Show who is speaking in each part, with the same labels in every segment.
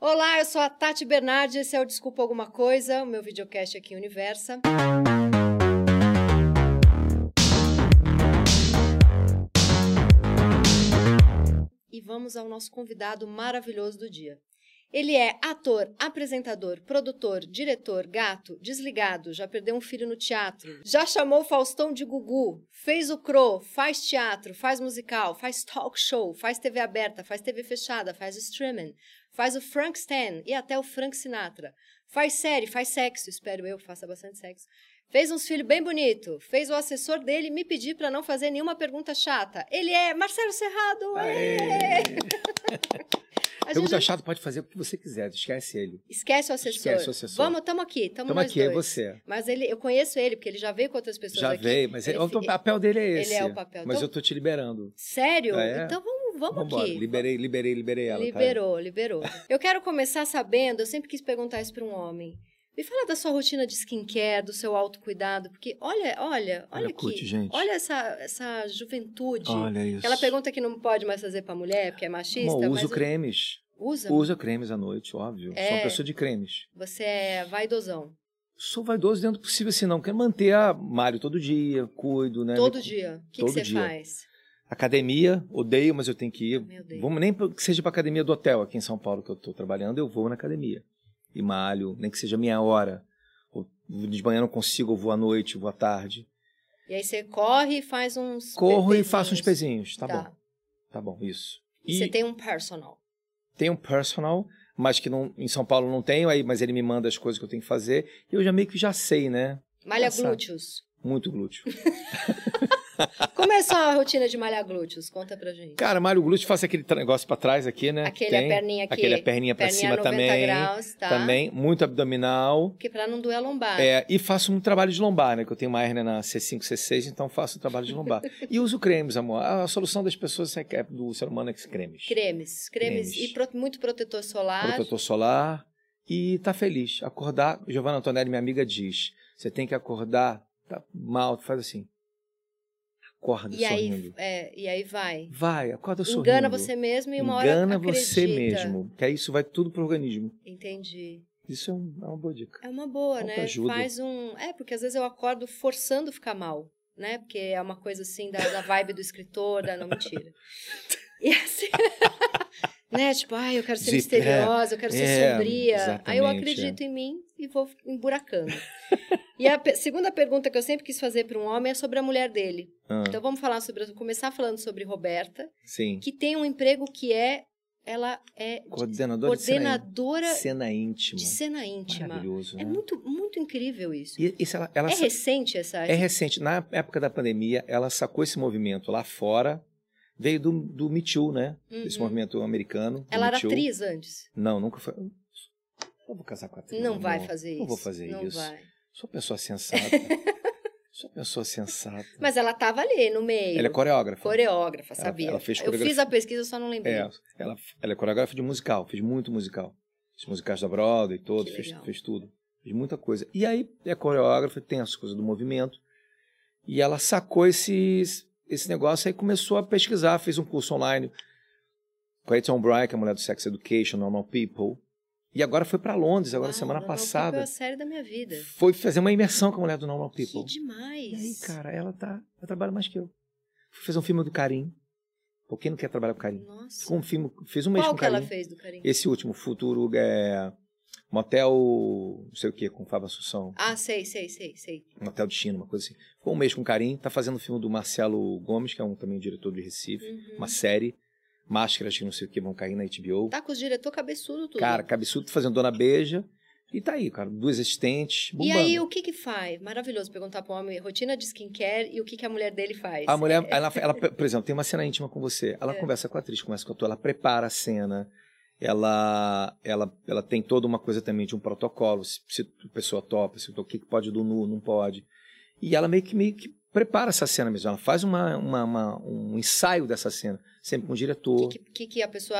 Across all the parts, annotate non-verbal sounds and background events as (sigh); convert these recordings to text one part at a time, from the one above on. Speaker 1: Olá, eu sou a Tati Bernardi, esse é o Desculpa Alguma Coisa, o meu videocast aqui em Universa. E vamos ao nosso convidado maravilhoso do dia. Ele é ator, apresentador, produtor, diretor, gato, desligado, já perdeu um filho no teatro, já chamou o Faustão de Gugu, fez o Cro, faz teatro, faz musical, faz talk show, faz TV aberta, faz TV fechada, faz streaming, faz o Frank Stan e até o Frank Sinatra. Faz série, faz sexo, espero eu, que faça bastante sexo. Fez uns filhos bem bonito, fez o assessor dele me pedir para não fazer nenhuma pergunta chata. Ele é Marcelo Serrado.
Speaker 2: Aê!
Speaker 1: ê! A gente
Speaker 2: Pergunta chata pode fazer o que você quiser, esquece ele.
Speaker 1: Esquece o assessor.
Speaker 2: Esquece o assessor.
Speaker 1: Vamos, tamo aqui, tamo,
Speaker 2: Toma
Speaker 1: nós
Speaker 2: aqui, é
Speaker 1: dois.
Speaker 2: você.
Speaker 1: Mas ele, eu conheço ele, porque ele já veio com outras pessoas
Speaker 2: Já
Speaker 1: aqui.
Speaker 2: veio, mas
Speaker 1: ele
Speaker 2: é- o
Speaker 1: fi-
Speaker 2: papel dele é esse.
Speaker 1: Ele é o papel.
Speaker 2: Mas
Speaker 1: Então,
Speaker 2: eu tô te liberando.
Speaker 1: Sério?
Speaker 2: Ah, é?
Speaker 1: Então vamos, vamos
Speaker 2: Vambora.
Speaker 1: aqui.
Speaker 2: Liberei, liberei, liberei ela. tá?
Speaker 1: liberou, liberou. Eu quero começar sabendo, eu sempre quis perguntar isso para um homem. Me fala da sua rotina de skincare, do seu autocuidado, porque olha, olha, olha,
Speaker 2: Olha,
Speaker 1: aqui.
Speaker 2: curte, gente.
Speaker 1: Olha essa, essa juventude.
Speaker 2: Olha isso.
Speaker 1: Aquela pergunta que não pode mais fazer pra mulher, porque é machista.
Speaker 2: Bom, eu
Speaker 1: mas
Speaker 2: uso cremes.
Speaker 1: Usa?
Speaker 2: Usa cremes à noite, óbvio. Sou
Speaker 1: É.
Speaker 2: uma pessoa de cremes.
Speaker 1: Você é
Speaker 2: Né,
Speaker 1: vaidosão.
Speaker 2: Sou vaidoso dentro do possível, assim, não. Quero manter a Mário todo dia, cuido, né?
Speaker 1: Todo
Speaker 2: Me-
Speaker 1: dia. O que, que
Speaker 2: todo
Speaker 1: você
Speaker 2: dia.
Speaker 1: faz?
Speaker 2: Academia, odeio, mas eu tenho que ir.
Speaker 1: Meu Deus.
Speaker 2: Vamos, nem pra- que seja pra academia do hotel aqui em São Paulo que eu tô trabalhando, eu vou na academia. E malho, nem que seja minha hora. Ou De manhã eu não consigo, eu vou à noite, eu vou à tarde.
Speaker 1: E aí você corre e faz uns.
Speaker 2: Corro e
Speaker 1: pezinhos.
Speaker 2: faço uns pezinhos. Tá,
Speaker 1: Tá.
Speaker 2: bom, tá bom, isso.
Speaker 1: E
Speaker 2: E
Speaker 1: você tem um personal.
Speaker 2: tem um personal, mas que não, em São Paulo não tenho, aí, mas ele me manda as coisas que eu tenho que fazer. E eu já meio que já sei, né?
Speaker 1: Malha
Speaker 2: Engraçado.
Speaker 1: glúteos.
Speaker 2: Muito
Speaker 1: (laughs)
Speaker 2: glúteo.
Speaker 1: Como é a sua rotina de malhar glúteos? Conta pra gente.
Speaker 2: Cara, malho glúteo, faço aquele tra- negócio pra trás aqui, né?
Speaker 1: Aquele,
Speaker 2: Tem.
Speaker 1: a perninha aqui.
Speaker 2: Aquele a perninha pra
Speaker 1: perninha
Speaker 2: cima
Speaker 1: 90
Speaker 2: também.
Speaker 1: graus, tá?
Speaker 2: Também, muito abdominal.
Speaker 1: Porque pra não doer a lombar.
Speaker 2: É, e faço um trabalho de lombar, né? Que eu tenho uma hérnia na C5, C6, então faço o trabalho de lombar. e uso cremes, amor. A, a solução das pessoas é que é do ser humano é que cremes.
Speaker 1: Cremes. Cremes.
Speaker 2: Cremes.
Speaker 1: E pro- muito protetor solar.
Speaker 2: Protetor solar e tá feliz. Acordar, Giovanna Antonelli, minha amiga, diz: você tem que acordar, tá mal, faz assim. Acorda
Speaker 1: E aí,
Speaker 2: sorrindo.
Speaker 1: é, e aí vai.
Speaker 2: Vai, acorda sorrindo.
Speaker 1: Engana você mesmo e uma hora
Speaker 2: Engana
Speaker 1: acredita.
Speaker 2: você mesmo, que aí isso vai tudo pro organismo.
Speaker 1: Entendi.
Speaker 2: Isso é, um- é uma boa dica.
Speaker 1: É uma boa, né?
Speaker 2: Autoajuda.
Speaker 1: Faz um. É, porque às vezes eu acordo forçando ficar mal, né? Porque é uma coisa assim da, da vibe do escritor, da não
Speaker 2: (laughs)
Speaker 1: mentira. E assim. (laughs) né? Tipo, ai, eu quero ser
Speaker 2: Sim, é.
Speaker 1: misteriosa, eu quero ser
Speaker 2: É,
Speaker 1: sombria. Aí eu
Speaker 2: exatamente, é.
Speaker 1: acredito em mim e vou emburacando. e a pe- segunda pergunta que eu sempre quis fazer para um homem é sobre a mulher dele.
Speaker 2: Ah,
Speaker 1: Então vamos falar sobre. Vou começar falando sobre Roberta,
Speaker 2: sim.
Speaker 1: que tem um emprego que é. Ela é
Speaker 2: Coordenadora de cena in-
Speaker 1: coordenadora
Speaker 2: cena íntima.
Speaker 1: de cena íntima.
Speaker 2: Maravilhoso,
Speaker 1: É
Speaker 2: né?
Speaker 1: muito, muito incrível isso.
Speaker 2: E isso ela, ela
Speaker 1: é
Speaker 2: sa-
Speaker 1: recente essa.
Speaker 2: é recente. Na época da pandemia, ela sacou esse movimento lá fora. Veio do, do Me Too, né?
Speaker 1: Uhum.
Speaker 2: Desse movimento americano. do
Speaker 1: Ela
Speaker 2: Me
Speaker 1: era
Speaker 2: Too.
Speaker 1: atriz antes.
Speaker 2: Não, nunca foi. Eu vou casar com a atriz.
Speaker 1: Não
Speaker 2: amor.
Speaker 1: vai fazer isso.
Speaker 2: Não vou fazer
Speaker 1: não
Speaker 2: isso.
Speaker 1: Vai.
Speaker 2: Sou
Speaker 1: (laughs)
Speaker 2: pessoa sensata. Sou pessoa sensata.
Speaker 1: Mas ela estava ali no meio.
Speaker 2: ela é coreógrafa.
Speaker 1: coreógrafa,
Speaker 2: Ela-
Speaker 1: sabia?
Speaker 2: ela fez
Speaker 1: eu
Speaker 2: coreografia.
Speaker 1: fiz a pesquisa, eu só não lembrei.
Speaker 2: É, ela, ela é coreógrafa de musical, fez muito musical. Os musicais da Broadway, todos,
Speaker 1: Que
Speaker 2: fez,
Speaker 1: legal.
Speaker 2: fez tudo. Fez muita coisa. E aí é coreógrafa, tem as coisas do movimento. E ela sacou esse, esse negócio aí começou a pesquisar, fez um curso online com a Edson Bryan, que é a mulher do Sex Education, Normal People. E agora foi para Londres, agora
Speaker 1: Uau,
Speaker 2: semana
Speaker 1: Normal People É
Speaker 2: passada.
Speaker 1: a série da minha vida.
Speaker 2: Foi fazer uma imersão com a mulher do Normal
Speaker 1: Que
Speaker 2: People. E aí,
Speaker 1: demais.
Speaker 2: cara, ela tá. Ela trabalha mais que eu. Fui fazer um filme do Carim. Por que não quer trabalhar com Carim?
Speaker 1: Nossa.
Speaker 2: Ficou um filme, fiz um mês
Speaker 1: Qual
Speaker 2: com
Speaker 1: que ela
Speaker 2: Carim.
Speaker 1: fez do carinho?
Speaker 2: Esse último, Futuro é, Motel, não sei o que, com Fábio Assunção.
Speaker 1: Ah, sei, sei, sei, sei.
Speaker 2: Motel de China, uma coisa assim. Ficou um mês com carinho. Tá fazendo o filme do Marcelo Gomes, que é um, também um diretor de Recife.
Speaker 1: Uhum.
Speaker 2: Uma série. Máscaras que não sei o que vão cair na HBO.
Speaker 1: Tá com os diretor cabeçudo tudo.
Speaker 2: Cara, cabeçudo, tá fazendo Dona Beija. E tá aí, cara. Duas assistentes,
Speaker 1: e
Speaker 2: bombando.
Speaker 1: aí, o que que faz? Maravilhoso perguntar pra um homem rotina de skincare e o que que a mulher dele faz.
Speaker 2: A mulher, ela,
Speaker 1: (laughs)
Speaker 2: ela, por exemplo, tem uma cena íntima com você. Ela
Speaker 1: É.
Speaker 2: conversa com a atriz, conversa com a ator, ela prepara a cena. Ela, ela, ela tem toda uma coisa também de um protocolo. Se, se a pessoa topa, se o que que pode do nu, não pode. E ela meio que, meio que prepara essa cena mesmo. Ela faz uma, uma- uma- um ensaio dessa cena, sempre com o
Speaker 1: O
Speaker 2: diretor.
Speaker 1: que, que, que a pessoa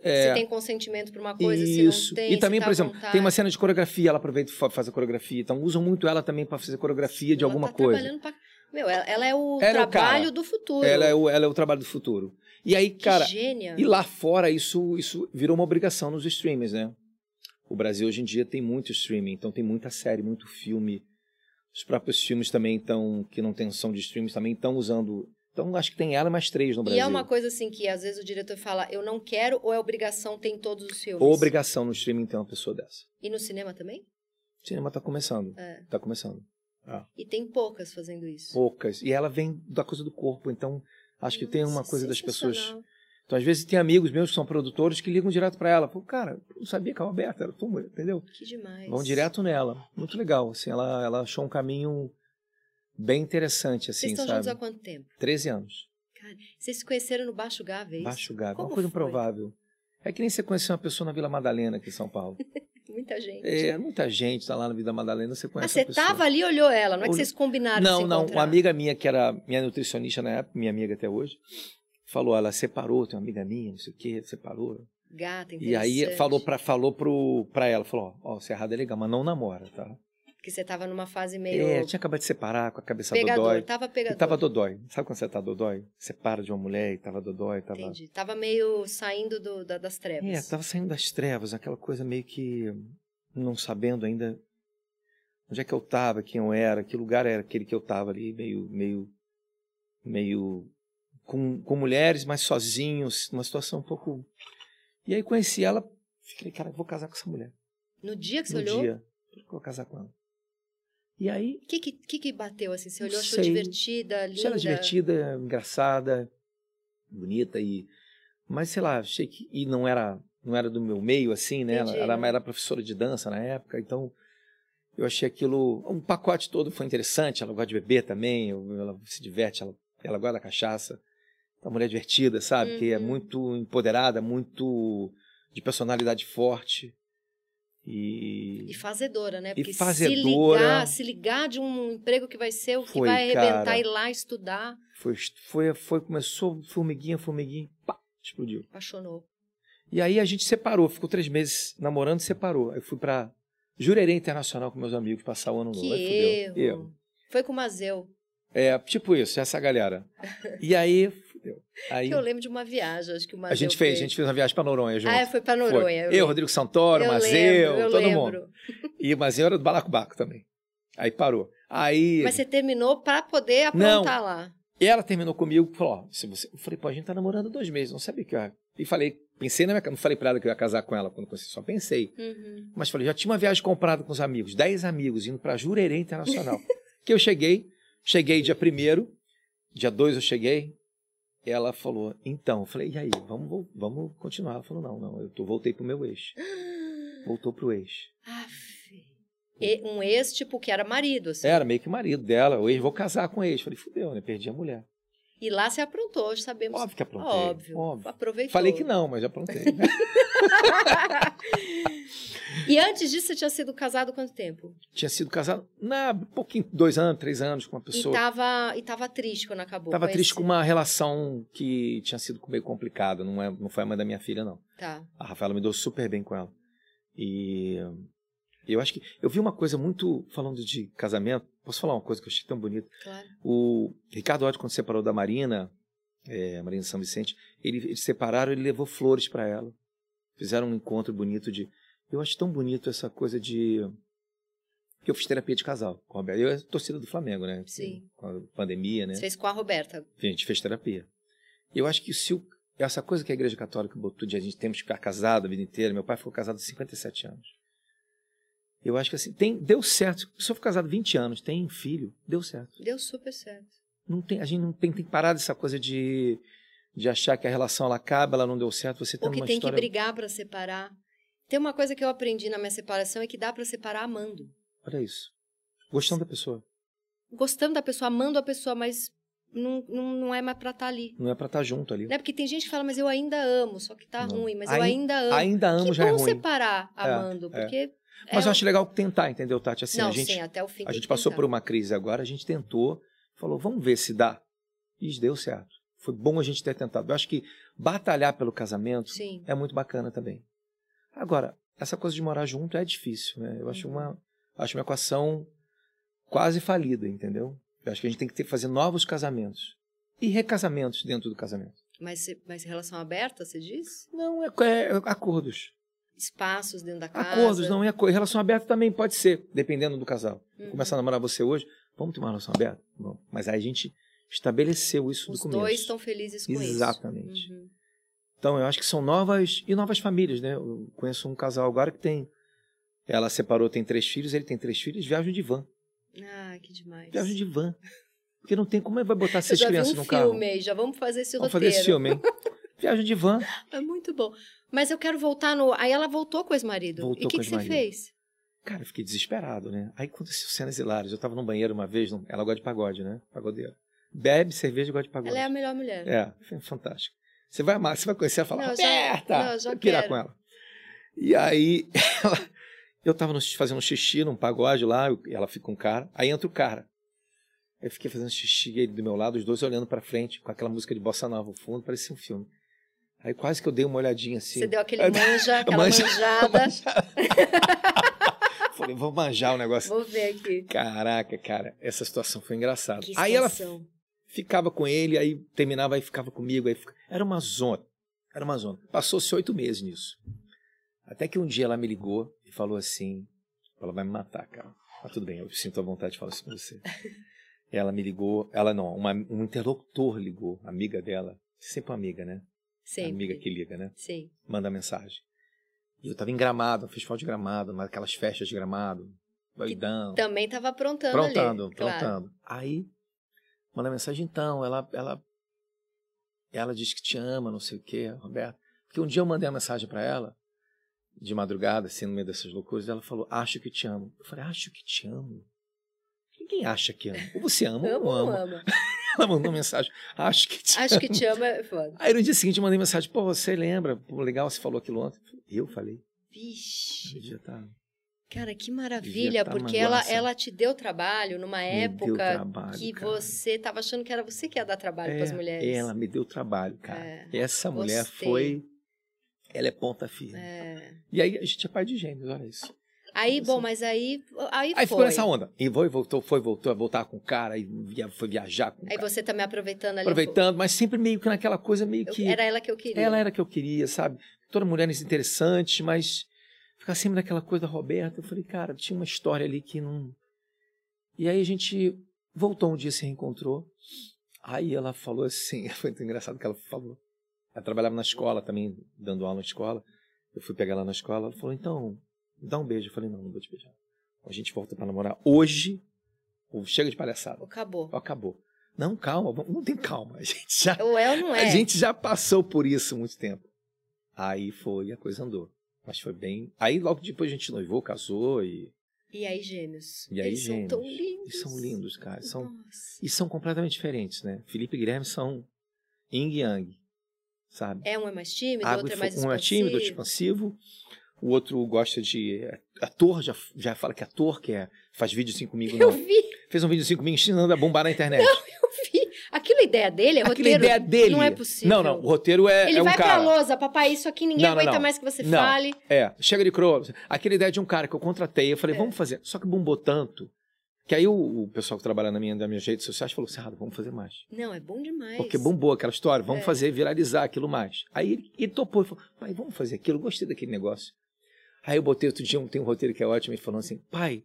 Speaker 2: É,
Speaker 1: se tem consentimento pra uma coisa, se
Speaker 2: isso.
Speaker 1: não tem.
Speaker 2: e
Speaker 1: se
Speaker 2: também,
Speaker 1: tá
Speaker 2: por exemplo,
Speaker 1: à vontade.
Speaker 2: tem uma cena de coreografia, ela aproveita e fa- faz a coreografia. Então usam muito ela também para fazer coreografia de
Speaker 1: Ela
Speaker 2: alguma
Speaker 1: tá
Speaker 2: coisa.
Speaker 1: trabalhando pra- Meu, ela, ela é o
Speaker 2: Ela é o
Speaker 1: trabalho
Speaker 2: cara.
Speaker 1: do futuro.
Speaker 2: Ela é, o, ela é o trabalho do futuro. E aí, cara,
Speaker 1: que gênia.
Speaker 2: e lá fora isso, isso virou uma obrigação nos streamers, né? O Brasil hoje em dia tem muito streaming, então tem muita série, muito filme. Os próprios filmes também estão, que não tem são de streams, também estão usando. Então acho que tem ela e mais três no Brasil.
Speaker 1: E é uma coisa assim que às vezes o diretor fala, eu não quero ou é obrigação, tem todos os filmes.
Speaker 2: Obrigação no streaming ter uma pessoa dessa.
Speaker 1: E no cinema também?
Speaker 2: O cinema tá começando.
Speaker 1: É.
Speaker 2: Tá começando. Ah.
Speaker 1: E tem poucas fazendo isso.
Speaker 2: Poucas. E ela vem da coisa do corpo, então acho que tem uma
Speaker 1: Nossa, é
Speaker 2: coisa das pessoas.
Speaker 1: sensacional.
Speaker 2: Então, às vezes, tem amigos meus que são produtores que ligam direto pra ela. Pô, cara, eu não sabia que a Roberta era tua mulher, entendeu?
Speaker 1: Que demais.
Speaker 2: Vão direto nela. Muito legal, assim, ela, ela achou um caminho bem interessante,
Speaker 1: Vocês
Speaker 2: assim,
Speaker 1: estão
Speaker 2: sabe?
Speaker 1: juntos há quanto tempo?
Speaker 2: 13 anos.
Speaker 1: Vocês se conheceram no Baixo Gávea, é isso?
Speaker 2: Baixo Gávea, uma
Speaker 1: Como
Speaker 2: coisa
Speaker 1: foi?
Speaker 2: improvável. É que nem você conhecer uma pessoa na Vila Madalena, aqui em São Paulo.
Speaker 1: (laughs) Muita gente.
Speaker 2: É, muita gente tá lá na Vila Madalena, você
Speaker 1: ah,
Speaker 2: conhece
Speaker 1: você
Speaker 2: uma pessoa.
Speaker 1: tava ali e olhou ela, não é que
Speaker 2: Olhou.
Speaker 1: vocês combinaram de
Speaker 2: Não,
Speaker 1: se
Speaker 2: não. um
Speaker 1: encontrar?
Speaker 2: Uma amiga minha, que era minha nutricionista na época, minha amiga até hoje, falou, ela separou, tem uma amiga minha, não sei o quê, separou.
Speaker 1: Gata,
Speaker 2: E aí
Speaker 1: interessante.
Speaker 2: falou pra, falou pro, pra ela, falou, ó, ó, Serrada é legal, mas não namora, tá?
Speaker 1: Porque você tava numa fase meio
Speaker 2: É, tinha acabado de separar com a cabeça
Speaker 1: pegador,
Speaker 2: dodói.
Speaker 1: tava
Speaker 2: E
Speaker 1: pegador.
Speaker 2: tava dodói. Sabe quando você tá dodói? Você para de uma mulher e tava dodói, tava...
Speaker 1: Entendi. Tava meio saindo do- da- das trevas.
Speaker 2: É, tava saindo das trevas, aquela coisa meio que não sabendo ainda onde é que eu tava, quem eu era, que lugar era aquele que eu tava ali, meio, meio, meio com, com mulheres, mas sozinhos, uma situação um pouco. E aí conheci ela, fiquei, cara, vou casar com essa mulher.
Speaker 1: No dia que você
Speaker 2: no
Speaker 1: olhou,
Speaker 2: dia, vou casar com ela. E aí,
Speaker 1: o que que, que que bateu assim? Você
Speaker 2: Não
Speaker 1: olhou, achou
Speaker 2: sei.
Speaker 1: divertida, linda?
Speaker 2: achei ela divertida, engraçada, bonita e, mas sei lá, achei que e não era não era do meu meio assim, né? Ela,
Speaker 1: Entendi,
Speaker 2: ela
Speaker 1: né?
Speaker 2: era professora de dança na época, então eu achei aquilo um pacote todo foi interessante. Ela gosta de beber também, eu- ela se diverte, ela ela gosta da cachaça. tá Uma mulher divertida, sabe? Que é
Speaker 1: Uhum.
Speaker 2: muito empoderada, muito de personalidade forte. E,
Speaker 1: E fazedora, né?
Speaker 2: E
Speaker 1: Porque
Speaker 2: fazedora.
Speaker 1: se ligar, se ligar de um emprego que vai ser o que
Speaker 2: Foi,
Speaker 1: vai arrebentar
Speaker 2: cara.
Speaker 1: e lá estudar,
Speaker 2: foi, foi, foi, começou formiguinha, formiguinha, pá, explodiu.
Speaker 1: apaixonou.
Speaker 2: E aí a gente separou, ficou três meses namorando e separou. Eu fui pra Jurerê Internacional com meus amigos passar o ano novo.
Speaker 1: que
Speaker 2: aí fudeu.
Speaker 1: erro. Foi com o Mazeu.
Speaker 2: É, tipo isso, essa
Speaker 1: (laughs)
Speaker 2: galera. E aí, fudeu. Aí
Speaker 1: Que eu lembro de uma viagem, acho que o Mazeu
Speaker 2: a gente fez,
Speaker 1: fez.
Speaker 2: a gente fez uma viagem pra Noronha junto.
Speaker 1: Ah, é, foi pra
Speaker 2: Foi.
Speaker 1: Noronha.
Speaker 2: Eu,
Speaker 1: lembro.
Speaker 2: Rodrigo Santoro, Mazeu,
Speaker 1: lembro, eu
Speaker 2: todo
Speaker 1: lembro.
Speaker 2: mundo. E o Mazeu era do Balacobaco também. Aí parou. Aí
Speaker 1: Mas você terminou pra poder aprontar lá.
Speaker 2: ela terminou comigo e falou: ó, se você... Eu falei, pô, a gente tá namorando dois meses, não sabia que eu ia. E falei, pensei na minha. Não falei pra ela que eu ia casar com ela quando eu conheci, só pensei.
Speaker 1: Uhum.
Speaker 2: Mas falei, já tinha uma viagem comprada com os amigos, 10 amigos, indo para Jurerê (laughs) Internacional. que eu cheguei, cheguei dia 1 dia 2 eu cheguei, ela falou, então, eu falei, e aí, vamos, vol- vamos continuar? Ela falou, não, não, eu tô- voltei pro meu (gasps) ex. Voltou pro ex.
Speaker 1: Aff. E- um ex, tipo, que era marido, assim.
Speaker 2: Era meio que o marido dela, o ex, vou casar com o ex. Falei, fudeu, né, perdi a mulher.
Speaker 1: E lá você aprontou, hoje sabemos.
Speaker 2: Óbvio que aprontei,
Speaker 1: Óbvio.
Speaker 2: óbvio.
Speaker 1: Aproveitou.
Speaker 2: Falei que não, mas já aprontei. né?
Speaker 1: E antes disso, você tinha sido casado quanto tempo?
Speaker 2: (laughs) Tinha sido casado, na, um pouquinho, dois anos, três anos com uma pessoa.
Speaker 1: E tava, e tava triste quando acabou.
Speaker 2: Tava
Speaker 1: Foi
Speaker 2: triste
Speaker 1: esse-
Speaker 2: com uma relação que tinha sido meio complicada. Não, é, não foi a mãe da minha filha, não.
Speaker 1: Tá.
Speaker 2: A Rafaela me deu super bem com ela. E hum, eu acho que. Eu vi uma coisa muito. Falando de casamento, posso falar uma coisa que eu achei tão bonita?
Speaker 1: Claro.
Speaker 2: O Ricardo Otti, quando separou da Marina, é, Marina São Vicente, ele, eles separaram, ele levou flores para ela. Fizeram um encontro bonito de. Eu acho tão bonito essa coisa de. que eu fiz terapia de casal com a Roberta. Eu era torcida do Flamengo, né?
Speaker 1: Sim.
Speaker 2: Com a pandemia, né?
Speaker 1: Você fez com a Roberta.
Speaker 2: A gente fez terapia. Eu acho que se o- essa coisa que a Igreja Católica botou de a gente temos que ficar casado a vida inteira, meu pai ficou casado 57 anos. Eu acho que assim, tem, deu certo. Se eu for casado 20 anos, tem um filho, deu certo.
Speaker 1: Deu super certo.
Speaker 2: Não tem, a gente não tem, tem que parar dessa coisa de, de achar que a relação ela acaba, ela não deu certo, você tem
Speaker 1: Ou que
Speaker 2: uma
Speaker 1: tem que
Speaker 2: tá história.
Speaker 1: brigar pra separar. Tem uma coisa que eu aprendi na minha separação é que dá pra separar amando.
Speaker 2: Olha isso. Gostando da pessoa.
Speaker 1: Gostando da pessoa, amando a pessoa, mas não, não, não é mais pra estar ali.
Speaker 2: Não é pra estar junto ali.
Speaker 1: Né? Porque tem gente que fala, mas eu ainda amo, só que tá
Speaker 2: Não.
Speaker 1: ruim, mas eu
Speaker 2: Ai-
Speaker 1: ainda amo.
Speaker 2: Ainda amo
Speaker 1: que
Speaker 2: já é
Speaker 1: bom
Speaker 2: ruim.
Speaker 1: separar
Speaker 2: É,
Speaker 1: amando,
Speaker 2: é.
Speaker 1: porque.
Speaker 2: Mas
Speaker 1: é
Speaker 2: eu acho legal tentar, entendeu, Tati? Assim,
Speaker 1: não,
Speaker 2: a gente
Speaker 1: sim, até o fim.
Speaker 2: A gente passou por um uma crise agora, a gente tentou, falou, vamos ver se dá. E deu certo. Foi bom a gente ter tentado. Eu acho que batalhar pelo casamento
Speaker 1: Sim.
Speaker 2: é muito bacana também. Agora, essa coisa de morar junto é difícil, né? Eu acho
Speaker 1: Uhum.
Speaker 2: uma, acho uma equação quase falida, entendeu? Eu acho que a gente tem que ter, fazer novos casamentos e recasamentos dentro do casamento.
Speaker 1: Mas, se- mas relação aberta, você diz?
Speaker 2: Não, é, é acordos.
Speaker 1: Espaços dentro da casa?
Speaker 2: Acordos, não é acordo. Relação aberta também pode ser, dependendo do casal.
Speaker 1: Uhum.
Speaker 2: Começar a namorar você hoje, vamos ter uma relação aberta? Vamos. Mas aí a gente estabeleceu isso
Speaker 1: Os
Speaker 2: do começo.
Speaker 1: dois estão felizes com Uhum.
Speaker 2: Exatamente.
Speaker 1: isso. Exatamente.
Speaker 2: Então, eu acho que são novas e novas famílias, né? Eu conheço um casal agora que tem. Ela separou, tem três filhos, ele tem três filhos, viajam de van.
Speaker 1: Ah, que demais.
Speaker 2: Viajam de van. Porque não tem como é que vai botar
Speaker 1: Eu
Speaker 2: seis
Speaker 1: já vi um
Speaker 2: crianças
Speaker 1: filme
Speaker 2: no carro.
Speaker 1: aí, já vamos fazer esse
Speaker 2: Vamos fazer
Speaker 1: roteiro.
Speaker 2: esse filme,
Speaker 1: (laughs)
Speaker 2: hein? Viajam de van.
Speaker 1: É muito bom. Mas eu quero voltar no. Aí ela voltou com o ex-marido.
Speaker 2: Voltou
Speaker 1: e o que,
Speaker 2: com o
Speaker 1: que você
Speaker 2: ex-marido.
Speaker 1: fez?
Speaker 2: Cara, eu fiquei desesperado, né? Aí aconteceu cenas hilárias. Eu tava no banheiro uma vez, não- ela gosta de pagode, né? Pagodeira. Bebe cerveja e gosta de pagode.
Speaker 1: Ela é a melhor mulher.
Speaker 2: É, f- fantástico. Você vai amar, você vai conhecer ela e falar,
Speaker 1: Não, eu já-
Speaker 2: aperta!
Speaker 1: não, eu já
Speaker 2: Vai pirar
Speaker 1: quero.
Speaker 2: com ela. E aí, (laughs) ela- eu tava no- fazendo um xixi num pagode lá, eu- ela fica com um cara, aí entra o cara. Eu fiquei fazendo xixi e ele do meu lado, os dois olhando pra frente, com aquela música de bossa nova no fundo, parecia um filme. Aí quase que eu dei uma olhadinha assim.
Speaker 1: Você deu aquele
Speaker 2: Eu- (laughs)
Speaker 1: manja, aquela
Speaker 2: é Manja-
Speaker 1: manjada.
Speaker 2: Falei, vou manjar
Speaker 1: (laughs)
Speaker 2: o negócio.
Speaker 1: Vou ver aqui.
Speaker 2: Caraca, cara, essa situação foi engraçada.
Speaker 1: Que
Speaker 2: Aí ela
Speaker 1: situação.
Speaker 2: ficava com ele, aí terminava, aí ficava comigo. Aí fica- Era uma zona. Era uma zona. Passou-se oito meses nisso. Até que um dia ela me ligou e falou assim: ela vai me matar, cara. Mas tudo bem, eu sinto a vontade de falar isso pra você. Ela me ligou, ela não, uma- um interlocutor ligou, amiga dela, sempre uma amiga, né?
Speaker 1: Sempre.
Speaker 2: Amiga que liga, né?
Speaker 1: Sim.
Speaker 2: Manda mensagem. E eu tava em Gramado, no festival de Gramado, naquelas festas de Gramado, doidão.
Speaker 1: Também tava aprontando
Speaker 2: Prontando,
Speaker 1: ali. claro.
Speaker 2: prontando. Aí, manda mensagem então, ela, ela, ela diz que te ama, não sei o quê, Roberto. Porque um dia eu mandei uma mensagem pra ela, de madrugada, assim, no meio dessas loucuras, e ela falou, acho que te amo. Eu falei, acho que te amo? Ninguém acha que ama. Ou você ama ou
Speaker 1: Amo
Speaker 2: não
Speaker 1: ou
Speaker 2: ama.
Speaker 1: ama?
Speaker 2: Ela mandou mensagem, acho que te
Speaker 1: Acho
Speaker 2: amo.
Speaker 1: que te ama (laughs) é foda.
Speaker 2: (laughs) Aí no dia seguinte eu mandei mensagem, pô, você lembra? Pô, legal, você falou aquilo ontem. Eu falei,
Speaker 1: Vixe.
Speaker 2: já tá.
Speaker 1: Cara, que maravilha,
Speaker 2: tá
Speaker 1: porque ela,
Speaker 2: manguaça.
Speaker 1: ela te deu trabalho numa
Speaker 2: me deu
Speaker 1: época
Speaker 2: trabalho,
Speaker 1: que
Speaker 2: cara.
Speaker 1: você tava achando que era você que ia dar trabalho para as mulheres.
Speaker 2: É, Ela me deu trabalho, cara.
Speaker 1: É,
Speaker 2: Essa mulher
Speaker 1: gostei.
Speaker 2: foi. Ela é ponta firme.
Speaker 1: É.
Speaker 2: E aí a gente é pai de gêmeos, olha isso.
Speaker 1: Aí,
Speaker 2: Assim.
Speaker 1: bom, mas aí. Aí, foi.
Speaker 2: Aí ficou nessa onda. E foi, voltou, foi, voltou, voltar com o cara, e via- foi viajar com o
Speaker 1: Aí
Speaker 2: cara.
Speaker 1: você também aproveitando ali.
Speaker 2: Aproveitando, mas sempre meio que naquela coisa meio
Speaker 1: eu-
Speaker 2: que.
Speaker 1: Era ela que eu queria.
Speaker 2: Ela era que eu queria, sabe? Toda mulher é interessante, mas ficar sempre naquela coisa da Roberta. Eu falei, cara, tinha uma história ali que não. E aí a gente voltou um dia, se reencontrou. Aí ela falou assim, (laughs) foi muito engraçado que ela falou. Ela trabalhava na escola também, dando aula na escola. Eu fui pegar ela na escola, ela falou, então, me dá um beijo. Eu falei, não, não vou te beijar. A gente volta pra namorar hoje, ou chega de palhaçada.
Speaker 1: Acabou.
Speaker 2: Acabou. Não, calma, vamos- não tem calma. (laughs) A gente já
Speaker 1: Ou é ou não é?
Speaker 2: a gente já passou por isso há muito tempo. Aí foi, a coisa andou. Mas foi bem. Aí logo depois a gente noivou, casou e.
Speaker 1: E aí, gêmeos.
Speaker 2: E aí,
Speaker 1: Eles
Speaker 2: gêmeos.
Speaker 1: são tão lindos.
Speaker 2: E são lindos, cara.
Speaker 1: Uhum.
Speaker 2: São...
Speaker 1: Nossa.
Speaker 2: E são completamente diferentes, né? Felipe e Guilherme são yin e yang, sabe?
Speaker 1: É, um é mais tímido, o
Speaker 2: Água
Speaker 1: outro é
Speaker 2: e
Speaker 1: mais
Speaker 2: fogo. um é tímido, outro expansivo. O outro gosta de é ator, já, já fala que é ator, que é, faz vídeo assim comigo.
Speaker 1: Eu
Speaker 2: Não.
Speaker 1: vi,
Speaker 2: Fez um vídeo assim comigo ensinando a bombar
Speaker 1: (laughs)
Speaker 2: na internet.
Speaker 1: eu vi. Aquilo é ideia dele, é
Speaker 2: Aquela
Speaker 1: roteiro.
Speaker 2: ideia dele.
Speaker 1: Não é possível.
Speaker 2: Não, não, o roteiro é,
Speaker 1: Ele
Speaker 2: é um
Speaker 1: vai
Speaker 2: cara.
Speaker 1: pra lousa, papai, isso aqui ninguém
Speaker 2: Não, não,
Speaker 1: aguenta
Speaker 2: não.
Speaker 1: mais que você
Speaker 2: Não.
Speaker 1: fale.
Speaker 2: É, chega de croa. Aquela ideia de um cara que eu contratei, eu falei,
Speaker 1: É.
Speaker 2: vamos fazer. Só que bombou tanto, que aí o, o pessoal que trabalha na minha, nas minhas redes sociais falou assim, ah, vamos fazer mais.
Speaker 1: Não, é bom demais.
Speaker 2: Porque bombou aquela história, vamos
Speaker 1: É.
Speaker 2: fazer, viralizar aquilo mais. Aí ele, ele topou, ele falou, pai, vamos fazer aquilo, eu gostei daquele negócio. Aí eu botei outro dia, um, tem um roteiro que é ótimo, ele falando assim, pai,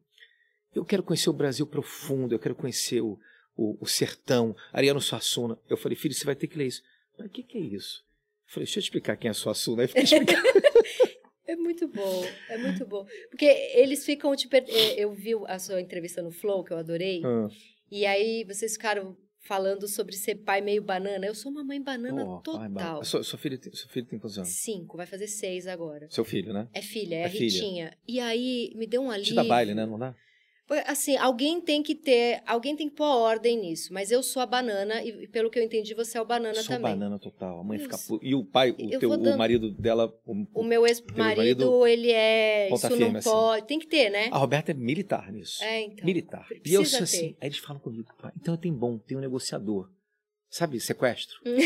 Speaker 2: eu quero conhecer o Brasil profundo, eu quero conhecer o, o, o sertão, Ariano Suassuna. Eu falei, filho, você vai ter que ler isso. Mas o que, que é isso? Eu falei, deixa eu explicar quem é Suassuna. Aí eu fiquei
Speaker 1: (laughs)
Speaker 2: explicando.
Speaker 1: É muito bom, é muito bom. Porque eles ficam te per... eh, Eu vi a sua entrevista no Flow, que eu adorei.
Speaker 2: Ah.
Speaker 1: E aí vocês ficaram falando sobre ser pai meio banana. Eu sou uma mãe banana
Speaker 2: Pô,
Speaker 1: total.
Speaker 2: pai, ba- Sua, sua filha tem, seu filho tem quantos anos?
Speaker 1: Cinco, vai fazer seis agora.
Speaker 2: Seu filho, né?
Speaker 1: É filha, é,
Speaker 2: É filha.
Speaker 1: Ritinha. E aí me deu um alívio.
Speaker 2: Te dá baile, né? Não dá?
Speaker 1: Foi Assim, alguém tem que ter, alguém tem que pôr ordem nisso. Mas eu sou a banana e, e pelo que eu entendi, você é o banana
Speaker 2: Sou
Speaker 1: também.
Speaker 2: banana total. A mãe fica
Speaker 1: Isso.
Speaker 2: pu- E o pai, o,
Speaker 1: Eu
Speaker 2: teu,
Speaker 1: vou
Speaker 2: o
Speaker 1: dando-
Speaker 2: marido dela. o-
Speaker 1: O meu ex-marido,
Speaker 2: marido-
Speaker 1: ele é.
Speaker 2: Ponta
Speaker 1: isso
Speaker 2: firme,
Speaker 1: não
Speaker 2: assim.
Speaker 1: pode. Tem que ter, né?
Speaker 2: A Roberta é militar nisso.
Speaker 1: É, então.
Speaker 2: militar. E
Speaker 1: precisa
Speaker 2: eu sou
Speaker 1: ter.
Speaker 2: assim. Aí eles falam comigo, "Pai, então eu tenho bom, tenho um negociador. Sabe, sequestro.
Speaker 1: Hum.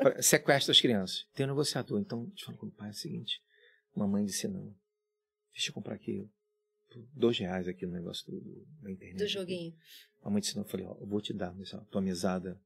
Speaker 2: Pra- sequestro das crianças. Tem um negociador. Então eles falam comigo, pai, é o seguinte. Mamãe disse não. Deixa eu comprar aqui por dois reais aqui no negócio do, da internet.
Speaker 1: Do joguinho.
Speaker 2: A mãe disse, não, eu falei, ó, eu vou te dar mas, ó, tua mesada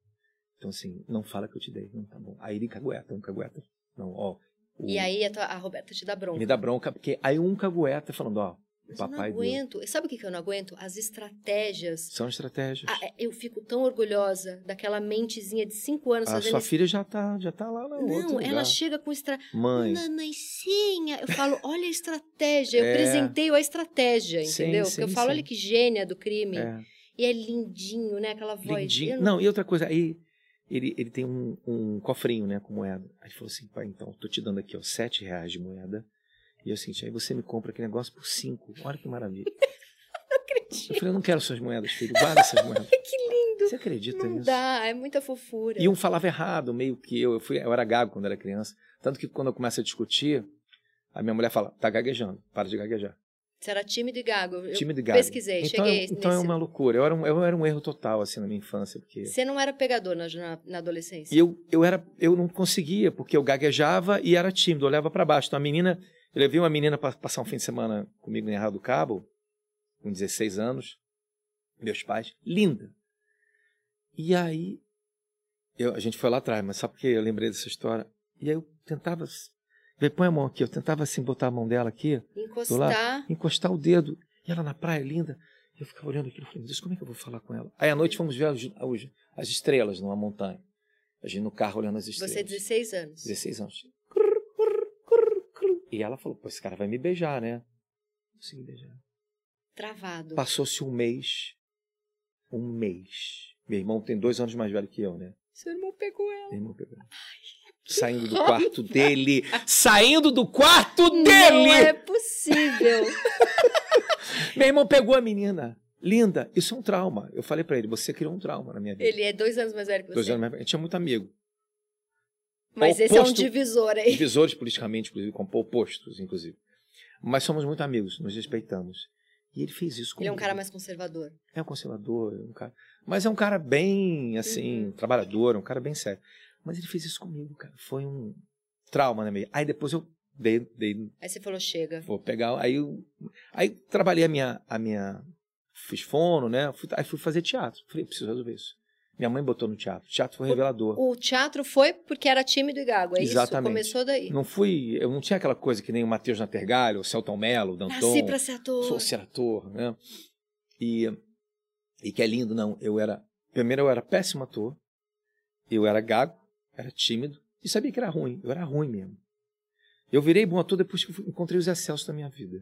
Speaker 2: Então, assim, não fala que eu te dei. Não, tá bom. Aí ele cagueta, um cagueta. Não, ó. o-
Speaker 1: E aí a, tua- a Roberta te dá bronca.
Speaker 2: Me dá bronca, porque aí um cagueta falando, ó,
Speaker 1: Mas eu não
Speaker 2: papai deu.
Speaker 1: aguento. E Sabe o que que eu não aguento? As estratégias.
Speaker 2: São estratégias.
Speaker 1: Ah, é, eu fico tão orgulhosa daquela mentezinha de cinco anos
Speaker 2: a
Speaker 1: fazendo
Speaker 2: Ah, sua
Speaker 1: isso.
Speaker 2: filha já tá, já tá lá na outro
Speaker 1: Não,
Speaker 2: lugar.
Speaker 1: ela chega com estra...
Speaker 2: Mãe,
Speaker 1: Nanancinha. Eu
Speaker 2: (laughs)
Speaker 1: falo, olha a estratégia. Eu
Speaker 2: É.
Speaker 1: presenteio a estratégia,
Speaker 2: Sim,
Speaker 1: entendeu? Porque eu
Speaker 2: sim,
Speaker 1: falo,
Speaker 2: sim.
Speaker 1: olha que gênia do crime.
Speaker 2: é,
Speaker 1: E é lindinho, né? Aquela voz.
Speaker 2: lindinho.
Speaker 1: Eu
Speaker 2: Não, e outra coisa, aí ele, ele tem um, um cofrinho, né, com moeda. Aí ele falou assim, pai, então, tô te dando aqui, ó, sete reais de moeda. E eu assim, aí você me compra aquele negócio por cinco. Olha
Speaker 1: (laughs)
Speaker 2: que maravilha.
Speaker 1: acredito.
Speaker 2: Eu falei, eu não quero suas moedas, filho. Guarda essas moedas.
Speaker 1: Que lindo.
Speaker 2: Você acredita
Speaker 1: Não
Speaker 2: nisso?
Speaker 1: dá, é muita fofura.
Speaker 2: E um falava errado, meio que eu. Eu, fui, eu era gago quando era criança. Tanto que quando eu começo a discutir, a minha mulher fala, tá gaguejando, para de gaguejar.
Speaker 1: Você era tímido e gago. Eu
Speaker 2: Time de gago.
Speaker 1: pesquisei,
Speaker 2: então,
Speaker 1: cheguei
Speaker 2: é- Então é
Speaker 1: nesse-
Speaker 2: uma loucura. Eu era, um, eu era um erro total, assim, na minha infância. Porque...
Speaker 1: Você não era pegador na, na, na adolescência.
Speaker 2: E eu, eu, era, eu não conseguia, porque eu gaguejava e era tímido, eu olhava para baixo. Então a menina, eu levei uma menina para passar um fim de semana comigo em Arraial do Cabo, com 16 anos, meus pais, linda. E aí, eu- a gente foi lá atrás, mas sabe por que eu lembrei dessa história? E aí eu tentava, vê, põe a mão aqui, eu tentava assim botar a mão dela aqui,
Speaker 1: Encostar.
Speaker 2: encostar o dedo. E ela na praia, linda. E eu ficava olhando aquilo e falei, meu Deus, como é que eu vou falar com ela? Aí à noite fomos ver os- os- as estrelas numa montanha. A gente no carro olhando as estrelas.
Speaker 1: Você, 16 anos.
Speaker 2: 16 anos. Crrr, crrr, crrr, crrr. E ela falou, pô, esse cara vai me beijar, né? Consegui beijar.
Speaker 1: Travado.
Speaker 2: Passou-se um mês. Um mês. Meu irmão tem dois anos mais velho que eu, né?
Speaker 1: Seu irmão pegou ela.
Speaker 2: Meu irmão pegou. Saindo do quarto dele. Saindo do quarto dele!
Speaker 1: Não é
Speaker 2: (laughs)
Speaker 1: possível.
Speaker 2: Meu irmão pegou a menina. Linda, isso é um trauma. Eu falei pra ele, você criou um trauma na minha vida.
Speaker 1: Ele é dois anos mais velho que você.
Speaker 2: Dois anos mais velho. A gente é muito
Speaker 1: (laughs)
Speaker 2: amigo.
Speaker 1: Mas esse é um
Speaker 2: oposto-
Speaker 1: divisor aí.
Speaker 2: Divisores politicamente, inclusive, compor postos, inclusive. Mas somos muito amigos, nos respeitamos. E ele fez isso
Speaker 1: Ele é
Speaker 2: comigo.
Speaker 1: um cara mais conservador.
Speaker 2: É um conservador, é um cara... Mas é um cara bem, assim,
Speaker 1: Uhum.
Speaker 2: trabalhador, um cara bem sério. Mas ele fez isso comigo, cara. Foi um trauma na minha Aí depois eu dei, dei
Speaker 1: Aí você falou, chega.
Speaker 2: Vou pegar. Aí, eu- aí trabalhei a minha, a minha. Fiz fono, né? Fui- aí fui fazer teatro. Falei, preciso resolver isso. Minha mãe botou no teatro. Teatro foi um revelador.
Speaker 1: O teatro foi porque era tímido e gago, é
Speaker 2: Exatamente.
Speaker 1: isso? Começou daí.
Speaker 2: Não fui. Eu não tinha aquela coisa que nem o Matheus Natergalho, o Celton Mello, o Danton.
Speaker 1: Nasci pra ser ator.
Speaker 2: Sou ser ator, né? E, e que é lindo, não. Eu era. Primeiro, eu era péssimo ator. Eu era gago, era tímido. E sabia que era ruim. Eu era ruim mesmo. Eu virei bom ator depois que eu fui- encontrei os excelsos da minha vida.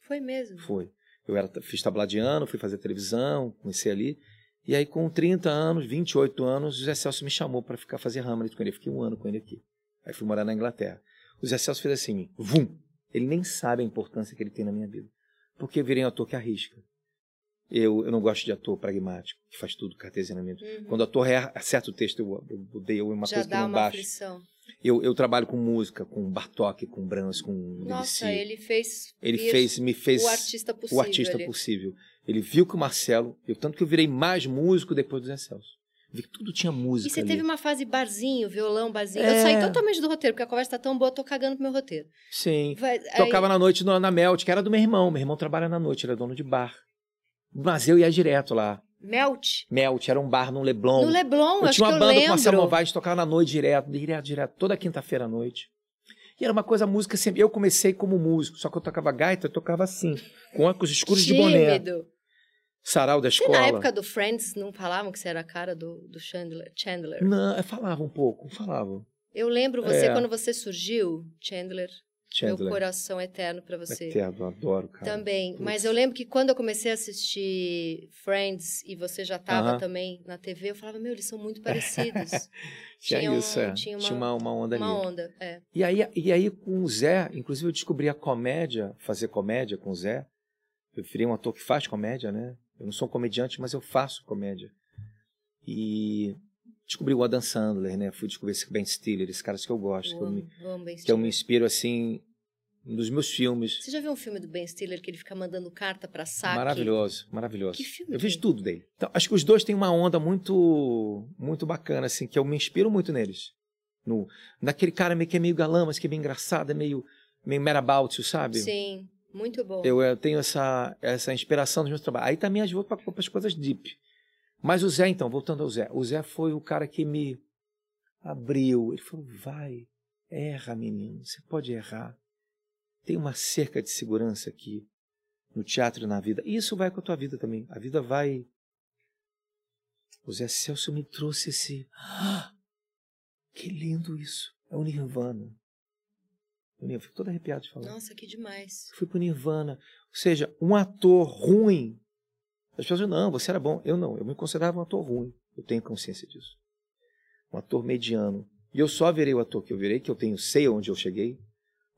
Speaker 1: Foi mesmo.
Speaker 2: Foi. Eu era, fiz tabladiano, fui fazer televisão, comecei ali. E aí, com 30 anos, 28 anos, o Zé Celso me chamou para ficar fazer Hamlet com ele. Fiquei um ano com ele aqui. Aí fui morar na Inglaterra. O Zé Celso fez assim, vum! Ele nem sabe a importância que ele tem na minha vida. Porque eu virei um ator que arrisca. Eu, eu não gosto de ator pragmático, que faz tudo cartesianamente.
Speaker 1: Uhum.
Speaker 2: Quando o ator erra, acerta o texto, eu, eu odeio uma
Speaker 1: Já
Speaker 2: coisa que
Speaker 1: dá
Speaker 2: não
Speaker 1: uma
Speaker 2: baixa.
Speaker 1: aflição.
Speaker 2: Eu, eu trabalho com música, com Bartok, com Brahms, com
Speaker 1: Nossa,
Speaker 2: Debussy.
Speaker 1: ele fez.
Speaker 2: Ele
Speaker 1: isso,
Speaker 2: fez, me fez
Speaker 1: O artista possível.
Speaker 2: o artista
Speaker 1: ali.
Speaker 2: possível. Ele viu que o Marcelo, eu tanto que eu virei mais músico depois do Zé Celso. Vi que tudo tinha música
Speaker 1: E você
Speaker 2: ali.
Speaker 1: teve uma fase barzinho, violão, barzinho. Eu
Speaker 2: É.
Speaker 1: saí totalmente do roteiro, porque a conversa tá tão boa, eu tô cagando pro meu roteiro.
Speaker 2: Sim.
Speaker 1: Vai-
Speaker 2: Tocava na noite no- na Melt, que era do meu irmão. Meu irmão trabalha na noite, ele é dono de bar. Mas eu ia direto lá.
Speaker 1: aí, Melt.
Speaker 2: Melt era um bar no Leblon.
Speaker 1: No Leblon,
Speaker 2: eu
Speaker 1: acho
Speaker 2: tinha uma
Speaker 1: que eu
Speaker 2: banda
Speaker 1: lembro.
Speaker 2: com Marcelo Novaes, tocava na noite direto, direto, direto, toda quinta-feira à noite. E era uma coisa, música sempre. Eu comecei como músico, só que eu tocava gaita, eu tocava assim, com óculos escuros de boné.
Speaker 1: Tímido.
Speaker 2: Sarau da
Speaker 1: Você
Speaker 2: escola.
Speaker 1: na época do Friends não falavam que você era a cara do, do Chandler, Chandler?
Speaker 2: Não, eu falava um pouco, falava.
Speaker 1: Eu lembro você
Speaker 2: É.
Speaker 1: quando você surgiu, Chandler, Meu
Speaker 2: Chandler.
Speaker 1: coração eterno pra
Speaker 2: é
Speaker 1: você.
Speaker 2: Eterno, adoro, cara.
Speaker 1: Também.
Speaker 2: Putz.
Speaker 1: Mas eu lembro que quando eu comecei a assistir Friends e você já tava
Speaker 2: Aham.
Speaker 1: também na TV, eu falava, meu, eles são muito parecidos.
Speaker 2: (laughs) Tinha,
Speaker 1: Tinha um-
Speaker 2: isso, é.
Speaker 1: tinha
Speaker 2: Tinha
Speaker 1: uma-
Speaker 2: uma, uma onda ali.
Speaker 1: Uma onda, é.
Speaker 2: E aí, e aí com o Zé, inclusive eu descobri a comédia, fazer comédia com o Zé. Eu virei um ator que faz comédia, né? Eu não sou um comediante, mas eu faço comédia. E descobri o Adam Sandler, né? Fui descobrir esse Ben Stiller, esses caras que eu gosto,
Speaker 1: Eu
Speaker 2: que eu, me,
Speaker 1: amo, eu amo Ben
Speaker 2: que eu
Speaker 1: Stiller.
Speaker 2: me inspiro, assim, nos meus filmes.
Speaker 1: Você já viu um filme do Ben Stiller que ele fica mandando carta pra Saki?
Speaker 2: Maravilhoso, maravilhoso.
Speaker 1: Que filme
Speaker 2: Eu vejo
Speaker 1: que é?
Speaker 2: tudo dele. Então, acho que os dois têm uma onda muito muito bacana, assim, que eu me inspiro muito neles. No, naquele cara meio que é meio galã, mas que é meio engraçado, é meio, meio merabaltio, sabe?
Speaker 1: Sim, muito bom.
Speaker 2: Eu, eh, tenho essa, essa inspiração nos meus trabalhos. Aí também às vezes vou para as coisas deep. Mas o Zé, então, voltando ao Zé, o Zé foi o cara que me abriu. Ele falou: vai, erra, menino, você pode errar. Tem uma cerca de segurança aqui no teatro e na vida. E isso vai com a tua vida também. A vida vai. O Zé Celso me trouxe esse. (gasps) Ah, que lindo isso! É o Nirvana. Eu fico todo arrepiado de falar.
Speaker 1: Nossa, que demais.
Speaker 2: Fui pro Nirvana. Ou seja, um ator ruim. As pessoas dizem, não, você era bom. Eu não, eu me considerava um ator ruim. Eu tenho consciência disso. Um ator mediano. E eu só virei o ator que eu virei, que eu tenho, sei onde eu cheguei,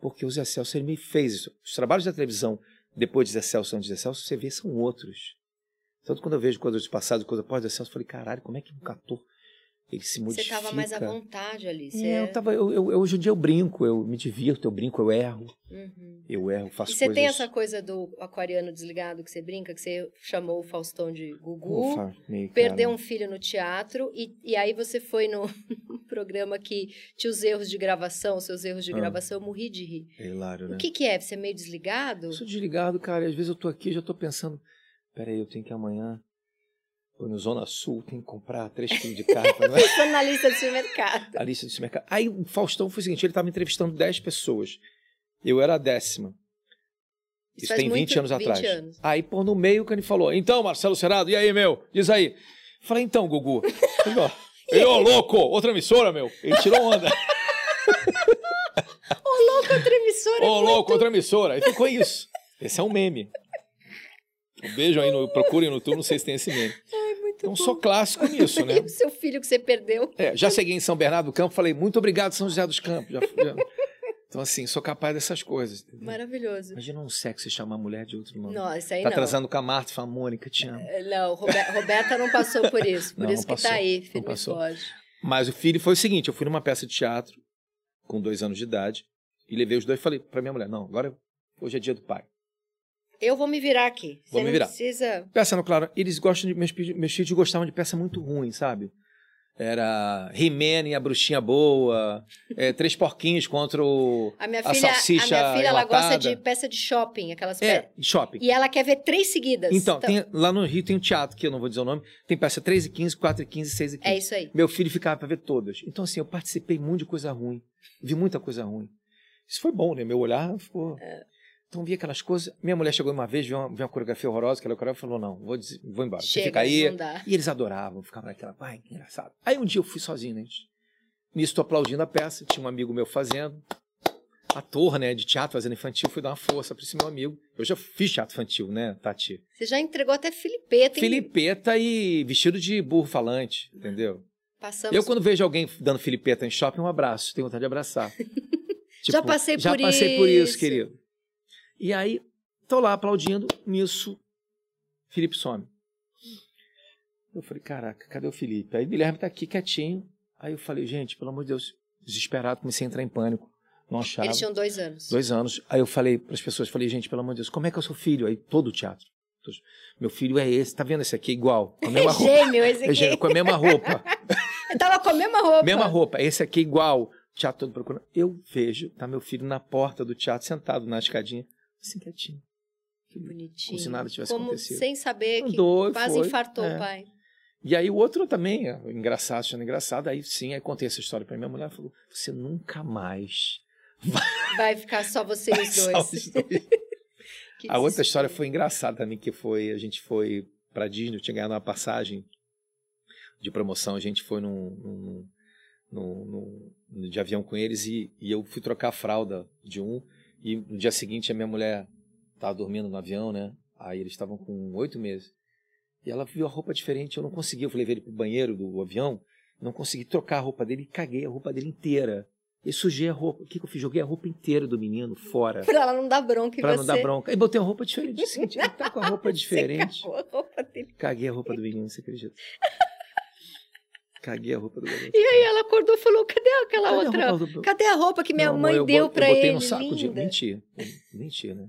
Speaker 2: porque o Zé Celso ele me fez isso. Os trabalhos da televisão depois de Zé Celso, antes de Zé Celso, você vê, são outros. Tanto quando eu vejo coisas do passado, coisa pós Zé Celso, eu falei, caralho, como é que um ator ele se modifica.
Speaker 1: Você tava mais à vontade ali. Você...
Speaker 2: É, eu tava, eu, eu- eu- hoje em dia eu brinco, eu me divirto, eu brinco, eu erro,
Speaker 1: Uhum.
Speaker 2: eu erro,
Speaker 1: E
Speaker 2: faço
Speaker 1: você
Speaker 2: coisas...
Speaker 1: tem essa coisa do aquariano desligado que você brinca, que você chamou o Faustão de Gugu,
Speaker 2: Ufa, meio
Speaker 1: perdeu
Speaker 2: cara.
Speaker 1: um filho no teatro e, e aí você foi no (laughs) programa que tinha os erros de gravação, os seus erros de
Speaker 2: Ah.
Speaker 1: gravação, eu morri de rir.
Speaker 2: É hilário, né?
Speaker 1: O que que é? Você é meio desligado?
Speaker 2: Eu sou desligado, cara, e às vezes eu tô aqui já tô pensando, peraí, eu tenho que amanhã... Pô, no Zona Sul, tem que comprar 3 quilos de carne.
Speaker 1: (laughs)
Speaker 2: não é?
Speaker 1: Pensando na lista do supermercado.
Speaker 2: a lista desse mercado. Aí o Faustão foi o seguinte: ele estava entrevistando 10 pessoas. Eu era a décima. Isso,
Speaker 1: faz
Speaker 2: tem 20
Speaker 1: muito-
Speaker 2: anos atrás.
Speaker 1: 20 anos.
Speaker 2: Aí, por no meio, o Cani falou: Então, Marcelo Serrado, e aí, meu? Diz aí. Eu falei: Então, Gugu. (laughs) Ele, ó, ele, ô, louco, outra emissora, meu. Ele tirou onda.
Speaker 1: Outra emissora.
Speaker 2: Ô, louco, outra emissora. E ficou isso. Esse é um meme. Um beijo aí, no, procurem no YouTube, não sei se tem esse meme.
Speaker 1: Ai,
Speaker 2: (laughs)
Speaker 1: muito
Speaker 2: Então,
Speaker 1: bom.
Speaker 2: sou clássico nisso, né?
Speaker 1: E o seu filho que você perdeu?
Speaker 2: É, já cheguei em São Bernardo do Campo, falei, muito obrigado, São José dos Campos. Já- já- Então, assim, sou capaz dessas coisas. entendeu?
Speaker 1: Maravilhoso.
Speaker 2: Imagina um sexo e chamar a mulher de outro nome.
Speaker 1: Não, isso aí
Speaker 2: tá
Speaker 1: não.
Speaker 2: transando com a Marta e fala, Mônica, te amo.
Speaker 1: Não, Robe- Roberta não passou por isso. Por
Speaker 2: Não,
Speaker 1: isso
Speaker 2: não
Speaker 1: que tá
Speaker 2: passou.
Speaker 1: aí, firme e
Speaker 2: passou.
Speaker 1: forte.
Speaker 2: Mas o filho foi o seguinte: eu fui numa peça de teatro com dois anos de idade e levei os dois e falei pra minha mulher: não, agora hoje é dia do pai.
Speaker 1: Eu vou me virar aqui.
Speaker 2: Vou
Speaker 1: Você
Speaker 2: me
Speaker 1: não
Speaker 2: virar.
Speaker 1: precisa.
Speaker 2: Peça no Claro, eles gostam de. Meus, pi- meus filhos gostavam de peça muito ruim, sabe? Era He-Man e a Bruxinha Boa, é, Três Porquinhos contra o.
Speaker 1: A minha
Speaker 2: A
Speaker 1: filha,
Speaker 2: salsicha
Speaker 1: a minha filha ela gosta
Speaker 2: enlatada.
Speaker 1: de peça de shopping, aquelas
Speaker 2: É,
Speaker 1: pe-
Speaker 2: shopping.
Speaker 1: E ela quer ver três seguidas.
Speaker 2: Então, tem- lá no Rio tem um teatro, que eu não vou dizer o nome, tem peça 3 e 15, 4 e 15, 6 e 15.
Speaker 1: É isso aí.
Speaker 2: Meu filho ficava pra ver todas. Então, assim, eu participei muito de coisa ruim, vi muita coisa ruim. Isso foi bom, né? Meu olhar ficou.
Speaker 1: É.
Speaker 2: Então, vi aquelas coisas. Minha mulher chegou uma vez, viu uma, viu uma coreografia horrorosa, que ela coreografia falou: não, vou, des- vou embora, você
Speaker 1: Chega,
Speaker 2: fica aí.
Speaker 1: não dá.
Speaker 2: E eles adoravam, ficavam naquela, ai, que engraçado. Aí um dia eu fui sozinho, né? gente? Nisso, tô aplaudindo a peça, tinha um amigo meu fazendo, ator, né, de teatro, fazendo infantil, fui dar uma força pra esse meu amigo. Eu já fiz teatro infantil, né, Tati?
Speaker 1: Você já entregou até Filipeta, hein?
Speaker 2: Filipeta e vestido de burro falante, entendeu?
Speaker 1: Passamos.
Speaker 2: Eu, quando vejo alguém dando filipeta em shopping, um abraço. Tenho vontade
Speaker 1: (laughs)
Speaker 2: de abraçar. Tipo,
Speaker 1: Já passei
Speaker 2: já
Speaker 1: por
Speaker 2: passei por isso,
Speaker 1: isso.
Speaker 2: querido. E aí, tô lá aplaudindo. Nisso, Felipe some. Eu falei, caraca, cadê o Felipe? Aí o Guilherme tá aqui quietinho. Aí eu falei, gente, pelo amor de Deus, desesperado, comecei a entrar em pânico. Não achava.
Speaker 1: Eles tinham dois anos.
Speaker 2: Dois anos. Aí eu falei para as pessoas, falei, gente, pelo amor de Deus, como é que é o seu filho? Aí todo o teatro. todos, Meu filho é esse, tá vendo esse aqui? Igual. Com
Speaker 1: (laughs)
Speaker 2: a mesma
Speaker 1: É
Speaker 2: roupa.
Speaker 1: gêmeo esse
Speaker 2: É gêmeo,
Speaker 1: aqui.
Speaker 2: com a mesma roupa.
Speaker 1: (laughs) Eu tava com a mesma roupa.
Speaker 2: Mesma roupa, esse aqui é igual. Teatro todo procurando. Eu vejo, tá meu filho na porta do teatro, sentado na escadinha, assim quietinho.
Speaker 1: Bonitinho.
Speaker 2: Como se nada tivesse
Speaker 1: Como
Speaker 2: acontecido.
Speaker 1: sem saber É que
Speaker 2: Andou,
Speaker 1: quase
Speaker 2: foi,
Speaker 1: infartou
Speaker 2: é.
Speaker 1: o pai.
Speaker 2: E aí o outro também, é, engraçado, achando engraçado. Aí sim, aí contei essa história pra minha mulher. Ela falou: Você nunca mais.
Speaker 1: Vai ficar só você e
Speaker 2: (laughs)
Speaker 1: os
Speaker 2: vai
Speaker 1: dois.
Speaker 2: usar os dois.
Speaker 1: Que
Speaker 2: A outra
Speaker 1: desespero.
Speaker 2: história foi engraçada também, que foi: a gente foi pra Disney, eu tinha ganhado uma passagem de promoção, a gente foi num. num- num- num- num- de avião com eles e, e eu fui trocar a fralda de um. E no dia seguinte a minha mulher estava dormindo no avião, né? Aí eles estavam com oito meses. E ela viu a roupa diferente, eu não consegui. Eu levei ele pro banheiro do avião, não consegui trocar a roupa dele e caguei a roupa dele inteira. E sujei a roupa. O que, que eu fiz? Joguei a roupa inteira do menino fora
Speaker 1: Pra ela não dar bronca em
Speaker 2: pra
Speaker 1: você.
Speaker 2: não dar bronca. E botei uma roupa diferente. Eu Senti que tá com a roupa
Speaker 1: Você
Speaker 2: diferente.
Speaker 1: cagou a roupa dele.
Speaker 2: Caguei a roupa do menino, você acredita? Caguei a roupa do garoto.
Speaker 1: E aí ela acordou e falou: cadê aquela
Speaker 2: Cadê a
Speaker 1: outra?
Speaker 2: roupa do-
Speaker 1: Cadê a roupa que minha
Speaker 2: Não,
Speaker 1: mãe
Speaker 2: eu bo-
Speaker 1: deu
Speaker 2: eu
Speaker 1: pra
Speaker 2: botei
Speaker 1: ele?
Speaker 2: no saco de
Speaker 1: linda?
Speaker 2: mentir. Mentir, né?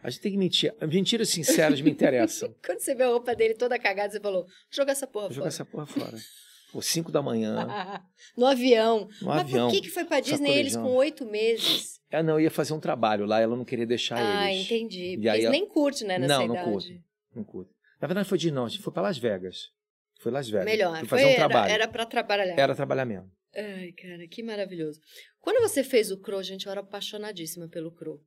Speaker 2: A gente tem que mentir. Mentiras sinceras me interessam.
Speaker 1: Quando você vê a roupa dele toda cagada, você falou: joga essa porra
Speaker 2: Vou jogar
Speaker 1: fora.
Speaker 2: essa porra fora. Pô, 5 da manhã,
Speaker 1: (laughs) no avião.
Speaker 2: no
Speaker 1: Ah, Mas
Speaker 2: avião.
Speaker 1: por que, que foi pra Disney eles
Speaker 2: Sacolejão.
Speaker 1: com oito meses?
Speaker 2: Ah, não, eu ia fazer um trabalho lá, ela não queria deixar
Speaker 1: Ah,
Speaker 2: eles.
Speaker 1: entendi.
Speaker 2: Tá E
Speaker 1: Porque
Speaker 2: aí
Speaker 1: eles
Speaker 2: a-
Speaker 1: nem curte, né, nessa
Speaker 2: Não, não
Speaker 1: idade.
Speaker 2: curte. Não curto. Na verdade, foi de não, a gente foi pra Las Vegas. Foi Las Vegas.
Speaker 1: Melhor.
Speaker 2: Fui
Speaker 1: Foi,
Speaker 2: fazer um
Speaker 1: era,
Speaker 2: trabalho. É.
Speaker 1: era pra trabalhar.
Speaker 2: Era trabalhar mesmo.
Speaker 1: Ai, cara, que maravilhoso. Quando você fez o Crow, gente, eu era apaixonadíssima pelo Crow.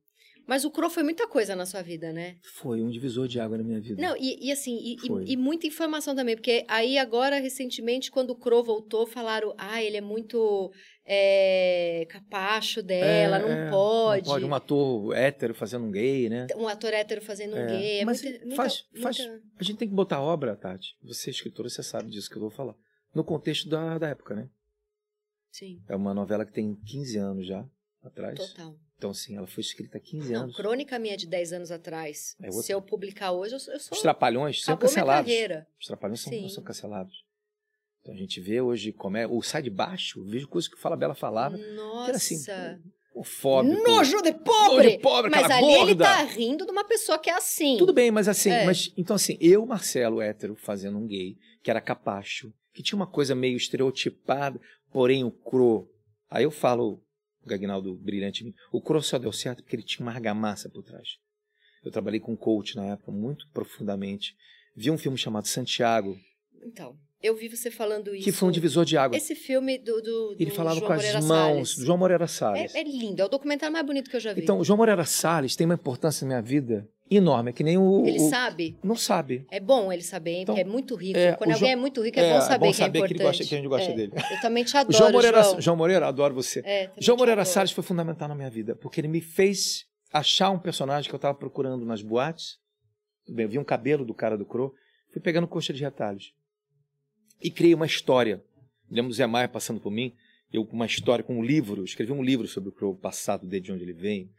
Speaker 1: Mas o Crow foi muita coisa na sua vida, né?
Speaker 2: Foi um divisor de água na minha vida.
Speaker 1: Não, e, e assim, e, e-
Speaker 2: Foi.
Speaker 1: e muita informação também, porque aí agora, recentemente, quando o Crow voltou, falaram, ah, ele é muito é, capacho dela,
Speaker 2: É,
Speaker 1: não,
Speaker 2: é,
Speaker 1: pode.
Speaker 2: Não pode. Um ator hétero fazendo um gay, né?
Speaker 1: Um ator hétero fazendo um
Speaker 2: É,
Speaker 1: gay. É
Speaker 2: mas
Speaker 1: muita, muita,
Speaker 2: faz- faz-
Speaker 1: muita-
Speaker 2: A gente tem que botar a obra, Tati. Você é escritora, você sabe disso que eu vou falar. No contexto da, da época, né?
Speaker 1: Sim,
Speaker 2: É uma novela que tem 15 anos já atrás.
Speaker 1: total.
Speaker 2: Então, assim, ela foi escrita há 15
Speaker 1: Não,
Speaker 2: anos.
Speaker 1: crônica minha de 10 anos atrás.
Speaker 2: É outra.
Speaker 1: Se eu publicar hoje, eu sou... Eu sou
Speaker 2: Os trapalhões são
Speaker 1: acabou minha
Speaker 2: cancelados.
Speaker 1: carreira.
Speaker 2: Os trapalhões são,
Speaker 1: Sim.
Speaker 2: são cancelados. Então a gente vê hoje como é. O Sai de Baixo, vejo coisas que o Fala Bela falava.
Speaker 1: Nossa.
Speaker 2: Que era assim, o fóbico.
Speaker 1: Nojo de pobre!
Speaker 2: Nojo de pobre,
Speaker 1: mas
Speaker 2: aquela
Speaker 1: ali ele
Speaker 2: gorda.
Speaker 1: tá rindo de uma pessoa que é assim.
Speaker 2: Tudo bem, mas assim,
Speaker 1: É.
Speaker 2: mas então assim, eu, Marcelo, hétero, fazendo um gay, que era capacho, que tinha uma coisa meio estereotipada, porém o Cro. Aí eu falo, o Gagnaldo brilhante, em mim, o Cro só deu certo porque ele tinha uma argamassa por trás. Eu trabalhei com um coach na época muito profundamente. Vi um filme chamado Santiago,
Speaker 1: Então, eu vi você falando isso.
Speaker 2: que foi um divisor de água.
Speaker 1: Esse filme do, do, do
Speaker 2: ele falava
Speaker 1: João
Speaker 2: com as
Speaker 1: Moreira
Speaker 2: mãos,
Speaker 1: Salles.
Speaker 2: do João Moreira Salles.
Speaker 1: É, é lindo, é o documentário mais bonito que eu já vi.
Speaker 2: então, o João Moreira Salles tem uma importância na minha vida enorme, é que nem o.
Speaker 1: ele
Speaker 2: o-
Speaker 1: sabe?
Speaker 2: Não sabe.
Speaker 1: É bom ele saber, hein,
Speaker 2: Então,
Speaker 1: porque é muito rico.
Speaker 2: é,
Speaker 1: Quando
Speaker 2: o
Speaker 1: alguém
Speaker 2: João-
Speaker 1: é muito rico, é, bom saber,
Speaker 2: é bom saber
Speaker 1: que é
Speaker 2: que, ele gosta,
Speaker 1: importante.
Speaker 2: que a gente gosta
Speaker 1: É.
Speaker 2: dele.
Speaker 1: Eu também te
Speaker 2: O
Speaker 1: adoro,
Speaker 2: João Moreira,
Speaker 1: João.
Speaker 2: João Moreira, adoro você.
Speaker 1: É, também
Speaker 2: João
Speaker 1: te
Speaker 2: Moreira
Speaker 1: adoro.
Speaker 2: Salles foi fundamental na minha vida, porque ele me fez achar um personagem que eu estava procurando nas boates. Tudo bem, eu vi um cabelo do cara do Crow, fui pegando coxa de retalhos. E criei uma história. Me lembro do Zé Maia passando por mim, eu com uma história, com um livro, eu escrevi um livro sobre o Crow, o passado dele, de onde ele vem.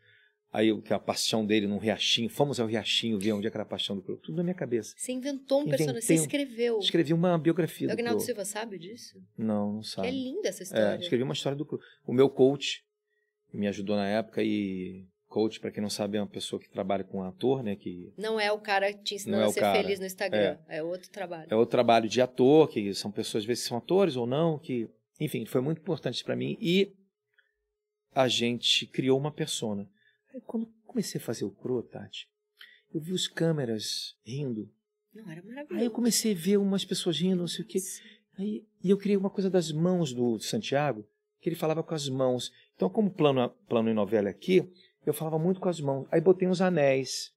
Speaker 2: Aí eu- que a paixão dele num riachinho, fomos ao riachinho ver onde é que era a paixão do Crow, tudo na minha cabeça.
Speaker 1: Você inventou um
Speaker 2: Inventei
Speaker 1: personagem, você
Speaker 2: um-
Speaker 1: escreveu.
Speaker 2: Escrevi uma biografia do
Speaker 1: Agnaldo
Speaker 2: Crow.
Speaker 1: Silva sabe disso?
Speaker 2: Não, não sabe.
Speaker 1: É linda essa
Speaker 2: É,
Speaker 1: história.
Speaker 2: escrevi uma história do Cru. O meu coach me ajudou na época e coach, para quem não sabe, é uma pessoa que trabalha com ator, né, que
Speaker 1: Não é o cara te ensinando
Speaker 2: Não é
Speaker 1: a
Speaker 2: o
Speaker 1: ser
Speaker 2: cara.
Speaker 1: feliz no Instagram. É, outro trabalho.
Speaker 2: é o trabalho de ator, que são pessoas às vezes são atores ou não, que, enfim, foi muito importante para mim e a gente criou uma persona. Aí, quando comecei a fazer o Cro, Tati, eu vi os câmeras rindo.
Speaker 1: Não, era
Speaker 2: Aí eu
Speaker 1: maravilhoso.
Speaker 2: comecei a ver umas pessoas rindo, não sei o quê. Aí, e eu criei uma coisa das mãos do Santiago, que ele falava com as mãos. Então, como plano, plano em novela é aqui, eu falava muito com as mãos. Aí botei uns anéis,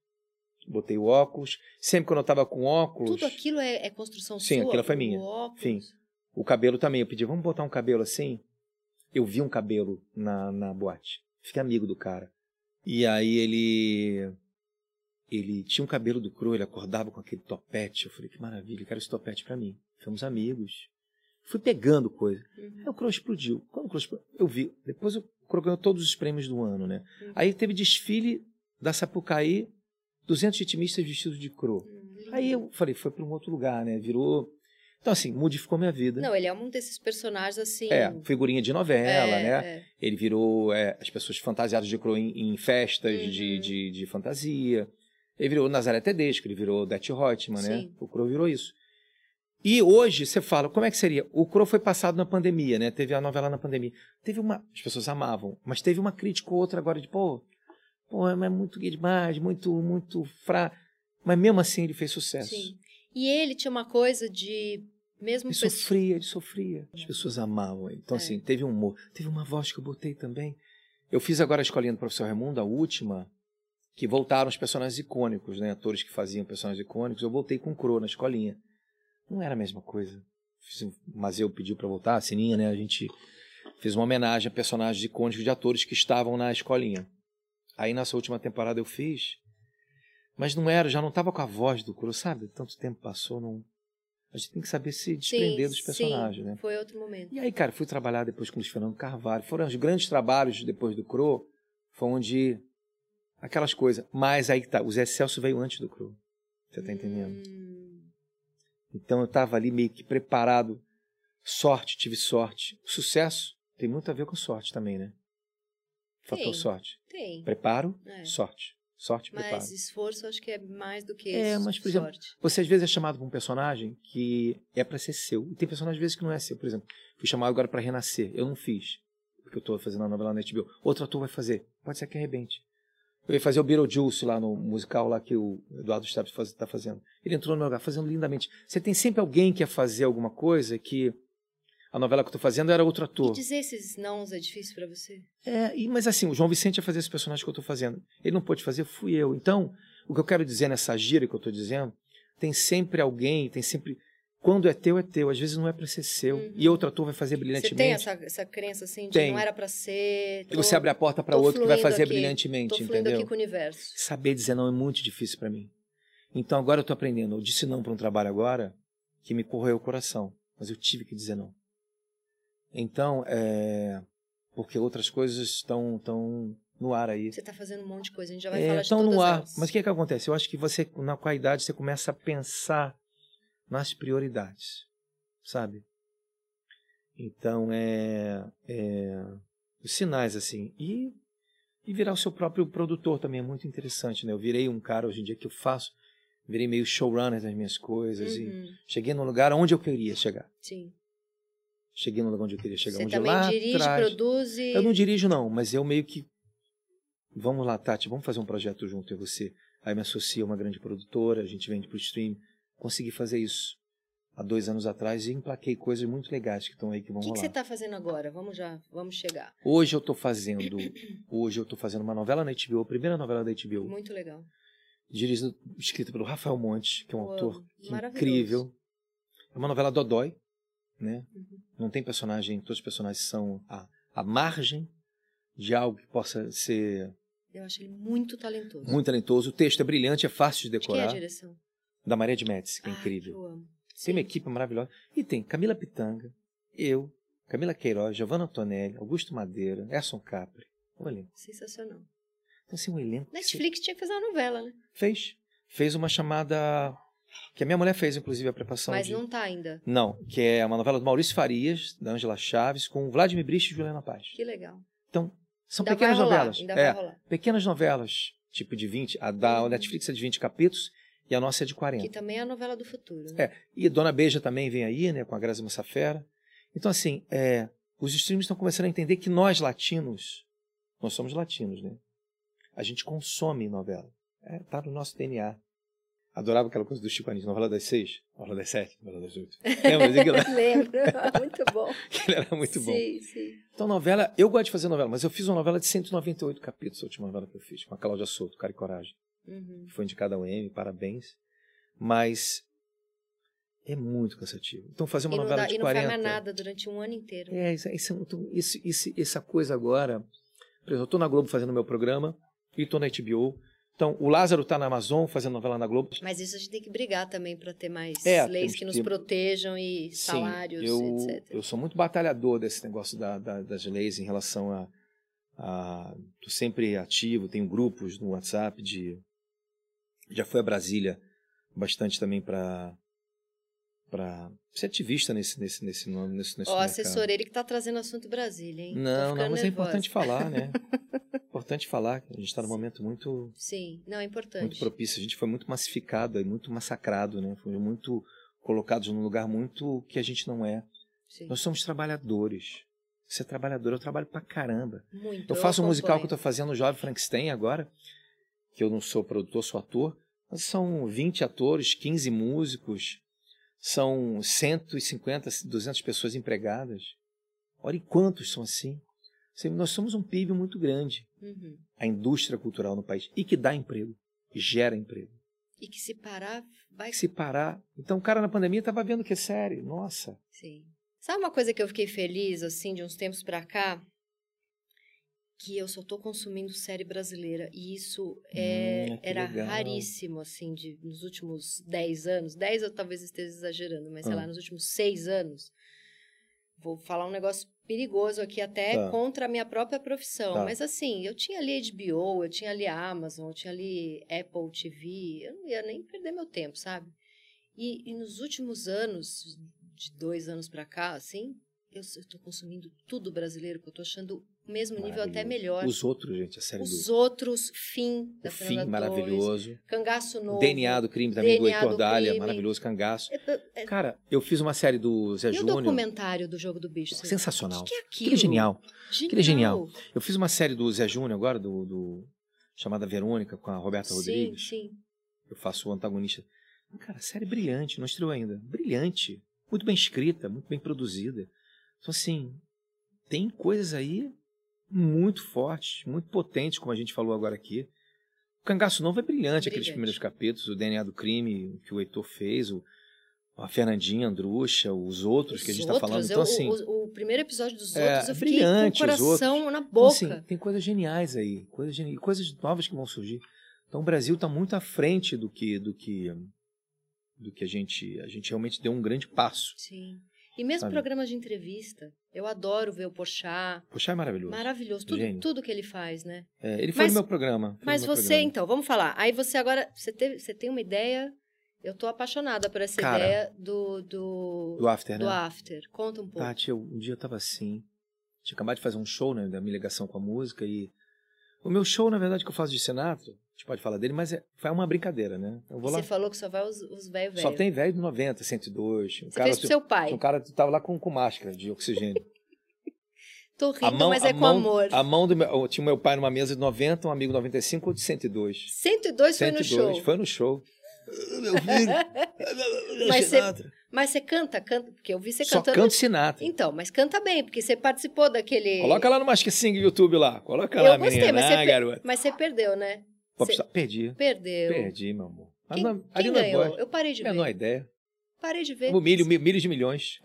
Speaker 2: botei o óculos. Sempre quando eu estava com óculos,
Speaker 1: Tudo aquilo é, é construção
Speaker 2: Sim,
Speaker 1: sua?
Speaker 2: aquilo foi
Speaker 1: O
Speaker 2: minha.
Speaker 1: óculos?
Speaker 2: Sim. o cabelo também. Eu pedi, vamos botar um cabelo assim? Eu vi um cabelo na, na boate. Fiquei amigo do cara. E aí ele. Ele tinha um cabelo do cru, ele acordava com aquele topete. Eu falei, que maravilha, eu quero esse topete pra mim. Fomos amigos. Fui pegando coisa.
Speaker 1: Uhum.
Speaker 2: Aí o Crow explodiu. Quando o Crow explodiu, eu vi. Depois o Crow ganhou todos os prêmios do ano, né?
Speaker 1: Uhum.
Speaker 2: Aí teve desfile da Sapucaí, 200 vitimistas vestidos de Crow.
Speaker 1: Lindo.
Speaker 2: Aí eu falei, foi para um outro lugar, né? Virou... Então, assim, modificou minha vida.
Speaker 1: Não, ele é um desses personagens assim.
Speaker 2: É, figurinha de novela,
Speaker 1: é,
Speaker 2: né?
Speaker 1: é.
Speaker 2: Ele virou é, as pessoas fantasiadas de Crow em, em festas de,
Speaker 1: Uhum.
Speaker 2: de, de fantasia. Ele virou Nazaré Tedesco, ele virou Detti Reutemann, né?
Speaker 1: Sim.
Speaker 2: O Crow virou isso. E hoje você fala, como é que seria? O Crow foi passado na pandemia, né? Teve a novela na pandemia. Teve uma. As pessoas amavam, mas teve uma crítica ou outra agora de, pô, pô, é muito gay demais, muito, muito fraco. Mas mesmo assim ele fez sucesso.
Speaker 1: Sim. E ele tinha uma coisa de. Mesmo
Speaker 2: Ele
Speaker 1: pessoa.
Speaker 2: sofria, ele sofria. As pessoas amavam ele. Então,
Speaker 1: É.
Speaker 2: assim, teve um humor. Teve uma voz que eu botei também. Eu fiz agora a escolinha do professor Raimundo, a última, que voltaram os personagens icônicos, né? Atores que faziam personagens icônicos. Eu voltei com o Cro na escolinha. Não era a mesma coisa. Fiz um- Mas eu pediu pra voltar, a Sininha, né? A gente fez uma homenagem a personagens icônicos de atores que estavam na escolinha. Aí nessa última temporada eu fiz, mas não era, já não estava com a voz do Cru, sabe? Tanto tempo passou, não. A gente tem que saber se desprender dos
Speaker 1: sim,
Speaker 2: personagens, né?
Speaker 1: Foi outro momento.
Speaker 2: E aí, cara, fui trabalhar depois com o Luiz Fernando Carvalho. Foram os grandes trabalhos depois do Cro, foi onde aquelas coisas. Mas aí que tá, o Zé Celso veio antes do Cro. Você tá entendendo?
Speaker 1: Hum,
Speaker 2: Então eu estava ali meio que preparado. Sorte, tive sorte. Sucesso tem muito a ver com sorte também, né? Fator
Speaker 1: Sim.
Speaker 2: sorte.
Speaker 1: tem.
Speaker 2: Preparo,
Speaker 1: É.
Speaker 2: sorte. Sorte,
Speaker 1: Mas
Speaker 2: preparo.
Speaker 1: esforço acho que é mais do que
Speaker 2: É,
Speaker 1: isso,
Speaker 2: mas, por exemplo,
Speaker 1: sorte.
Speaker 2: Você às vezes é chamado pra um personagem que é pra ser seu. E tem personagem às vezes que não é seu. Por exemplo, fui chamado agora pra Renascer. Eu não fiz. Porque eu tô fazendo a novela na HBO. Outro ator vai fazer. Pode ser que arrebente. Eu ia fazer o Beetlejuice lá no musical lá que o Eduardo Stabs faz, tá fazendo. Ele entrou no meu lugar, fazendo lindamente. Você tem sempre alguém que ia fazer alguma coisa que a novela que eu tô fazendo era outro
Speaker 1: E
Speaker 2: ator.
Speaker 1: dizer esses nãos é difícil pra você?
Speaker 2: É, e- mas assim, o João Vicente ia fazer esse personagem que eu estou fazendo. Ele não pôde fazer, fui eu. Então, o que eu quero dizer nessa gíria que eu estou dizendo, tem sempre alguém, tem sempre. Quando é teu, é teu. Às vezes não é para ser seu.
Speaker 1: Uhum.
Speaker 2: E outro ator vai fazer
Speaker 1: Você tem
Speaker 2: brilhantemente.
Speaker 1: essa, essa crença assim de
Speaker 2: Tenho.
Speaker 1: não era pra ser.
Speaker 2: E você abre a porta para
Speaker 1: tô
Speaker 2: outro que vai
Speaker 1: fluindo
Speaker 2: fazer
Speaker 1: aqui, Tô
Speaker 2: brilhantemente,
Speaker 1: fluindo
Speaker 2: entendeu?
Speaker 1: aqui com o universo.
Speaker 2: Saber dizer não é muito difícil para mim. Então agora eu estou aprendendo. Eu disse não para um trabalho agora que me corroeu o coração, mas eu tive que dizer não. Então, é... porque outras coisas estão estão no ar aí.
Speaker 1: Você tá fazendo um monte de coisa, a gente já vai
Speaker 2: É,
Speaker 1: falar de
Speaker 2: estão
Speaker 1: todas
Speaker 2: no ar.
Speaker 1: elas.
Speaker 2: Mas o que, é que acontece? Eu acho que você, na qualidade, você começa a pensar nas prioridades, sabe? Então, é, é, os sinais, assim. E, e virar o seu próprio produtor também é muito interessante, né? Eu virei um cara hoje em dia que eu faço, virei meio showrunner das minhas coisas e
Speaker 1: Uhum,
Speaker 2: cheguei num lugar onde eu queria chegar.
Speaker 1: Sim.
Speaker 2: Cheguei num lugar onde eu queria chegar.
Speaker 1: você
Speaker 2: onde
Speaker 1: também
Speaker 2: lá
Speaker 1: dirige,
Speaker 2: atrás-
Speaker 1: produz e.
Speaker 2: eu não dirijo, não, mas eu meio que. Vamos lá, Tati, vamos fazer um projeto junto, eu e você. Aí me associa a uma grande produtora, a gente vende pro stream. Consegui fazer isso há dois anos atrás e emplaquei coisas muito legais que estão aí que vão
Speaker 1: O que, que
Speaker 2: rolar.
Speaker 1: você tá fazendo agora? Vamos já, vamos chegar.
Speaker 2: Hoje eu tô fazendo. Hoje eu tô fazendo uma novela na HBO, a primeira novela da HBO,
Speaker 1: Muito legal.
Speaker 2: dirigido, escrita pelo Rafael Monte, que é um
Speaker 1: Pô,
Speaker 2: autor
Speaker 1: maravilhoso.
Speaker 2: incrível. É uma novela Dodói, né?
Speaker 1: Uhum.
Speaker 2: Não tem personagem, todos os personagens são a, a margem de algo que possa ser
Speaker 1: Eu acho ele muito talentoso.
Speaker 2: Muito talentoso. O texto é brilhante, é fácil de
Speaker 1: De quem é a
Speaker 2: decorar.
Speaker 1: direção?
Speaker 2: da Maria de Médici, que é
Speaker 1: Ah,
Speaker 2: incrível.
Speaker 1: eu amo.
Speaker 2: Tem uma
Speaker 1: Sim.
Speaker 2: equipe maravilhosa. E tem Camila Pitanga, eu, Camila Queiroz, Giovanna Antonelli, Augusto Madeira, Erson Capri. Um elenco.
Speaker 1: Sensacional.
Speaker 2: Então, assim, um elenco. que
Speaker 1: Netflix tinha que fazer uma novela, né?
Speaker 2: se- Fez. Fez uma chamada. Que a minha mulher fez, inclusive, a preparação.
Speaker 1: Mas
Speaker 2: de-
Speaker 1: não tá ainda.
Speaker 2: Não, que é uma novela do Maurício Farias, da Ângela Chaves, com o Vladimir Brist e Juliana Paz.
Speaker 1: Que legal.
Speaker 2: São
Speaker 1: ainda
Speaker 2: pequenas
Speaker 1: vai rolar,
Speaker 2: novelas.
Speaker 1: Ainda
Speaker 2: é,
Speaker 1: vai rolar.
Speaker 2: pequenas novelas, tipo de 20. A da
Speaker 1: Uhum.
Speaker 2: Netflix é de 20 capítulos e a nossa é de 40.
Speaker 1: Que também é a novela do futuro, né?
Speaker 2: É, E Dona Beija também vem aí, né, com a Grazi Massafera. Então, assim, é, os streams estão começando a entender que nós latinos, nós somos latinos, né? A gente consome novela. É, tá no nosso DNA. Adorava aquela coisa do Chico Anísio, novela das seis, novela das sete, novela das oito. Lembra? daquilo?
Speaker 1: (laughs) Lembro. muito bom.
Speaker 2: Aquilo era É. muito bom.
Speaker 1: Sim, sim.
Speaker 2: Então, novela, eu gosto de fazer novela, mas eu fiz uma novela de 198 capítulos, a última novela que eu fiz, com a Cláudia Souto, Cara e Coragem
Speaker 1: Uhum.
Speaker 2: foi indicada ao M, parabéns. Mas é muito cansativo. Então fazer uma
Speaker 1: E não,
Speaker 2: novela
Speaker 1: dá,
Speaker 2: de
Speaker 1: e não
Speaker 2: 40.
Speaker 1: faz mais nada durante um ano inteiro.
Speaker 2: É, isso, isso, é muito- isso, isso- essa coisa agora. Por exemplo, eu tô na Globo fazendo meu programa e tô na HBO. Então, o Lázaro tá na Amazon fazendo novela na Globo.
Speaker 1: Mas isso a gente tem que brigar também para ter mais
Speaker 2: É,
Speaker 1: leis
Speaker 2: temos
Speaker 1: que nos
Speaker 2: que-
Speaker 1: protejam e salários,
Speaker 2: Sim, eu,
Speaker 1: etc.
Speaker 2: eu sou muito batalhador desse negócio da- da- das leis em relação a, a. Tô sempre ativo, tenho grupos no WhatsApp de. Já fui a Brasília bastante também para para ser ativista nesse nesse nesse nome nesse nesse
Speaker 1: Ó,
Speaker 2: mercado.
Speaker 1: assessor, ele que tá trazendo assunto Brasília, hein? Tô
Speaker 2: não não
Speaker 1: ficando
Speaker 2: mas é
Speaker 1: nervosa.
Speaker 2: importante
Speaker 1: (laughs)
Speaker 2: falar né importante falar que a gente está num momento muito
Speaker 1: Sim, não, é
Speaker 2: muito
Speaker 1: importante.
Speaker 2: propício. A gente foi muito massificado e muito massacrado, né? Foi muito colocados num lugar muito que a gente não é.
Speaker 1: Sim,
Speaker 2: Nós somos trabalhadores. Você é trabalhador, eu trabalho pra caramba.
Speaker 1: muito.
Speaker 2: Eu faço um musical que eu
Speaker 1: acompanho.
Speaker 2: tô fazendo, o Jovem Frankenstein, agora, que eu não sou produtor, sou ator. Mas são 20 atores, 15 músicos, são 150, 200 pessoas empregadas. Olha, e quantos são assim? Assim, Nós somos um PIB muito grande,
Speaker 1: Uhum.
Speaker 2: a indústria cultural no país, e que dá emprego, gera emprego
Speaker 1: E que se parar, vai.
Speaker 2: que se parar. Então o cara na pandemia tava vendo que é série. Nossa.
Speaker 1: Sim. Sabe uma coisa que eu fiquei feliz, assim, de uns tempos pra cá? Que eu só tô consumindo série brasileira. E isso é,
Speaker 2: Hum, que
Speaker 1: era
Speaker 2: legal.
Speaker 1: raríssimo, assim, de, nos últimos 10 anos. 10 eu talvez esteja exagerando, mas sei
Speaker 2: Ah.
Speaker 1: lá, nos últimos 6 anos. Vou falar um negócio perigoso aqui, até
Speaker 2: Tá.
Speaker 1: contra a minha própria profissão.
Speaker 2: Tá.
Speaker 1: Mas assim, eu tinha ali HBO, eu tinha ali Amazon, eu tinha ali Apple TV. Eu não ia nem perder meu tempo, sabe? E, e nos últimos anos, de dois anos pra cá, assim, eu estou consumindo tudo brasileiro, que eu tô achando o mesmo nível, até
Speaker 2: Maravilhoso.
Speaker 1: melhor. Os,
Speaker 2: Os outros, gente, a série do
Speaker 1: outros, fim da
Speaker 2: o Fim,
Speaker 1: Fernanda Torres,
Speaker 2: maravilhoso.
Speaker 1: Cangaço Novo.
Speaker 2: DNA do crime
Speaker 1: DNA
Speaker 2: também do Heitor
Speaker 1: do
Speaker 2: Dália,
Speaker 1: crime.
Speaker 2: maravilhoso cangaço.
Speaker 1: É, é, é,
Speaker 2: Cara, eu fiz uma série do Zé
Speaker 1: e o
Speaker 2: Júnior.
Speaker 1: documentário do Jogo do Bicho? Você-
Speaker 2: Sensacional.
Speaker 1: O que, que é aquilo?
Speaker 2: Aquilo é genial.
Speaker 1: Genial.
Speaker 2: é genial. Eu fiz uma série do Zé Júnior agora, do, do chamada Verônica, com a Roberta
Speaker 1: Sim,
Speaker 2: Rodrigues.
Speaker 1: sim.
Speaker 2: Eu faço o antagonista. Cara, a série é brilhante, não estreou ainda. Brilhante. Muito bem escrita, muito bem produzida. Então, assim, tem coisas aí muito fortes, muito potentes, como a gente falou agora aqui. O Cangaço Novo é brilhante, aqueles
Speaker 1: Brilhante.
Speaker 2: primeiros capítulos, o DNA do crime que o Heitor fez, o, a Fernandinha, a Andrucha, os outros que a
Speaker 1: Os
Speaker 2: gente está falando.
Speaker 1: outros, eu-
Speaker 2: Então, assim, então,
Speaker 1: o, o primeiro episódio dos
Speaker 2: é,
Speaker 1: outros, eu fiquei com o
Speaker 2: brilhante, os
Speaker 1: coração na boca.
Speaker 2: assim, tem coisas geniais aí, coisas, geni- coisas novas que vão surgir. Então, o Brasil está muito à frente do que do que do que a gente a gente realmente deu um grande passo.
Speaker 1: Sim. E mesmo
Speaker 2: Sabe?
Speaker 1: programas de entrevista. Eu adoro ver o Porchat.
Speaker 2: Poxa, é maravilhoso.
Speaker 1: Maravilhoso. Tudo,
Speaker 2: Gênio.
Speaker 1: tudo que ele faz, né?
Speaker 2: É, ele foi
Speaker 1: Mas-
Speaker 2: no meu programa. foi
Speaker 1: Mas
Speaker 2: no meu
Speaker 1: você,
Speaker 2: programa.
Speaker 1: então, vamos falar. Aí você agora... Você, teve, você tem uma ideia... Eu tô apaixonada por essa
Speaker 2: Cara,
Speaker 1: ideia do... Do,
Speaker 2: do After,
Speaker 1: então, do
Speaker 2: né?
Speaker 1: after. Conta um pouco.
Speaker 2: Tati, eu, um dia eu tava assim. Tinha acabado de fazer um show, né? Da minha ligação com a música. E. O meu show, na verdade, que eu faço de Sinatra, a gente pode falar dele, mas é, foi uma brincadeira, né? Eu vou
Speaker 1: você
Speaker 2: lá.
Speaker 1: falou que só vai os, os velho velho.
Speaker 2: Só tem velho de 90, 102. Um
Speaker 1: Você
Speaker 2: cara,
Speaker 1: fez pro seu pai.
Speaker 2: um cara que tava lá com, com máscara de oxigênio.
Speaker 1: Tô rindo, mas é com amor.
Speaker 2: A mão do meu, eu tinha meu pai numa mesa de 90, um amigo 95, outro de 102.
Speaker 1: 102 foi no show.
Speaker 2: Foi no show.
Speaker 1: (laughs)
Speaker 2: Meu filho.
Speaker 1: Mas você
Speaker 2: Sinatra.
Speaker 1: Mas você canta, canta, porque eu vi você
Speaker 2: Só
Speaker 1: cantando.
Speaker 2: canto Sinatra.
Speaker 1: Então, mas canta bem, porque você participou daquele.
Speaker 2: Coloca lá no Mask Sing YouTube lá. Coloca
Speaker 1: Eu
Speaker 2: lá,
Speaker 1: gostei,
Speaker 2: menina.
Speaker 1: mas você
Speaker 2: ah,
Speaker 1: pe-
Speaker 2: garota.
Speaker 1: Mas você perdeu, né?
Speaker 2: Popstar. Perdi.
Speaker 1: Perdeu.
Speaker 2: Perdi, meu amor. Mas
Speaker 1: Quem,
Speaker 2: não-
Speaker 1: quem
Speaker 2: ali não é
Speaker 1: ganhou?
Speaker 2: voz.
Speaker 1: Eu parei de ver.
Speaker 2: Menor ideia.
Speaker 1: Parei de ver.
Speaker 2: Um milho, mi- milhos de milhões.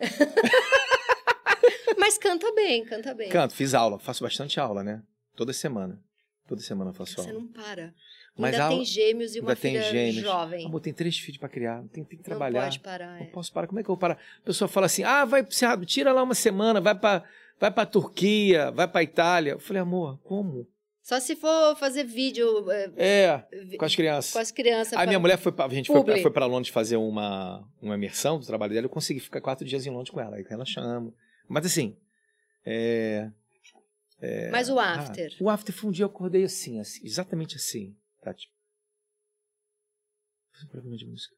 Speaker 1: Mas canta bem, canta bem.
Speaker 2: Canto, fiz aula. Faço bastante aula, né? Toda semana. Toda semana eu faço
Speaker 1: Você
Speaker 2: aula.
Speaker 1: não para.
Speaker 2: Mas
Speaker 1: ainda
Speaker 2: a
Speaker 1: tem gêmeos e uma
Speaker 2: ainda tem
Speaker 1: filha
Speaker 2: gêmeos.
Speaker 1: jovem.
Speaker 2: Amor, tem três filhos pra criar. Tem, tem que
Speaker 1: Não
Speaker 2: trabalhar.
Speaker 1: pode parar.
Speaker 2: Não
Speaker 1: É.
Speaker 2: posso parar. Como é que eu vou parar? A pessoa fala assim: ah, vai, você abre- tira lá uma semana, vai pra, vai pra Turquia, vai pra Itália. Eu falei, amor, como?
Speaker 1: Só se for fazer vídeo é,
Speaker 2: É,
Speaker 1: vi-
Speaker 2: com
Speaker 1: com,
Speaker 2: as crianças.
Speaker 1: as crianças.
Speaker 2: Aí
Speaker 1: pra-
Speaker 2: minha mulher foi pra, a gente foi, pra-
Speaker 1: Publi.
Speaker 2: foi pra Londres fazer uma, uma imersão do trabalho dela. Eu consegui ficar quatro dias em Londres com ela. Aí ela chama. Mas assim. É,
Speaker 1: Mas o
Speaker 2: ah,
Speaker 1: after.
Speaker 2: o after foi um dia eu acordei assim, assim exatamente assim, Tati. Vou fazer um programa de música.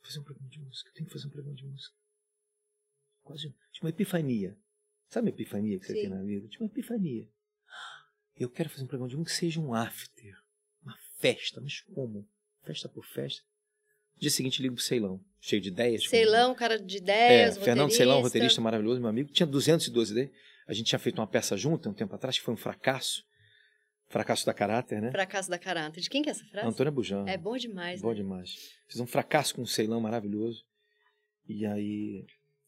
Speaker 2: Vou fazer um programa de música. Tem que fazer um programa de música. Quase tipo uma epifania. Sabe uma epifania que você
Speaker 1: Sim.
Speaker 2: tem na vida? Tipo uma epifania. Eu quero fazer um programa de música que seja um after. Uma festa. Mas como? Festa por festa. No dia seguinte ligo pro Ceilão. Cheio de ideias. tipo, com-
Speaker 1: Ceilão, cara de
Speaker 2: é,
Speaker 1: ideias,
Speaker 2: Fernando Ceilão, roteirista maravilhoso, meu amigo. Tinha 212 dele. né? A gente tinha feito uma peça junta um tempo atrás, que foi um fracasso. Fracasso da caráter, né?
Speaker 1: Fracasso da caráter. De quem que é essa frase?
Speaker 2: Antônia Bujan.
Speaker 1: É bom demais,
Speaker 2: Bom
Speaker 1: né?
Speaker 2: demais. Fiz um fracasso com um Ceilão maravilhoso. E aí.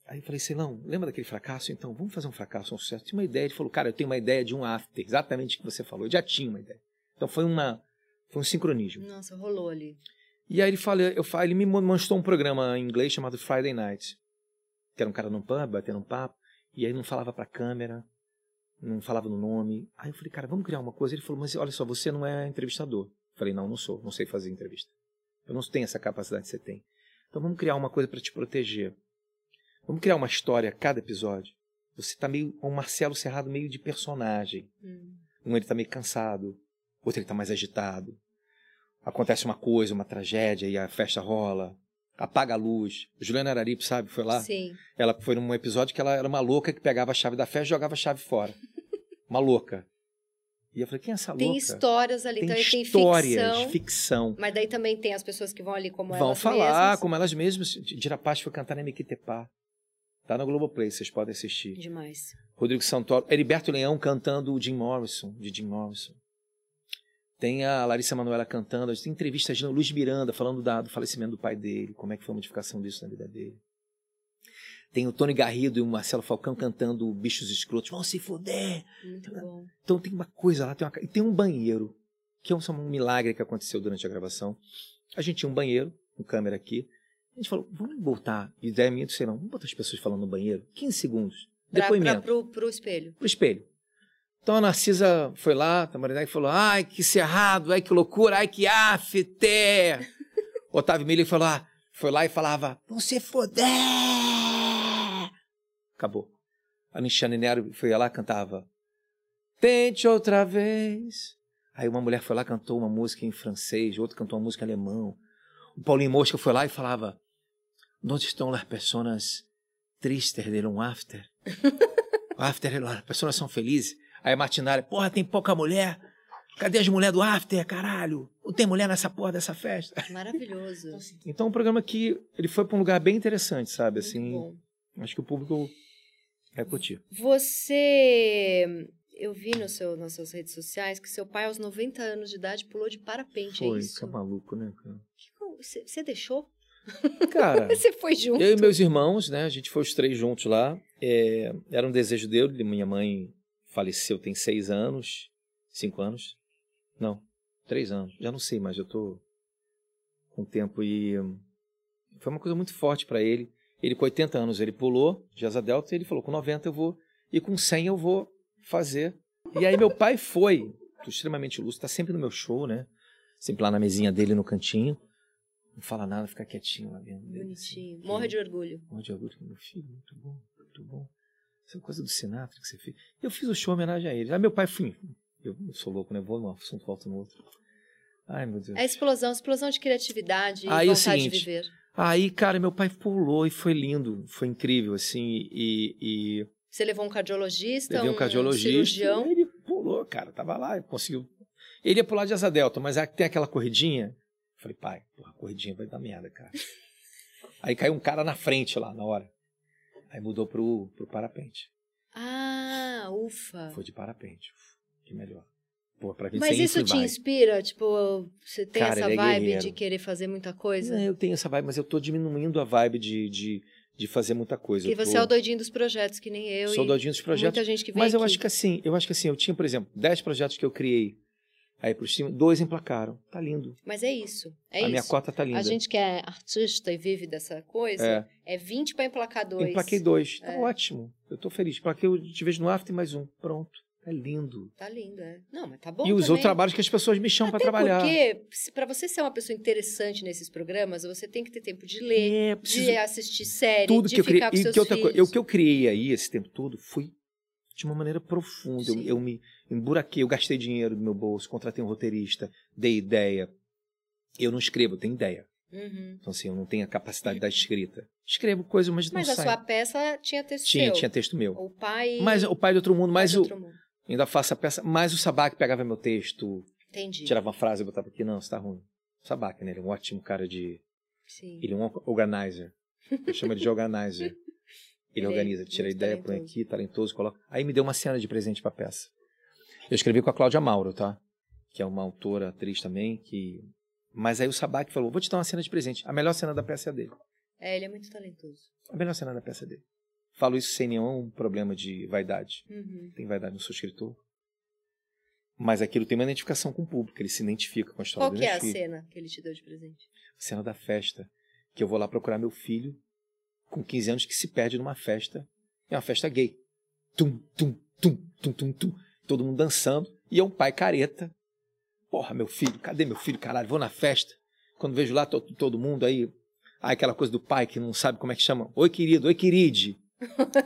Speaker 2: Aí eu falei, Ceilão, lembra daquele fracasso? Então, vamos fazer um fracasso, um sucesso. Tinha uma ideia. Ele falou, cara, eu tenho uma ideia de um after. Exatamente o que você falou. Eu já tinha uma ideia. Então foi uma. Foi um sincronismo.
Speaker 1: Nossa, rolou ali.
Speaker 2: E aí ele fala, eu falo, ele me mostrou um programa em inglês chamado Friday Night, que era um cara num pub, batendo um papo, e aí não falava pra câmera, não falava no nome. Aí eu falei, cara, vamos criar uma coisa. Ele falou, mas olha só, você não é entrevistador. Eu falei, não, não sou, não sei fazer entrevista. Eu não tenho essa capacidade que você tem. Então vamos criar uma coisa pra te proteger. Vamos criar uma história a cada episódio. Você tá meio, o Marcelo Serrado meio de personagem.
Speaker 1: Hum.
Speaker 2: Um ele tá meio cansado, outro ele tá mais agitado. Acontece uma coisa, uma tragédia e a festa rola. Apaga a luz. Juliana Araripe, sabe, foi lá.
Speaker 1: Sim.
Speaker 2: Ela foi num episódio que ela era uma louca que pegava a chave da festa e jogava a
Speaker 1: (laughs)
Speaker 2: chave fora. Uma louca. E eu falei, quem é essa
Speaker 1: Tem
Speaker 2: louca?
Speaker 1: histórias ali, então aí tem
Speaker 2: histórias,
Speaker 1: ficção.
Speaker 2: ficção.
Speaker 1: Mas daí também tem as pessoas que vão ali como
Speaker 2: Vão
Speaker 1: elas
Speaker 2: falar,
Speaker 1: mesmas.
Speaker 2: como elas mesmas. Dirapaz foi cantar na Miquitepá. Tá na Globoplay, vocês podem assistir.
Speaker 1: Demais.
Speaker 2: Rodrigo Santoro, Heriberto Leão cantando o Jim Morrison, de Jim Morrison. Tem a Larissa Manoela cantando, tem entrevistas de Luiz Miranda falando da- do falecimento do pai dele, como é que foi a modificação disso na vida dele. Tem o Tony Garrido e o Marcelo Falcão cantando Bichos Escrotos, vão se fuder.
Speaker 1: Muito bom.
Speaker 2: Então tem uma coisa lá, tem uma ca- e tem um banheiro, que é um, um milagre que aconteceu durante a gravação. A gente tinha um banheiro, com câmera aqui. A gente falou, vamos botar, ideia minha do serão, vamos botar as pessoas falando no banheiro, 15 segundos,
Speaker 1: Pra,
Speaker 2: depoimento
Speaker 1: pra, pro, pro espelho.
Speaker 2: pro Um espelho. Então a Narcisa foi lá, Tamarindá, e falou: ai, que cerrado, ai, que loucura, ai, que after. (laughs) Otávio Miller foi lá, foi lá e falava: não se foder. Acabou. A Nichane Nero foi lá e cantava: tente outra vez. Aí uma mulher foi lá cantou uma música em francês, outro cantou uma música em alemão. O Paulinho Mosca foi lá e falava: Onde estão as pessoas tristes de um after? O after, as pessoas são felizes. Aí a Martinara, porra, tem pouca mulher. Cadê as mulheres do after, caralho? Não tem mulher nessa porra dessa festa.
Speaker 1: Maravilhoso.
Speaker 2: Então é um programa que ele foi pra um lugar bem interessante, sabe? Assim,
Speaker 1: Muito bom.
Speaker 2: acho que o público vai curtir.
Speaker 1: Você. Eu vi no seu, nas suas redes sociais que seu pai, aos 90 anos de idade, pulou de parapente. é
Speaker 2: Foi,
Speaker 1: isso?
Speaker 2: tá maluco, né? cara?
Speaker 1: Que co- Você você deixou?
Speaker 2: Cara,
Speaker 1: (laughs) Você foi junto?
Speaker 2: eu e meus irmãos, né? A gente foi os três juntos lá. É, era um desejo dele. Minha mãe faleceu tem seis anos, cinco anos. Não, três anos. Já não sei, mas eu tô com tempo e hum, foi uma coisa muito forte para ele. Ele com 80 anos, ele pulou de asa delta e ele falou, com 90 eu vou e com 100 eu vou fazer. E aí meu pai foi, extremamente lúcido, tá sempre no meu show, né? Sempre lá na mesinha dele no cantinho. Não fala nada, fica quietinho lá dentro. dele, assim.
Speaker 1: Bonitinho. Morre de orgulho.
Speaker 2: Mão de orgulho, meu filho, muito bom, muito bom. Essa coisa do Sinatra que você fez. Eu fiz o show em homenagem a ele. Aí meu pai, fui, eu sou louco, né? Vou num assunto, volto no outro. Ai, meu Deus.
Speaker 1: É explosão, explosão de criatividade e
Speaker 2: Aí é o
Speaker 1: vontade de
Speaker 2: seguinte,
Speaker 1: viver.
Speaker 2: Aí, cara, meu pai pulou e foi lindo, foi incrível, assim, e, e
Speaker 1: Você levou um cardiologista,
Speaker 2: levei um cardiologista.
Speaker 1: cirurgião.
Speaker 2: e ele pulou, cara, tava lá, conseguiu. Ele ia pular de asa delta, mas a- tem aquela corridinha. Eu falei, pai, porra, a corridinha vai dar
Speaker 1: (laughs)
Speaker 2: merda, cara. Aí caiu um cara na frente lá, na hora. Aí mudou pro, pro parapente.
Speaker 1: Ah, ufa.
Speaker 2: Foi de parapente. Uf, Que melhor. Pô, pra mim,
Speaker 1: Mas
Speaker 2: sem
Speaker 1: isso te
Speaker 2: vai.
Speaker 1: inspira? Tipo, você tem
Speaker 2: Cara,
Speaker 1: essa
Speaker 2: ele é
Speaker 1: vibe
Speaker 2: guerreiro.
Speaker 1: de querer fazer muita coisa?
Speaker 2: Não, eu tenho essa vibe, mas eu tô diminuindo a vibe de, de, de fazer muita coisa.
Speaker 1: Porque
Speaker 2: Eu
Speaker 1: você
Speaker 2: tô-
Speaker 1: é o doidinho dos projetos, que nem eu.
Speaker 2: Sou
Speaker 1: e
Speaker 2: doidinho dos projetos.
Speaker 1: Muita gente que vem
Speaker 2: Mas eu
Speaker 1: aqui.
Speaker 2: acho que assim, eu acho que assim, eu tinha, por exemplo, 10 projetos que eu criei. Aí pro time, dois emplacaram. Tá lindo.
Speaker 1: Mas é isso. É
Speaker 2: a minha
Speaker 1: isso.
Speaker 2: cota tá linda.
Speaker 1: A gente que é artista e vive dessa coisa,
Speaker 2: é,
Speaker 1: é, 20 pra emplacar dois.
Speaker 2: emplaquei dois. Tá
Speaker 1: É.
Speaker 2: ótimo. Eu tô feliz. Plaquei, eu te vejo no after mais um. Pronto. É lindo.
Speaker 1: Tá lindo, é. Não, mas tá bom
Speaker 2: e os
Speaker 1: também.
Speaker 2: outros trabalhos que as pessoas me chamam pra
Speaker 1: Até
Speaker 2: trabalhar.
Speaker 1: porque, se- pra você ser uma pessoa interessante nesses programas, você tem que ter tempo de ler,
Speaker 2: É, preciso
Speaker 1: de assistir série,
Speaker 2: tudo
Speaker 1: de
Speaker 2: que eu criei,
Speaker 1: ficar com
Speaker 2: e
Speaker 1: seus
Speaker 2: que outra
Speaker 1: filhos.
Speaker 2: coisa, eu- o que eu criei aí esse tempo todo foi de uma maneira profunda. Eu,
Speaker 1: Sim.
Speaker 2: eu me emburaquei, eu gastei dinheiro do meu bolso, contratei um roteirista, dei ideia. Eu não escrevo, eu tenho ideia.
Speaker 1: Uhum.
Speaker 2: Então, assim, eu não tenho a capacidade da escrita. Escrevo coisa, mas não
Speaker 1: Mas a
Speaker 2: sai.
Speaker 1: sua peça tinha texto
Speaker 2: Tinha,
Speaker 1: seu.
Speaker 2: tinha texto meu.
Speaker 1: O pai...
Speaker 2: Mas o Pai do Outro Mundo, mais
Speaker 1: de
Speaker 2: o.
Speaker 1: outro mundo.
Speaker 2: Ainda faço a peça, mais o Sabac pegava meu texto,
Speaker 1: Entendi.
Speaker 2: tirava uma frase e botava aqui, não, isso tá ruim. O Sabac, né? Ele é um ótimo cara de.
Speaker 1: Sim.
Speaker 2: Ele é um organizer. Eu chamo ele de
Speaker 1: (laughs)
Speaker 2: organizer. Ele
Speaker 1: Ele é
Speaker 2: organiza, tira a
Speaker 1: muito
Speaker 2: ideia, põe
Speaker 1: talentoso.
Speaker 2: aqui, talentoso, coloca. Aí me deu uma cena de presente pra peça. Eu escrevi com a Cláudia Mauro, tá? Que é uma autora, atriz também, que. Mas aí o Sabac falou: vou te dar uma cena de presente. A melhor cena da peça é a dele.
Speaker 1: É, ele é muito talentoso.
Speaker 2: A melhor cena da peça é dele. Falo isso sem nenhum problema de vaidade.
Speaker 1: Uhum.
Speaker 2: Tem vaidade, não sou escritor. Mas aquilo tem uma identificação com o público, ele se identifica com a história
Speaker 1: Qual
Speaker 2: do
Speaker 1: que é a
Speaker 2: filho.
Speaker 1: cena que ele te deu de
Speaker 2: (laughs)
Speaker 1: presente?
Speaker 2: cena da festa, que eu vou lá procurar meu filho com 15 anos que se perde numa festa, é uma festa gay. Tum, tum, tum, tum, tum, tum. Todo mundo dançando e é um pai careta. Porra, meu filho, cadê meu filho, caralho? Vou na festa. Quando vejo lá to- todo mundo aí, ah, aquela coisa do pai que não sabe como é que chama. Oi, querido, oi, queride.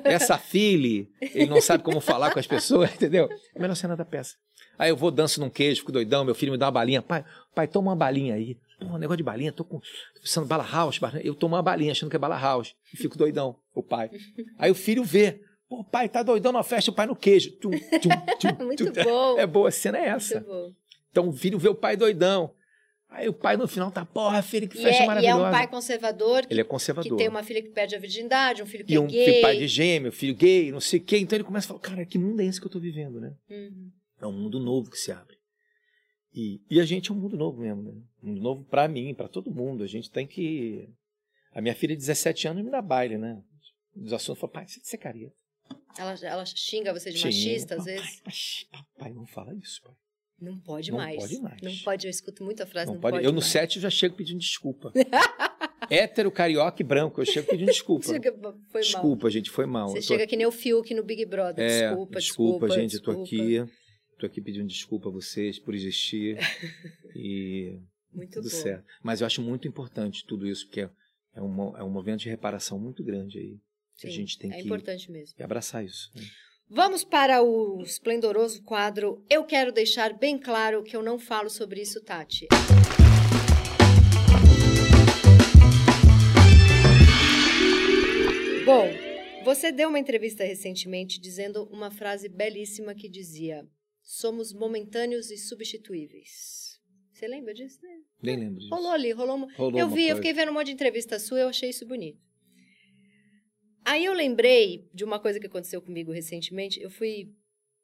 Speaker 2: Essa filha, ele não sabe como falar com as pessoas, (laughs) entendeu? É a melhor cena da peça. Aí eu vou, danço num queijo, fico doidão, meu filho me dá uma balinha. Pai, pai, toma uma balinha aí. Porra, negócio de balinha, tô com pensando bala house, bala- eu tomo uma balinha achando que é bala house e fico doidão, o pai. Aí o filho vê, pô, pai, tá doidão na festa, o pai no queijo. Tum, tum, tum,
Speaker 1: (laughs) Muito
Speaker 2: tum.
Speaker 1: bom.
Speaker 2: É boa, a cena é
Speaker 1: muito
Speaker 2: essa.
Speaker 1: bom.
Speaker 2: Então o filho vê o pai doidão. Aí o pai no final tá, porra, filho, que
Speaker 1: E
Speaker 2: festa
Speaker 1: é, e é
Speaker 2: maravilhosa.
Speaker 1: um pai conservador que,
Speaker 2: Ele é
Speaker 1: que
Speaker 2: conservador.
Speaker 1: tem uma filha que perde a virgindade, um filho que
Speaker 2: E um
Speaker 1: é gay.
Speaker 2: pai de gêmeo, filho gay, não sei o quê. Então ele começa a falar, cara, que mundo é esse que eu tô vivendo, né?
Speaker 1: Uhum.
Speaker 2: É um mundo novo que se abre. E, e a gente é um mundo novo mesmo, né? Um mundo novo pra mim, pra todo mundo. A gente tem que. A minha filha de 17 anos me dá baile, né? Os assuntos falam, pai, você é careta.
Speaker 1: Ela, ela xinga você de
Speaker 2: Xinga.
Speaker 1: machista, às
Speaker 2: Papai,
Speaker 1: vezes.
Speaker 2: Papai, papai, não fala isso, pai.
Speaker 1: Não pode
Speaker 2: Não
Speaker 1: mais.
Speaker 2: pode mais.
Speaker 1: Não pode, eu escuto muito a frase,
Speaker 2: Não
Speaker 1: não,
Speaker 2: pode. Eu no
Speaker 1: mais. (laughs)
Speaker 2: 7 eu já chego pedindo desculpa. (laughs) Hétero, carioca e branco, eu chego pedindo desculpa.
Speaker 1: Chega, foi mal.
Speaker 2: desculpa, gente, foi mal.
Speaker 1: Você
Speaker 2: Eu tô
Speaker 1: chega que nem o Fiuk no Big Brother.
Speaker 2: É,
Speaker 1: desculpa, desculpa,
Speaker 2: gente, eu tô
Speaker 1: desculpa.
Speaker 2: aqui. Tô aqui pedindo desculpa a vocês por
Speaker 1: (laughs)
Speaker 2: existir. e
Speaker 1: Muito
Speaker 2: tudo
Speaker 1: bom.
Speaker 2: certo. Mas eu acho muito importante tudo isso, porque é, é um, mo- é um movimento de reparação muito grande aí.
Speaker 1: Sim,
Speaker 2: a gente tem
Speaker 1: é
Speaker 2: que
Speaker 1: importante mesmo.
Speaker 2: e abraçar isso. né?
Speaker 1: Vamos para o esplendoroso quadro. Eu quero deixar bem claro que eu não falo sobre isso, Tati. Bom, você deu uma entrevista recentemente dizendo uma frase belíssima que dizia: Somos momentâneos e substituíveis. Você lembra disso? Né?
Speaker 2: Nem lembro disso.
Speaker 1: Rolou ali, rolou. uma-
Speaker 2: Rolou
Speaker 1: eu
Speaker 2: uma
Speaker 1: vi, eu
Speaker 2: coisa.
Speaker 1: fiquei vendo um monte de entrevista sua, eu achei isso bonito. Aí eu lembrei de uma coisa que aconteceu comigo recentemente. Eu fui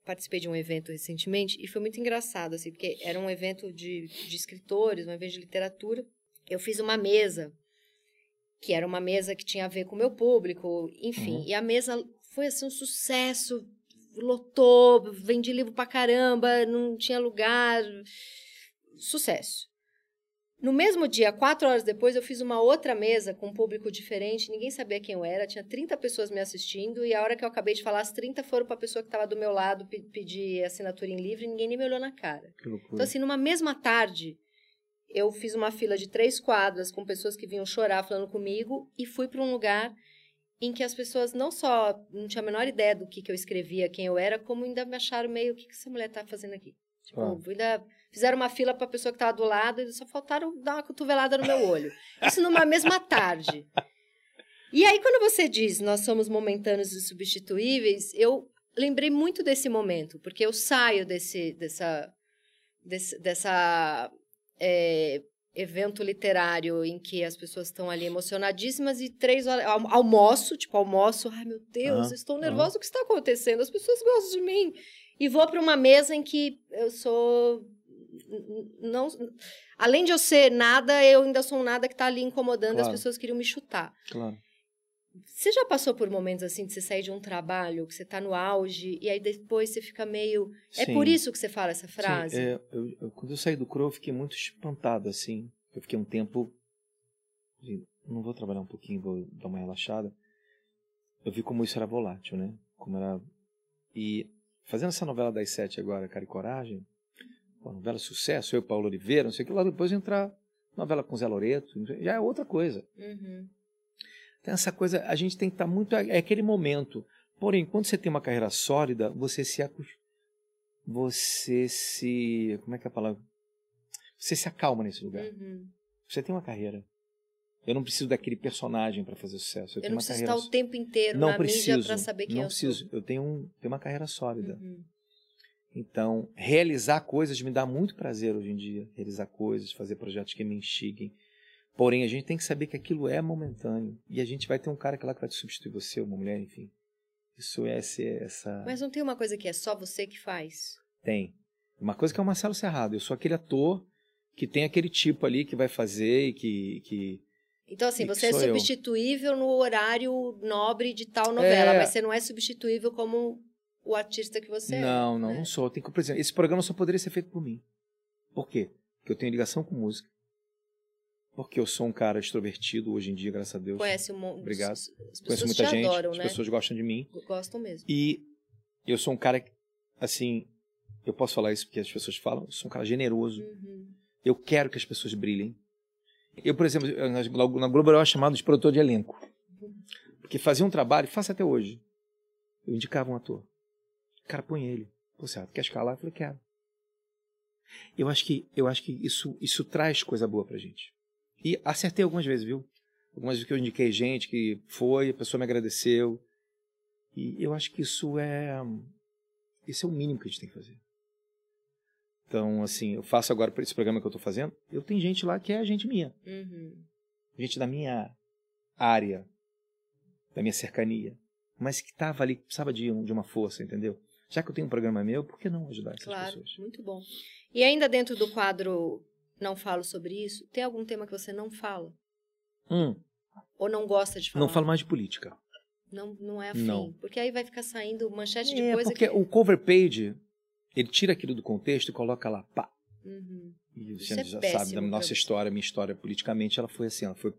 Speaker 1: participei de um evento recentemente e foi muito engraçado assim, porque era um evento de, de escritores, um evento de literatura. Eu fiz uma mesa que era uma mesa que tinha a ver com o meu público, enfim.
Speaker 2: Uhum.
Speaker 1: E a mesa foi assim um sucesso, lotou, vendi livro pra caramba, não tinha lugar, sucesso. No mesmo dia, quatro horas depois, eu fiz uma outra mesa com um público diferente, ninguém sabia quem eu era, tinha 30 pessoas me assistindo, e a hora que eu acabei de falar, as 30 foram para a pessoa que estava do meu lado pe- pedir assinatura em livre, e ninguém nem me olhou na cara.
Speaker 2: Que loucura.
Speaker 1: Então, assim, numa mesma tarde, eu fiz uma fila de três quadras com pessoas que vinham chorar falando comigo e fui para um lugar em que as pessoas não só não tinham a menor ideia do que, que eu escrevia, quem eu era, como ainda me acharam meio, o que, que essa mulher tá fazendo aqui? Tipo,
Speaker 2: Ah.
Speaker 1: ainda fizeram uma fila para a pessoa que tava do lado e só faltaram dar uma cotovelada no meu olho. Isso numa mesma tarde. E aí, quando você diz nós somos momentâneos e substituíveis, eu lembrei muito desse momento, porque eu saio desse, dessa, desse, dessa é, evento literário em que as pessoas estão ali emocionadíssimas e três horas. al- Almoço, tipo, almoço, ai meu Deus,
Speaker 2: Aham,
Speaker 1: estou nervosa, o que está acontecendo? As pessoas gostam de mim. E vou para uma mesa em que eu sou. n- n- Não, além de eu ser nada, eu ainda sou um nada que está ali incomodando, as
Speaker 2: Claro.
Speaker 1: pessoas queriam me chutar.
Speaker 2: Claro.
Speaker 1: Você já passou por momentos assim de você sair de um trabalho, que você tá no auge, e aí depois você fica meio. É
Speaker 2: Sim.
Speaker 1: por isso que você fala essa
Speaker 2: Sim,
Speaker 1: frase?
Speaker 2: é, eu- eu- quando eu saí do Crow, eu fiquei muito espantado, assim. Eu fiquei um tempo. de, Não vou trabalhar um pouquinho, vou dar uma relaxada. Eu vi como isso era volátil, né? Como era. E fazendo essa novela das sete agora, Cara e Coragem, uma novela sucesso, eu, Paulo Oliveira, não sei o que, lá depois entrar novela com Zé Loreto, já é outra coisa.
Speaker 1: Uhum.
Speaker 2: Tem Então, essa coisa, a gente tem que estar muito. É aquele momento. Porém, quando você tem uma carreira sólida, você se. acos- Você se. Como é que é a palavra? Você se acalma nesse lugar.
Speaker 1: uhum.
Speaker 2: Você tem uma carreira. Eu não preciso daquele personagem para fazer sucesso. Eu,
Speaker 1: Eu
Speaker 2: tenho
Speaker 1: não
Speaker 2: uma
Speaker 1: preciso
Speaker 2: carreira.
Speaker 1: estar o tempo inteiro
Speaker 2: não
Speaker 1: na mídia
Speaker 2: preciso.
Speaker 1: pra saber quem
Speaker 2: não
Speaker 1: eu sou.
Speaker 2: preciso. Eu tenho, um, tenho uma carreira sólida.
Speaker 1: Uhum.
Speaker 2: Então, realizar coisas me dá muito prazer hoje em dia. Realizar coisas, fazer projetos que me instiguem. Porém, a gente tem que saber que aquilo é momentâneo. E a gente vai ter um cara que lá que vai te substituir você, uma mulher, enfim. Isso é esse- essa.
Speaker 1: Mas não tem uma coisa que é só você que faz?
Speaker 2: Tem. Uma coisa que é o Marcelo Serrado. Eu sou aquele ator que tem aquele tipo ali que vai fazer e que. que...
Speaker 1: Então, assim,
Speaker 2: E que
Speaker 1: você é
Speaker 2: sou eu.
Speaker 1: substituível no horário nobre de tal novela,
Speaker 2: É.
Speaker 1: mas você não é substituível como o artista que você é.
Speaker 2: não, não,
Speaker 1: né?
Speaker 2: não sou. Eu tenho que- por exemplo, esse programa só poderia ser feito por mim. Por quê? Porque eu tenho ligação com música. Porque eu sou um cara extrovertido hoje em dia, graças a Deus.
Speaker 1: Conhece um monte.
Speaker 2: Obrigado.
Speaker 1: As
Speaker 2: Conheço
Speaker 1: pessoas te
Speaker 2: muita gente,
Speaker 1: adoram,
Speaker 2: as
Speaker 1: né?
Speaker 2: pessoas gostam de mim.
Speaker 1: Gostam mesmo.
Speaker 2: E eu sou um cara, que, assim, eu posso falar isso porque as pessoas falam, eu sou um cara generoso.
Speaker 1: Uhum.
Speaker 2: Eu quero que as pessoas brilhem. Eu, por exemplo, eu- na na Globo eu era chamado de produtor de elenco. Porque fazia um trabalho, faço até hoje. Eu indicava um ator. Cara, põe ele. Pô, Sérgio, quer escalar? Eu falei, quero. Eu acho que, eu acho que isso, isso traz coisa boa pra gente. E acertei algumas vezes, viu? Algumas vezes que eu indiquei gente que foi, a pessoa me agradeceu. E eu acho que isso é. Isso é o mínimo que a gente tem que fazer. Então, assim, eu faço agora para esse programa que eu tô fazendo. Eu tenho gente lá que é gente minha.
Speaker 1: Uhum.
Speaker 2: Gente da minha área. Da minha cercania. Mas que tava ali, precisava de, um- de uma força, entendeu? Já que eu tenho um programa meu, por que não ajudar essas
Speaker 1: Claro,
Speaker 2: pessoas?
Speaker 1: muito bom. E ainda dentro do quadro Não Falo Sobre Isso, tem algum tema que você não fala?
Speaker 2: Hum,
Speaker 1: Ou não gosta de falar?
Speaker 2: não falo mais de política.
Speaker 1: Não, não é afim.
Speaker 2: Não.
Speaker 1: Porque aí vai ficar saindo manchete de
Speaker 2: É,
Speaker 1: coisa
Speaker 2: porque
Speaker 1: que...
Speaker 2: o cover page, ele tira aquilo do contexto e coloca lá, pá.
Speaker 1: Uhum.
Speaker 2: E
Speaker 1: Isso
Speaker 2: você
Speaker 1: é
Speaker 2: já
Speaker 1: péssimo
Speaker 2: sabe da
Speaker 1: pra
Speaker 2: nossa
Speaker 1: você.
Speaker 2: história, minha história politicamente, ela foi assim, ela foi,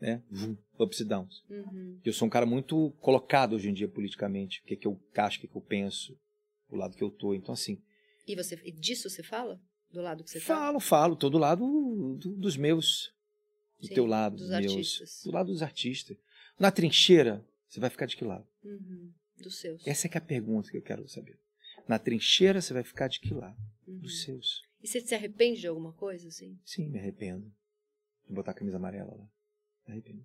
Speaker 2: né, vum, ups e downs.
Speaker 1: Uhum.
Speaker 2: Eu sou um cara muito colocado hoje em dia politicamente, o que, que eu acho, o que, que eu penso, o lado que eu tô. Então, assim,
Speaker 1: E você e disso você fala? Do lado que você tá?
Speaker 2: falo, falo, tô do lado do- dos meus, do
Speaker 1: Sim,
Speaker 2: teu lado,
Speaker 1: dos
Speaker 2: dos meus,
Speaker 1: artistas.
Speaker 2: do lado dos artistas. Na trincheira, você vai ficar de que lado?
Speaker 1: Uhum. Dos seus.
Speaker 2: Essa é que é a pergunta que eu quero saber. Na trincheira, você vai ficar de que lado?
Speaker 1: Uhum.
Speaker 2: Dos seus.
Speaker 1: E você se arrepende de alguma coisa, assim?
Speaker 2: Sim, me arrependo de botar a camisa amarela lá. Me arrependo.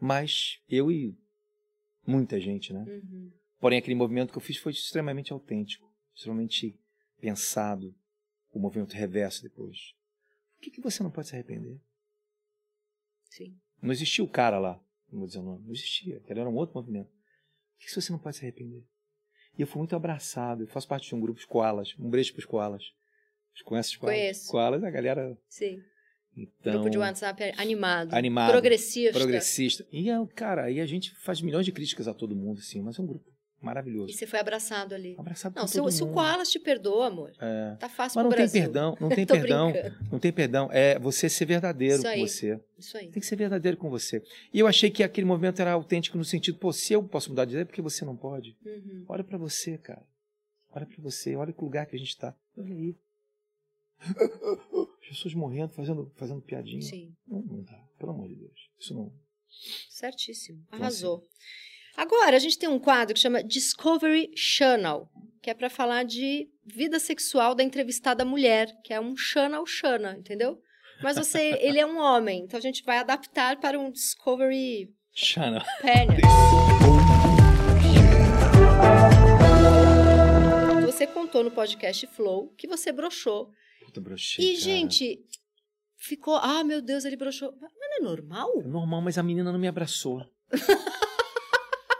Speaker 2: Mas eu e muita gente, né?
Speaker 1: Uhum.
Speaker 2: Porém, aquele movimento que eu fiz foi extremamente autêntico, extremamente pensado o movimento reverso depois. Por que, que você não pode se arrepender?
Speaker 1: Sim.
Speaker 2: Não existia o cara lá, não vou dizer o nome, não existia. Aquele era um outro movimento. Por que, que você não pode se arrepender? E eu fui muito abraçado. Eu faço parte de um grupo de koalas. Um beijo para os koalas. Vocês conhecem os koalas?
Speaker 1: Conheço.
Speaker 2: Koalas, a galera.
Speaker 1: Sim.
Speaker 2: Então,
Speaker 1: Grupo de WhatsApp é animado.
Speaker 2: animado,
Speaker 1: Progressista.
Speaker 2: progressista. E, é, cara, aí a gente faz milhões de críticas a todo mundo, assim, mas é um grupo
Speaker 1: E
Speaker 2: maravilhoso.
Speaker 1: você foi abraçado ali.
Speaker 2: Abraçado
Speaker 1: Não,
Speaker 2: por
Speaker 1: se,
Speaker 2: todo
Speaker 1: o- se o
Speaker 2: mundo.
Speaker 1: Koalas te perdoa, amor,
Speaker 2: É.
Speaker 1: tá fácil
Speaker 2: Mas não
Speaker 1: pro
Speaker 2: tem
Speaker 1: Brasil. (laughs)
Speaker 2: perdão, não tem
Speaker 1: Tô
Speaker 2: perdão,
Speaker 1: brincando.
Speaker 2: não tem perdão. É você ser verdadeiro
Speaker 1: Isso
Speaker 2: com
Speaker 1: aí.
Speaker 2: você.
Speaker 1: Isso aí.
Speaker 2: Tem que ser verdadeiro com você. E eu achei que aquele movimento era autêntico no sentido, pô, se eu posso mudar de ideia, por que você não pode?
Speaker 1: Uhum.
Speaker 2: Olha pra você, cara. Olha pra você, olha que lugar que a gente tá. Olha aí. (laughs) Pessoas morrendo, fazendo, fazendo piadinha.
Speaker 1: Sim,
Speaker 2: Não, não dá, pelo amor de Deus. Isso não.
Speaker 1: certíssimo.
Speaker 2: assim-
Speaker 1: Arrasou. Agora, a gente tem um quadro que chama Discovery Channel, que é pra falar de vida sexual da entrevistada mulher, que é um channel chana, entendeu? Mas você, ele é um homem, então a gente vai adaptar para um Discovery
Speaker 2: Chana.
Speaker 1: (laughs) Panel. Você contou no podcast Flow que você broxou
Speaker 2: Puta brochei.
Speaker 1: E,
Speaker 2: cara.
Speaker 1: gente, ficou. Ah, meu Deus, ele broxou. Mas não é normal?
Speaker 2: É normal, mas a menina não me abraçou. (laughs)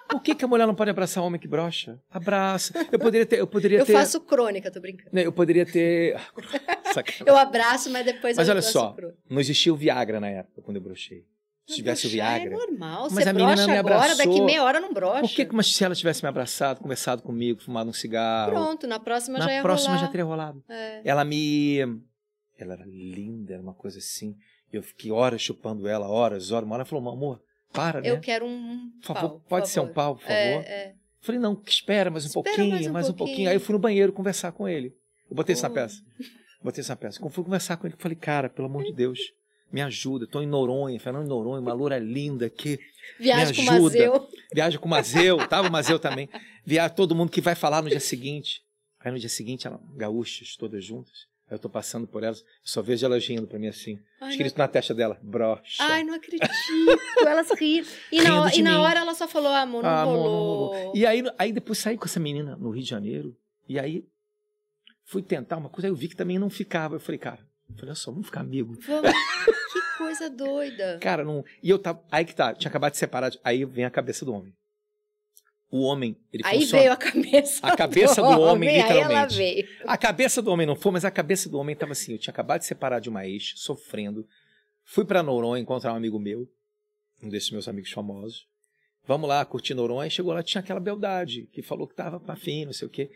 Speaker 2: Por que, que a mulher não pode abraçar homem que brocha? Abraça. Eu poderia ter. Eu poderia
Speaker 1: Eu
Speaker 2: ter.
Speaker 1: faço crônica, tô brincando.
Speaker 2: né, eu poderia ter. (laughs) Sacanagem.
Speaker 1: Eu abraço, mas depois
Speaker 2: Mas
Speaker 1: eu
Speaker 2: olha
Speaker 1: faço
Speaker 2: só,
Speaker 1: crônica.
Speaker 2: Não existia o Viagra na época, quando eu brochei. Se
Speaker 1: Mas
Speaker 2: tivesse o
Speaker 1: broxar
Speaker 2: Viagra.
Speaker 1: É normal.
Speaker 2: Mas
Speaker 1: Você
Speaker 2: a menina
Speaker 1: brocha
Speaker 2: me
Speaker 1: agora, daqui
Speaker 2: abraçou.
Speaker 1: meia hora não brocha.
Speaker 2: Por que, que- mas se ela tivesse me abraçado, conversado comigo, fumado um cigarro?
Speaker 1: Pronto, na próxima já
Speaker 2: na
Speaker 1: ia
Speaker 2: próxima
Speaker 1: rolar.
Speaker 2: já teria rolado.
Speaker 1: É.
Speaker 2: Ela me. Ela era linda, era uma coisa assim. Eu fiquei horas chupando ela, horas, horas. Uma hora ela falou, amor, para, né?
Speaker 1: Eu quero um.
Speaker 2: Por favor,
Speaker 1: pau,
Speaker 2: pode ser um pau, por favor.
Speaker 1: É, é.
Speaker 2: Falei, não, que espera mais um
Speaker 1: Espera
Speaker 2: pouquinho,
Speaker 1: mais
Speaker 2: mais
Speaker 1: um
Speaker 2: um, pouquinho.
Speaker 1: pouquinho.
Speaker 2: Aí eu fui no banheiro conversar com ele. Eu botei isso na
Speaker 1: Oh.
Speaker 2: peça. Botei isso na peça. Quando fui conversar com ele, eu falei, cara, pelo amor
Speaker 1: (laughs)
Speaker 2: de Deus, me ajuda. Tô em Noronha, Fernando em Noronha, uma loura linda aqui.
Speaker 1: Viagem com
Speaker 2: Me
Speaker 1: o Mazeu.
Speaker 2: ajuda. Viaja com o Mazeu, tava o Mazeu também. Viaja todo mundo que vai falar no dia seguinte. Aí no dia seguinte, ela, gaúchas, todas juntas. Aí eu tô passando por elas, só vejo elas rindo pra mim assim.
Speaker 1: Ai, não...
Speaker 2: escrito na testa dela, brocha.
Speaker 1: Ai, não acredito. Elas riram. E
Speaker 2: Rindo
Speaker 1: na, hora-
Speaker 2: de
Speaker 1: e na
Speaker 2: mim.
Speaker 1: hora ela só falou, ah, amor, não
Speaker 2: Ah, amor, não
Speaker 1: rolou.
Speaker 2: rolou. E aí, aí depois saí com essa menina no Rio de Janeiro, e aí fui tentar uma coisa, aí eu vi que também não ficava. Eu falei, cara, eu falei, olha só, vamos ficar amigo.
Speaker 1: Vamos. que coisa
Speaker 2: (laughs)
Speaker 1: doida.
Speaker 2: Cara, não. E eu tava. Aí que tá, tinha acabado de separar. de- Aí vem a cabeça do homem. O homem, ele assim,
Speaker 1: Aí
Speaker 2: funciona.
Speaker 1: veio a cabeça.
Speaker 2: A cabeça do homem,
Speaker 1: Aí ela
Speaker 2: literalmente. Ah,
Speaker 1: veio.
Speaker 2: A cabeça do homem não foi, mas a cabeça do homem tava assim. Eu tinha acabado de separar de uma ex, sofrendo. Fui pra Noronha encontrar um amigo meu, um desses meus amigos famosos. Vamos lá, curtir Noronha. E Chegou lá, tinha aquela beldade que falou que tava afim, não sei o quê.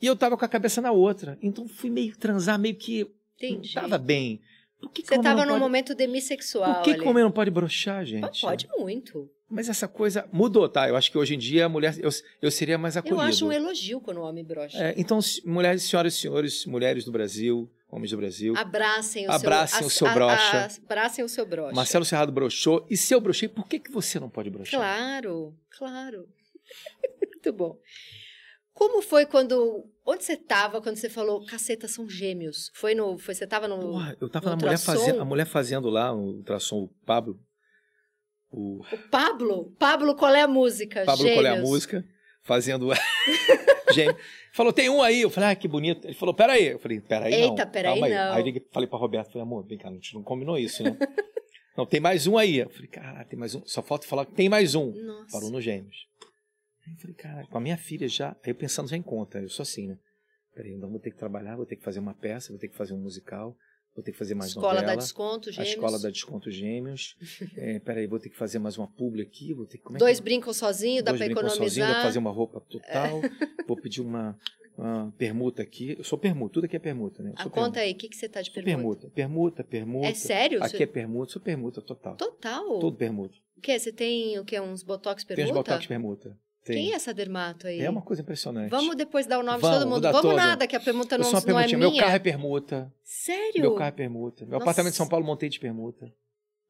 Speaker 2: E eu tava com a cabeça na outra. Então fui meio transar, meio que não
Speaker 1: Entendi.
Speaker 2: tava bem. Por que que o
Speaker 1: Você
Speaker 2: homem
Speaker 1: tava
Speaker 2: não
Speaker 1: num
Speaker 2: pode...
Speaker 1: momento demissexual.
Speaker 2: Por que, que
Speaker 1: ali.
Speaker 2: o homem não pode broxar, gente?
Speaker 1: Ah, Pode muito.
Speaker 2: Mas essa coisa mudou, tá? Eu acho que hoje em dia a mulher. Eu, eu seria mais é acolhido.
Speaker 1: Eu acho um elogio quando o homem brocha.
Speaker 2: É, então, se- mulheres, senhoras e senhores, mulheres do Brasil, homens do Brasil,
Speaker 1: Abracem o
Speaker 2: Abracem
Speaker 1: seu...
Speaker 2: o
Speaker 1: as-
Speaker 2: seu
Speaker 1: a-
Speaker 2: brocha.
Speaker 1: a- Abracem o seu brocha.
Speaker 2: Marcelo Serrado broxou. E se eu brochei, por que, que você não pode broxar?
Speaker 1: Claro, claro. (laughs) muito bom. Como foi quando... Onde você tava quando você falou, caceta, são gêmeos? Foi no... Foi, você tava no...
Speaker 2: Porra, eu tava
Speaker 1: No
Speaker 2: na mulher
Speaker 1: Um ultrassom?
Speaker 2: fazendo, a mulher fazendo lá o ultrassom, o Pablo. O
Speaker 1: O Pablo? Pablo, qual é a música?
Speaker 2: Pablo
Speaker 1: gêmeos.
Speaker 2: qual é a música?
Speaker 1: (laughs)
Speaker 2: Fazendo. (laughs) Gêmeo. Falou, tem um aí. Eu falei, ah, que bonito. Ele falou, peraí. Eu falei, peraí, não.
Speaker 1: Eita, peraí,
Speaker 2: calma aí.
Speaker 1: não.
Speaker 2: Aí eu liguei- falei pra Roberto, falei, amor, vem cá, a gente não (laughs) combinou isso, né? não, tem mais um aí. Eu falei, caralho, tem mais um. Só falta falar que tem mais um.
Speaker 1: Nossa.
Speaker 2: Parou nos gêmeos. Aí eu falei, caralho, com a minha filha já. Aí eu pensando já em conta, eu sou assim, né? Peraí, então vou ter que trabalhar, vou ter que fazer uma peça, vou ter que fazer um musical, vou ter que fazer mais
Speaker 1: Escola
Speaker 2: novela.
Speaker 1: dá desconto,
Speaker 2: a
Speaker 1: gêmeos.
Speaker 2: escola dá
Speaker 1: (laughs)
Speaker 2: desconto gêmeos. É, peraí, vou ter que fazer mais uma publi aqui, vou ter que. Como é
Speaker 1: Dois
Speaker 2: que...
Speaker 1: brincam sozinho, dá
Speaker 2: Dois
Speaker 1: pra
Speaker 2: brincam
Speaker 1: economizar.
Speaker 2: sozinho, dá pra fazer uma roupa
Speaker 1: (laughs)
Speaker 2: total, vou pedir uma, uma permuta aqui. Eu sou permuta, tudo aqui é permuta, né? Eu
Speaker 1: Ah,
Speaker 2: sou
Speaker 1: conta aí, o que, que você tá de
Speaker 2: Sou
Speaker 1: pergunta?
Speaker 2: permuta, permuta, permuta.
Speaker 1: É sério?
Speaker 2: Aqui é permuta, sou permuta total.
Speaker 1: Total?
Speaker 2: Todo permuta.
Speaker 1: O quê? Você tem o quê? Uns botox permuta?
Speaker 2: Tem os botox permuta. Tem.
Speaker 1: Quem é essa dermato aí?
Speaker 2: É uma coisa impressionante.
Speaker 1: Vamos depois dar o nome de
Speaker 2: Vamos,
Speaker 1: todo
Speaker 2: vou
Speaker 1: mundo.
Speaker 2: dar
Speaker 1: Vamos
Speaker 2: todo.
Speaker 1: nada, que a permuta
Speaker 2: Eu
Speaker 1: não,
Speaker 2: sou
Speaker 1: não
Speaker 2: uma
Speaker 1: é
Speaker 2: permutinha.
Speaker 1: minha.
Speaker 2: Meu carro é permuta.
Speaker 1: Sério?
Speaker 2: Meu carro é permuta. Meu
Speaker 1: Nossa.
Speaker 2: apartamento em São Paulo montei de permuta.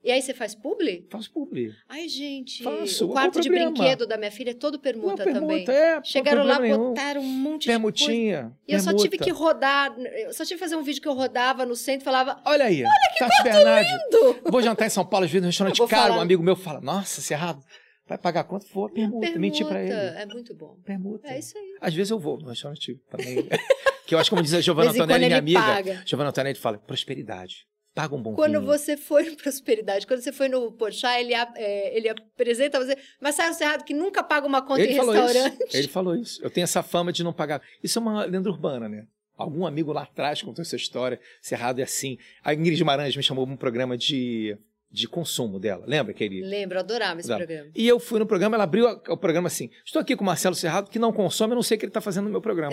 Speaker 1: E aí você faz publi?
Speaker 2: Faço publi.
Speaker 1: Ai, gente.
Speaker 2: Faço,
Speaker 1: o
Speaker 2: qual
Speaker 1: quarto
Speaker 2: o
Speaker 1: de
Speaker 2: problema?
Speaker 1: brinquedo da minha filha é todo
Speaker 2: Não,
Speaker 1: permuta, também.
Speaker 2: permuta, é. não tem
Speaker 1: Chegaram lá,
Speaker 2: problema nenhum.
Speaker 1: botaram um monte de coisa.
Speaker 2: Permutinha.
Speaker 1: E eu só tive
Speaker 2: permuta.
Speaker 1: que rodar, eu só tive que fazer um vídeo que eu rodava no centro e falava,
Speaker 2: Olha aí. Tati Bernardi.
Speaker 1: "Ando,
Speaker 2: Vou jantar em São Paulo, às vezes no
Speaker 1: Eu
Speaker 2: restaurante
Speaker 1: vou
Speaker 2: caro.
Speaker 1: falar.
Speaker 2: Um amigo meu fala, nossa, Cerrado, vai pagar quanto for? Permuta.
Speaker 1: permuta".
Speaker 2: Menti pra ele.
Speaker 1: É muito bom.
Speaker 2: Permuta.
Speaker 1: É isso aí.
Speaker 2: Às vezes eu vou no restaurante também. (laughs) Que eu acho como diz a Giovanna
Speaker 1: Mas e quando
Speaker 2: Antonelli, minha
Speaker 1: ele
Speaker 2: amiga.
Speaker 1: paga?
Speaker 2: Giovanna Antonelli fala, prosperidade. Paga um bom
Speaker 1: Quando
Speaker 2: vinho.
Speaker 1: você for em (laughs) Prosperidade, quando você foi no Porchat, ele, a- é, ele apresenta você. Marcelo Serrado, que nunca paga uma conta
Speaker 2: ele
Speaker 1: em
Speaker 2: falou
Speaker 1: restaurante.
Speaker 2: Isso. Ele falou isso. Eu tenho essa fama de não pagar. Isso é uma lenda urbana, né? Algum amigo lá atrás contou essa história. Cerrado é assim. A Ingrid Guimarães me chamou para um programa de, de consumo dela. Lembra aquele?
Speaker 1: Lembro, eu adorava esse
Speaker 2: Não.
Speaker 1: programa.
Speaker 2: E eu fui no programa, ela abriu a- o programa assim. Estou aqui com o Marcelo Cerrado, que não consome, eu não sei o que ele está fazendo no meu
Speaker 1: (laughs)
Speaker 2: programa.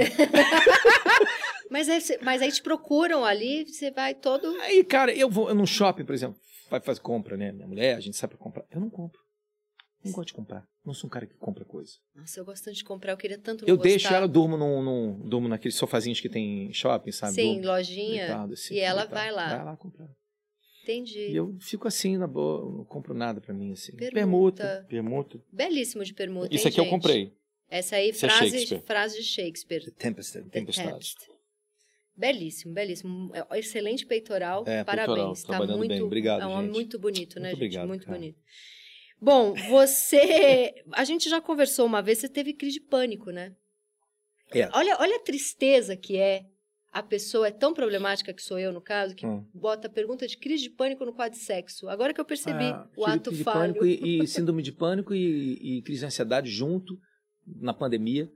Speaker 1: Mas aí, você- mas aí te procuram ali, você vai todo.
Speaker 2: Aí, cara, eu vou num shopping, por exemplo, vai fazer compra, né? Minha mulher, a gente sabe pra comprar. Eu não compro. Não gosto de comprar. Não sou um cara que compra coisa.
Speaker 1: Nossa, eu gosto tanto de comprar, eu queria tanto não
Speaker 2: Eu
Speaker 1: gostar.
Speaker 2: deixo ela, durmo, num, num- durmo naqueles sofazinhos que tem em shopping, sabe?
Speaker 1: Sim,
Speaker 2: Durmo
Speaker 1: lojinha.
Speaker 2: deitado, assim,
Speaker 1: e ela
Speaker 2: deitado.
Speaker 1: vai lá.
Speaker 2: Vai lá comprar.
Speaker 1: Entendi.
Speaker 2: E eu fico assim, na boa, eu não compro nada pra mim, assim.
Speaker 1: Permuta.
Speaker 2: Permuta.
Speaker 1: Belíssimo de permuta.
Speaker 3: Isso
Speaker 1: hein,
Speaker 3: aqui eu
Speaker 1: gente?
Speaker 3: comprei.
Speaker 1: Essa aí,
Speaker 3: Isso é
Speaker 1: frase,
Speaker 3: Shakespeare.
Speaker 1: frase de Shakespeare.
Speaker 2: Tempestade.
Speaker 1: The
Speaker 3: Tempestade.
Speaker 1: Tempest. Belíssimo, belíssimo. É um Excelente peitoral.
Speaker 2: É,
Speaker 3: peitoral,
Speaker 1: Parabéns. tá
Speaker 3: trabalhando
Speaker 1: muito,
Speaker 3: bem. Obrigado,
Speaker 1: é um homem
Speaker 3: gente.
Speaker 1: muito bonito, né,
Speaker 2: Muito
Speaker 1: gente?
Speaker 2: obrigado,
Speaker 1: muito
Speaker 2: cara.
Speaker 1: bonito. Bom, você. (laughs) A gente já conversou uma vez, você teve crise de pânico, né?
Speaker 2: É.
Speaker 1: Olha, olha a tristeza que é. A pessoa é tão problemática que sou eu, no caso, que
Speaker 2: Hum.
Speaker 1: bota a pergunta de crise de pânico no quadro de sexo. Agora que eu percebi
Speaker 2: Ah,
Speaker 1: o
Speaker 2: tive
Speaker 1: ato
Speaker 2: crise de
Speaker 1: falho.
Speaker 2: pânico e, e síndrome de pânico e, e crise de ansiedade junto na pandemia.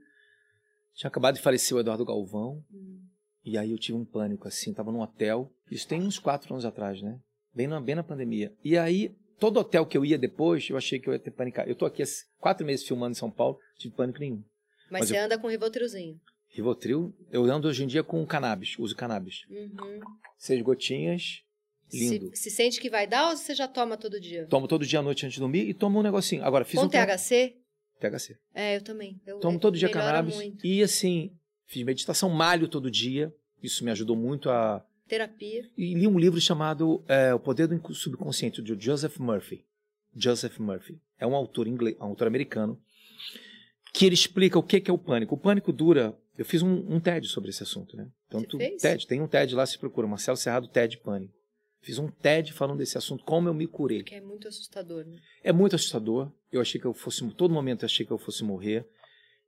Speaker 2: Tinha acabado de falecer o Eduardo Galvão.
Speaker 1: Hum.
Speaker 2: E aí eu tive um pânico, assim, tava num hotel. Isso tem uns quatro anos atrás, né? Bem na, bem na pandemia. E aí, todo hotel que eu ia depois, eu achei que eu ia ter pânico. Eu tô aqui há quatro meses filmando em São Paulo, não tive pânico nenhum.
Speaker 1: Mas,
Speaker 2: Mas
Speaker 1: você
Speaker 2: eu-
Speaker 1: anda com um o Rivotrilzinho.
Speaker 2: Rivotril, eu ando hoje em dia com cannabis, uso cannabis.
Speaker 1: Uhum.
Speaker 2: Seis gotinhas, lindo.
Speaker 1: Se, se sente que vai dar ou você já toma todo dia?
Speaker 2: Tomo todo dia à noite antes de dormir e tomo um negocinho. Agora, fiz
Speaker 1: Com
Speaker 2: um... tra-
Speaker 1: THC?
Speaker 2: THC.
Speaker 1: É, eu também. Eu,
Speaker 2: Tomo
Speaker 1: eu-
Speaker 2: todo dia
Speaker 1: melhora
Speaker 2: cannabis.
Speaker 1: muito.
Speaker 2: E assim, fiz meditação, malho todo dia. Isso me ajudou muito a.
Speaker 1: Terapia.
Speaker 2: E li um livro chamado é, O Poder do Incu- Subconsciente, de Joseph Murphy. Joseph Murphy. É um autor inglês, um autor americano, que ele explica o que que é o pânico. O pânico dura. Eu fiz um, um TED sobre esse assunto, né?
Speaker 1: Você
Speaker 2: Tanto
Speaker 1: fez?
Speaker 2: TED, tem um TED lá, se procura, Marcelo Serrado, TED Pânico. Fiz um TED falando desse assunto, como eu me curei.
Speaker 1: Que é muito assustador, né?
Speaker 2: É muito assustador. Eu achei que eu fosse, todo momento eu achei que eu fosse morrer.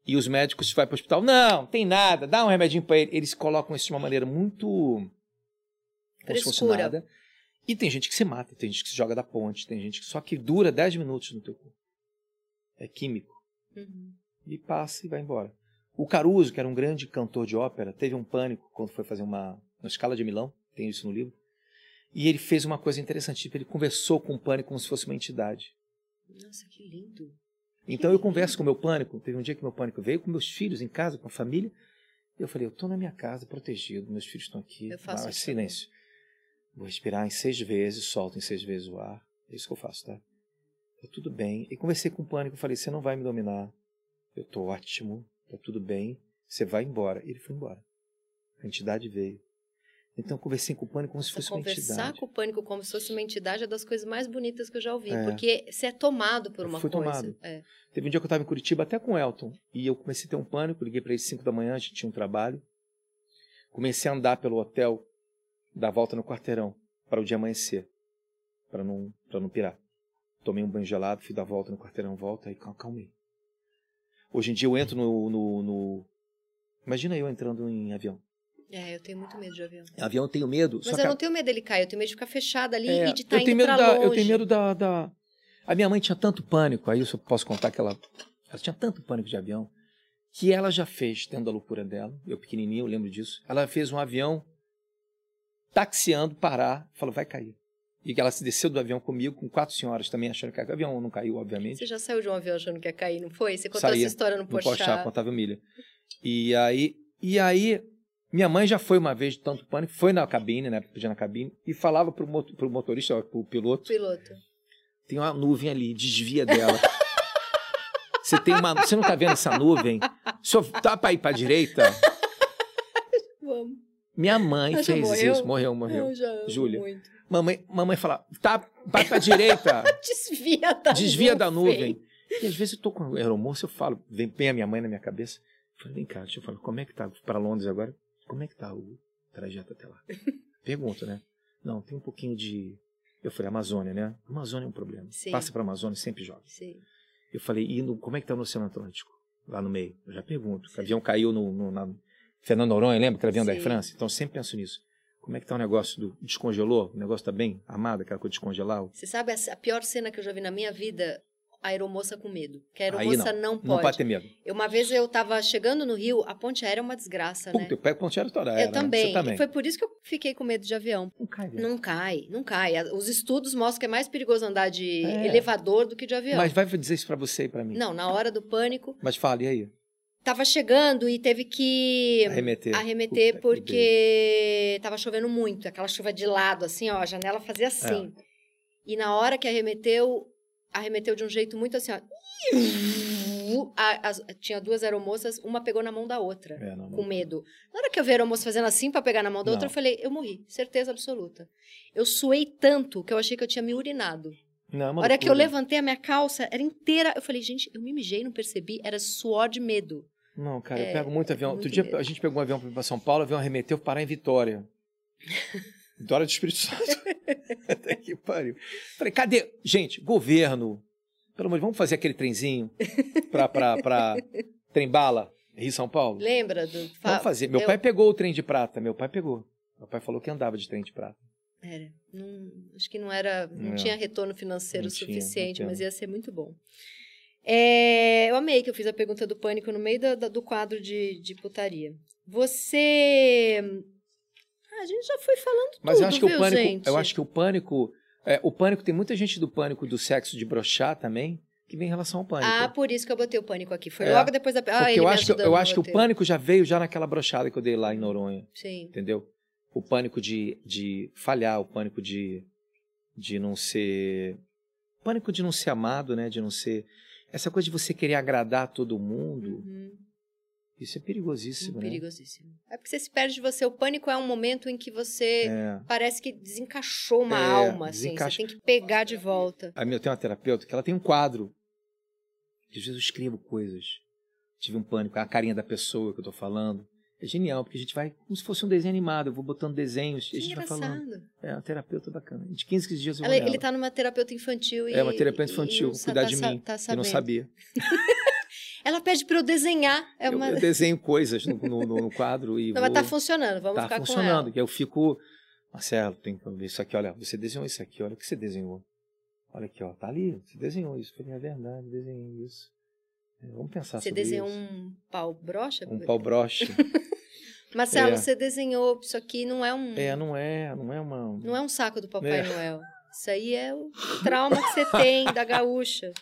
Speaker 2: E os médicos vai para o hospital, não, tem nada, dá um remedinho para ele. Eles colocam isso de uma maneira muito como se fosse
Speaker 1: Frescura.
Speaker 2: nada. E tem gente que se mata, tem gente que se joga da ponte, tem gente que só que dura 10 minutos no teu corpo. É químico
Speaker 1: Uhum.
Speaker 2: e passa e vai embora. O Caruso, que era um grande cantor de ópera, teve um pânico quando foi fazer uma na escala de Milão, tem isso no livro. E ele fez uma coisa interessante, tipo, ele conversou com o pânico como se fosse uma entidade.
Speaker 1: Nossa, que lindo.
Speaker 2: Então eu converso com o meu pânico. Teve um dia que meu pânico veio com meus filhos em casa, com a família. E eu falei, eu tô na minha casa, protegido, meus filhos estão aqui.
Speaker 1: Eu faço
Speaker 2: Ah,
Speaker 1: isso
Speaker 2: silêncio. Vou respirar em seis vezes, solto em seis vezes o ar. É isso que eu faço, tá? Tá tudo bem. E conversei com o pânico, falei, você não vai me dominar. Eu tô ótimo, tá tudo bem. Você vai embora. E ele foi embora. A entidade veio. Então eu conversei com o pânico como se
Speaker 1: Nossa,
Speaker 2: fosse uma
Speaker 1: conversar
Speaker 2: entidade.
Speaker 1: com o pânico como se fosse uma entidade é das coisas mais bonitas que eu já ouvi.
Speaker 2: É.
Speaker 1: Porque você é tomado por
Speaker 2: Eu
Speaker 1: uma
Speaker 2: fui
Speaker 1: coisa.
Speaker 2: tomado.
Speaker 1: É.
Speaker 2: Teve um dia que eu estava em Curitiba até com o Elton. E eu comecei a ter um pânico, liguei para ele 5 da manhã, a gente tinha um trabalho. Comecei a andar pelo hotel, dar volta no quarteirão, para o dia amanhecer, para não, pra não pirar. Tomei um banho gelado, fui dar volta no quarteirão, volta e cal- calmei. Hoje em dia eu entro no. no- no- Imagina eu entrando em avião. é
Speaker 1: É, eu tenho muito medo de avião.
Speaker 2: Em avião eu tenho medo. só
Speaker 1: Mas
Speaker 2: que
Speaker 1: eu
Speaker 2: a-
Speaker 1: não tenho medo dele cair, eu tenho medo de ficar fechada ali
Speaker 2: é,
Speaker 1: e de estar
Speaker 2: eu
Speaker 1: indo
Speaker 2: tenho medo
Speaker 1: pra
Speaker 2: da,
Speaker 1: longe.
Speaker 2: Eu tenho medo da, da- A minha mãe tinha tanto pânico, aí eu só posso contar que ela, ela tinha tanto pânico de avião, que ela já fez, tendo a loucura dela, eu pequenininho, eu lembro disso, ela fez um avião taxiando, parar, falou, vai cair. E que ela se desceu do avião comigo, com quatro senhoras também, achando que o avião não caiu, obviamente.
Speaker 1: Você já saiu de um avião achando que ia cair, não foi? Você contou
Speaker 2: Saía.
Speaker 1: essa história no
Speaker 2: No Porsche,
Speaker 1: Porchat.
Speaker 2: contava milha. E aí, e aí, minha mãe já foi uma vez de tanto pânico, foi na cabine, né? Podia na cabine, e falava pro, moto- pro motorista, ó, pro piloto,
Speaker 1: Piloto.
Speaker 2: tem uma nuvem ali, desvia dela. Você tem uma, você não tá vendo essa nuvem? Se eu tá para ir para direita,
Speaker 1: Vamos.
Speaker 2: minha mãe
Speaker 1: Ela já
Speaker 2: fez
Speaker 1: morreu?
Speaker 2: isso, morreu, morreu.
Speaker 1: Eu já amo
Speaker 2: Júlia.
Speaker 1: muito.
Speaker 2: Mamãe, mamãe fala, tá vai
Speaker 1: (laughs)
Speaker 2: para direita,
Speaker 1: Desvia da
Speaker 2: desvia
Speaker 1: nuvem.
Speaker 2: da nuvem. E às vezes eu tô com o aeromoço, eu falo, vem, vem a minha mãe na minha cabeça, eu falo, vem cá, deixa eu falar, como é que tá para Londres agora? Como é que tá o trajeto até
Speaker 1: (laughs)
Speaker 2: lá? Pergunto, né? Não, tem um pouquinho de eu falei, Amazônia, né? Amazônia é um problema.
Speaker 1: Sim.
Speaker 2: Passa para Amazônia, sempre joga.
Speaker 1: Sim.
Speaker 2: Eu falei, e no- como é que tá no Oceano Atlântico? Lá no meio. Eu já pergunto. O avião caiu no, no- na- Fernando Noronha, lembra que era avião da Air
Speaker 1: Sim.
Speaker 2: France? Então eu sempre penso nisso. Como é que tá o negócio do. Descongelou? O negócio tá bem armado, aquela coisa de descongelar?
Speaker 1: Você sabe a, a pior cena que eu já vi na minha vida? A aeromoça com medo. Que a
Speaker 2: não.
Speaker 1: aeromoça não.
Speaker 2: Não pode
Speaker 1: pode.
Speaker 2: ter medo.
Speaker 1: Eu- Uma vez eu tava chegando no Rio, a ponte aérea é uma desgraça, né?
Speaker 2: Puta, eu pego o ponteiro toda
Speaker 1: Eu
Speaker 2: era, né?
Speaker 1: também.
Speaker 2: Você também.
Speaker 1: E foi por isso que eu fiquei com medo de avião.
Speaker 2: Não cai, né?
Speaker 1: Não cai, não cai. A- Os estudos mostram que é mais perigoso andar de
Speaker 2: É.
Speaker 1: elevador do que de avião.
Speaker 2: Mas vai dizer isso pra você e pra mim.
Speaker 1: Não, na hora do pânico,
Speaker 2: Mas fala, e aí?
Speaker 1: tava chegando e teve que
Speaker 2: Arremeter.
Speaker 1: arremeter
Speaker 2: Puta que
Speaker 1: porque tava chovendo muito, aquela chuva de lado, assim, ó, a janela
Speaker 2: É.
Speaker 1: fazia assim. E na hora que arremeteu, arremeteu de um jeito muito assim, ó. A- as- tinha duas aeromoças, uma pegou na mão da outra,
Speaker 2: É, não, não.
Speaker 1: com medo. Na hora que eu vi a aeromoça fazendo assim pra pegar na mão da outra,
Speaker 2: Não.
Speaker 1: eu falei, eu morri, certeza absoluta. Eu suei tanto que eu achei que eu tinha me urinado.
Speaker 2: Não, é
Speaker 1: A
Speaker 2: uma
Speaker 1: hora que eu
Speaker 2: loucura.
Speaker 1: levantei a minha calça, era inteira. Eu falei, gente, eu me mijei, não percebi, era suor de medo.
Speaker 2: Não, cara,
Speaker 1: É,
Speaker 2: eu pego muito avião.
Speaker 1: muito
Speaker 2: Outro dia
Speaker 1: medo.
Speaker 2: a gente pegou um avião pra São Paulo, o avião arremeteu parar
Speaker 1: (laughs)
Speaker 2: em Vitória. Vitória do Espírito Santo. (laughs) Até que pariu. Falei, cadê? Gente, governo. Pelo amor de Deus, vamos fazer aquele trenzinho pra, pra, pra Trembala, Rio São Paulo?
Speaker 1: Lembra do fa-
Speaker 2: Vamos fazer. Meu
Speaker 1: eu-
Speaker 2: pai pegou o trem de prata, meu pai pegou. Meu pai falou que andava de trem de prata.
Speaker 1: Era. Não, acho que não era. Não,
Speaker 2: Não.
Speaker 1: tinha retorno financeiro
Speaker 2: É. Não tinha, não
Speaker 1: suficiente,
Speaker 2: tinha. né?
Speaker 1: mas ia ser muito bom. É, eu amei que eu fiz a pergunta do pânico no meio da- da- do quadro de, de putaria. Você. Ah, a gente já foi falando
Speaker 2: Mas
Speaker 1: tudo,
Speaker 2: eu acho que
Speaker 1: viu,
Speaker 2: o pânico,
Speaker 1: gente?
Speaker 2: eu acho que o pânico, é, o pânico tem muita gente do pânico do sexo de brochar também, que vem em relação ao pânico.
Speaker 1: Ah, por isso que eu botei o pânico aqui. Foi
Speaker 2: É.
Speaker 1: logo depois da. Ah,
Speaker 2: Porque
Speaker 1: ele
Speaker 2: eu
Speaker 1: me
Speaker 2: acho, que,
Speaker 1: ajudando
Speaker 2: eu
Speaker 1: no
Speaker 2: acho que o
Speaker 1: roteiro.
Speaker 2: pânico já veio já naquela brochada que eu dei lá em Noronha,
Speaker 1: Sim.
Speaker 2: entendeu? O pânico de, de falhar, o pânico de, de não ser. Pânico de não ser amado, né? De não ser. Essa coisa de você querer agradar todo mundo,
Speaker 1: Uhum.
Speaker 2: isso é perigosíssimo, né?
Speaker 1: Perigosíssimo. É porque você se perde de você. O pânico é um momento em que você
Speaker 2: É.
Speaker 1: parece que desencaixou uma
Speaker 2: É,
Speaker 1: alma, assim. Você
Speaker 2: desencaixa.
Speaker 1: tem que pegar de volta.
Speaker 2: A minha, eu tenho uma terapeuta que ela tem um quadro. Às vezes eu escrevo coisas. Tive um pânico, a carinha da pessoa que eu tô falando. É genial, porque a gente vai como se fosse um desenho animado. Eu vou botando desenhos
Speaker 1: Que
Speaker 2: e a gente
Speaker 1: engraçado.
Speaker 2: vai falando. É uma terapeuta bacana. De 15, 15 dias eu vou
Speaker 1: Ela-
Speaker 2: nela.
Speaker 1: ele tá numa terapeuta infantil e.
Speaker 2: É uma terapeuta
Speaker 1: e-
Speaker 2: infantil,
Speaker 1: e não sa-
Speaker 2: cuidar
Speaker 1: tá
Speaker 2: de
Speaker 1: sa-
Speaker 2: mim.
Speaker 1: tá
Speaker 2: eu
Speaker 1: sabendo.
Speaker 2: não sabia.
Speaker 1: Ela pede pra eu desenhar. É
Speaker 2: Eu-
Speaker 1: uma... (laughs)
Speaker 2: Eu, desenho coisas no, no- no- no quadro e
Speaker 1: Não,
Speaker 2: vou...
Speaker 1: mas tá funcionando, vamos
Speaker 2: tá
Speaker 1: ficar
Speaker 2: funcionando. E eu fico... Marcelo, tem que ver isso aqui, olha. Você desenhou isso aqui, olha o que você desenhou. Olha aqui, ó. Tá ali, você desenhou isso. Eu Falei, é verdade, desenhei isso. É, vamos
Speaker 1: com
Speaker 2: pensar
Speaker 1: ela. Você
Speaker 2: sobre
Speaker 1: desenhou
Speaker 2: isso.
Speaker 1: um pau brocha?
Speaker 2: Um pau
Speaker 1: (laughs)
Speaker 2: broche.
Speaker 1: Marcelo,
Speaker 2: É.
Speaker 1: você desenhou. Isso aqui não é um.
Speaker 2: é, não é, não é uma...
Speaker 1: Não é um saco do Papai
Speaker 2: É.
Speaker 1: Noel. Isso aí é o trauma que você tem da gaúcha.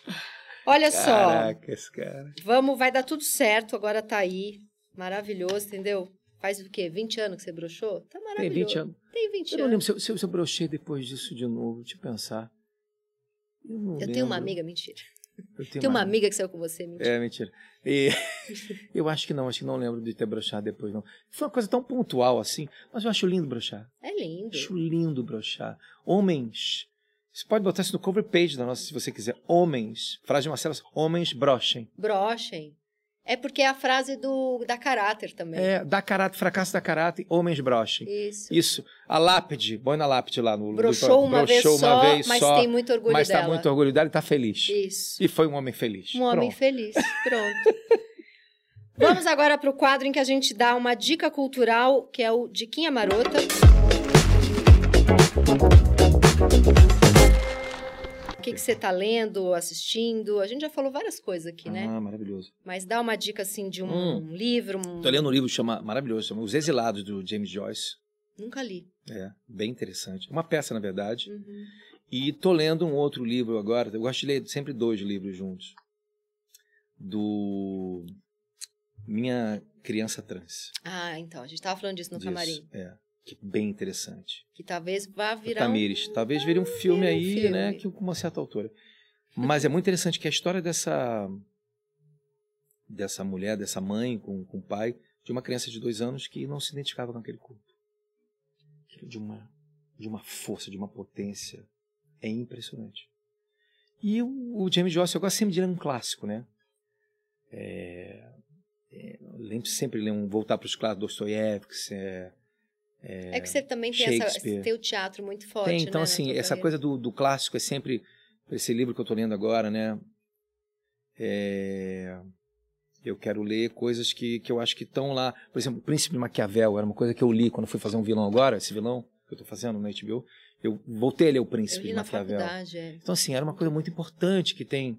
Speaker 1: Olha é só,
Speaker 2: Caraca, esse cara.
Speaker 1: vamos, vai dar tudo certo, agora tá aí. Maravilhoso, entendeu? Faz o quê? 20 anos que você broxou? Tá
Speaker 2: Tem
Speaker 1: maravilhoso.
Speaker 2: 20 anos.
Speaker 1: Tem 20
Speaker 2: Eu
Speaker 1: anos.
Speaker 2: não lembro se eu, se eu, se eu brochei depois disso de novo, deixa eu pensar. Eu, não
Speaker 1: Eu tenho uma
Speaker 2: lembro.
Speaker 1: amiga, mentira.
Speaker 2: Eu tenho
Speaker 1: Tem uma amiga que saiu com você, mentira.
Speaker 2: É, mentira. E- (laughs) eu acho que não, acho que não lembro de ter brochado depois, não. Foi uma coisa tão pontual assim, mas eu acho lindo brochar.
Speaker 1: É lindo.
Speaker 2: Acho lindo brochar. Homens. Você pode botar isso no cover page da nossa, se você quiser. Homens. Frase de Marcelo, homens brochem.
Speaker 1: Brochem. É porque é a frase do, da caráter também.
Speaker 2: É, dá caráter, fracasso dá caráter, homens brochem.
Speaker 1: Isso.
Speaker 2: Isso. A lápide, põe na lápide lá no
Speaker 1: Brochou
Speaker 2: no-
Speaker 1: uma, vez,
Speaker 2: brochou
Speaker 1: só,
Speaker 2: uma vez
Speaker 1: mas
Speaker 2: só,
Speaker 1: tem muito orgulho
Speaker 2: mas
Speaker 1: dela.
Speaker 2: tá muito orgulho dela e tá feliz.
Speaker 1: Isso.
Speaker 2: E foi um homem feliz.
Speaker 1: Um homem
Speaker 2: Pronto. (laughs)
Speaker 1: feliz. Pronto. Vamos agora para o quadro em que a gente dá uma dica cultural, que é o Diquinha Marota. O que que você tá lendo, assistindo? A gente já falou várias coisas aqui, né?
Speaker 2: Ah, maravilhoso.
Speaker 1: Mas dá uma dica assim de um,
Speaker 2: Hum.
Speaker 1: livro. um-
Speaker 2: Tô lendo um livro chama, maravilhoso, chama Os Exilados, do James Joyce.
Speaker 1: Nunca li.
Speaker 2: É, bem interessante. Uma peça, na verdade.
Speaker 1: Uhum.
Speaker 2: E tô lendo um outro livro agora. Eu gosto de ler sempre dois livros juntos. Do Minha Criança Trans.
Speaker 1: Ah, então, a gente tava falando disso no
Speaker 2: Disso,
Speaker 1: camarim.
Speaker 2: É. Que bem interessante.
Speaker 1: Que talvez vá
Speaker 2: Do
Speaker 1: virar um-
Speaker 2: Tamires. Talvez vire um filme
Speaker 1: vire um
Speaker 2: aí,
Speaker 1: filme.
Speaker 2: né? Que, com uma certa autora. Mas é muito interessante que a história dessa dessa mulher, dessa mãe com, com o pai, de uma criança de dois anos que não se identificava com aquele corpo. Aquilo de uma, de uma força, de uma potência. É impressionante. E o, o James Joyce, eu gosto sempre de ler um clássico, né? É, é, eu lembro sempre de ler um, voltar para os clássicos, Dostoiévski, é,
Speaker 1: É que você também tem, essa,
Speaker 2: Shakespeare.
Speaker 1: tem o teatro muito forte,
Speaker 2: tem, então,
Speaker 1: né, na
Speaker 2: assim,
Speaker 1: tua
Speaker 2: essa
Speaker 1: carreira.
Speaker 2: coisa do, do clássico é sempre. Esse livro que eu tô lendo agora, né? É, Eu quero ler coisas que, que eu acho que estão lá. Por exemplo, o Príncipe de Maquiavel era uma coisa que eu li quando eu fui fazer um vilão agora, esse vilão que eu estou fazendo na HBO. Eu voltei a ler o Príncipe
Speaker 1: Eu li
Speaker 2: de
Speaker 1: na
Speaker 2: Maquiavel.
Speaker 1: faculdade, é.
Speaker 2: Então, assim, era uma coisa muito importante que tem.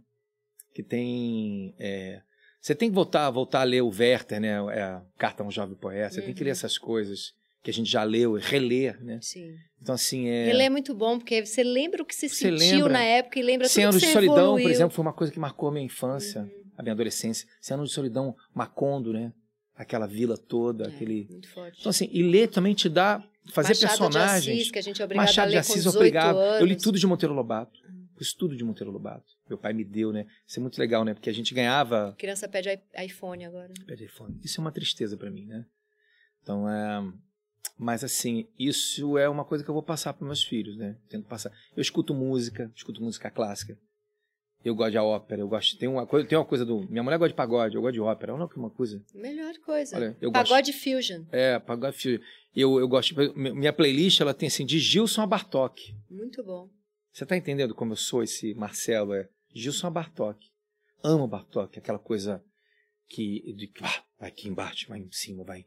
Speaker 2: Que tem é, você tem que voltar, voltar a ler o Werther, né? É, a Carta a um Jovem Poeta. Você tem que
Speaker 1: Uhum.
Speaker 2: ler essas coisas que a gente já leu e reler, né?
Speaker 1: Sim.
Speaker 2: Então, assim, é.
Speaker 1: Ele é muito bom, porque você lembra o que se
Speaker 2: Você
Speaker 1: sentiu
Speaker 2: lembra.
Speaker 1: na época e lembra
Speaker 2: Cem
Speaker 1: tudo
Speaker 2: anos
Speaker 1: que
Speaker 2: de
Speaker 1: você
Speaker 2: solidão,
Speaker 1: evoluiu. Uhum.
Speaker 2: por exemplo, foi uma coisa que marcou a minha infância, a minha adolescência. Cem anos de solidão, Macondo, né? Aquela vila toda,
Speaker 1: É,
Speaker 2: aquele.
Speaker 1: Muito forte.
Speaker 2: Então, assim, e ler também te dá. Fazer
Speaker 1: Machado De
Speaker 2: personagens.
Speaker 1: Assis, que a gente é obrigado a
Speaker 2: Machado
Speaker 1: ler
Speaker 2: de Assis,
Speaker 1: com 18
Speaker 2: obrigado.
Speaker 1: anos. Uhum.
Speaker 2: Eu li tudo de Monteiro Lobato. Fiz tudo de Monteiro Lobato. Meu pai me deu, né? Isso é muito legal, né? Porque a gente ganhava.
Speaker 1: Criança pede i- iPhone agora.
Speaker 2: telefone. Isso é uma tristeza pra mim, né? Então é. Mas assim, isso é uma coisa que eu vou passar para meus filhos, né? Tento passar. Eu escuto música, escuto música clássica. Eu gosto de ópera, eu gosto. Tem uma coisa, tem uma coisa do. Minha mulher gosta de pagode, eu gosto de ópera. Olha que uma coisa.
Speaker 1: Melhor coisa.
Speaker 2: Olha, eu gosto.
Speaker 1: Pagode Fusion.
Speaker 2: É, pagode. filho. Eu, eu gosto. Minha playlist ela tem assim de Gilson a Bartok.
Speaker 1: Muito bom.
Speaker 2: Você tá entendendo como eu sou esse Marcelo? É Gilson Bartok. Amo Bartok, aquela coisa que de, ah, vai aqui embaixo, vai em cima, vai,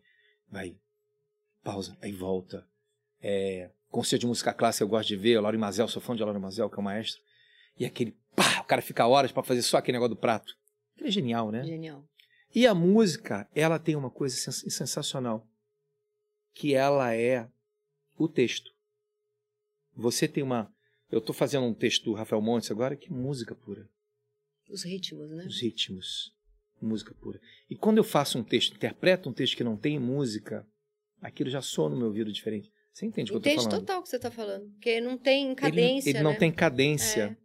Speaker 2: vai, pausa, aí volta. É, concerto de música clássica eu gosto de ver, Lauro Mazel, sou fã de Lauro Mazel, que é o maestro. E aquele pá, o cara fica horas para fazer só aquele negócio do prato. Ele é genial, né?
Speaker 1: Genial.
Speaker 2: E a música, ela tem uma coisa sens- sensacional, que ela é o texto. Você tem uma, eu estou fazendo um texto do Rafael Montes agora, que é música pura,
Speaker 1: Os ritmos, né?
Speaker 2: os ritmos, música pura. E quando eu faço um texto, interpreto um texto que não tem música, aquilo já soa no meu ouvido diferente. Você entende o que eu
Speaker 1: Entende
Speaker 2: estou falando?
Speaker 1: total o que você tá falando. Porque não tem cadência,
Speaker 2: ele, ele não
Speaker 1: né?
Speaker 2: tem cadência.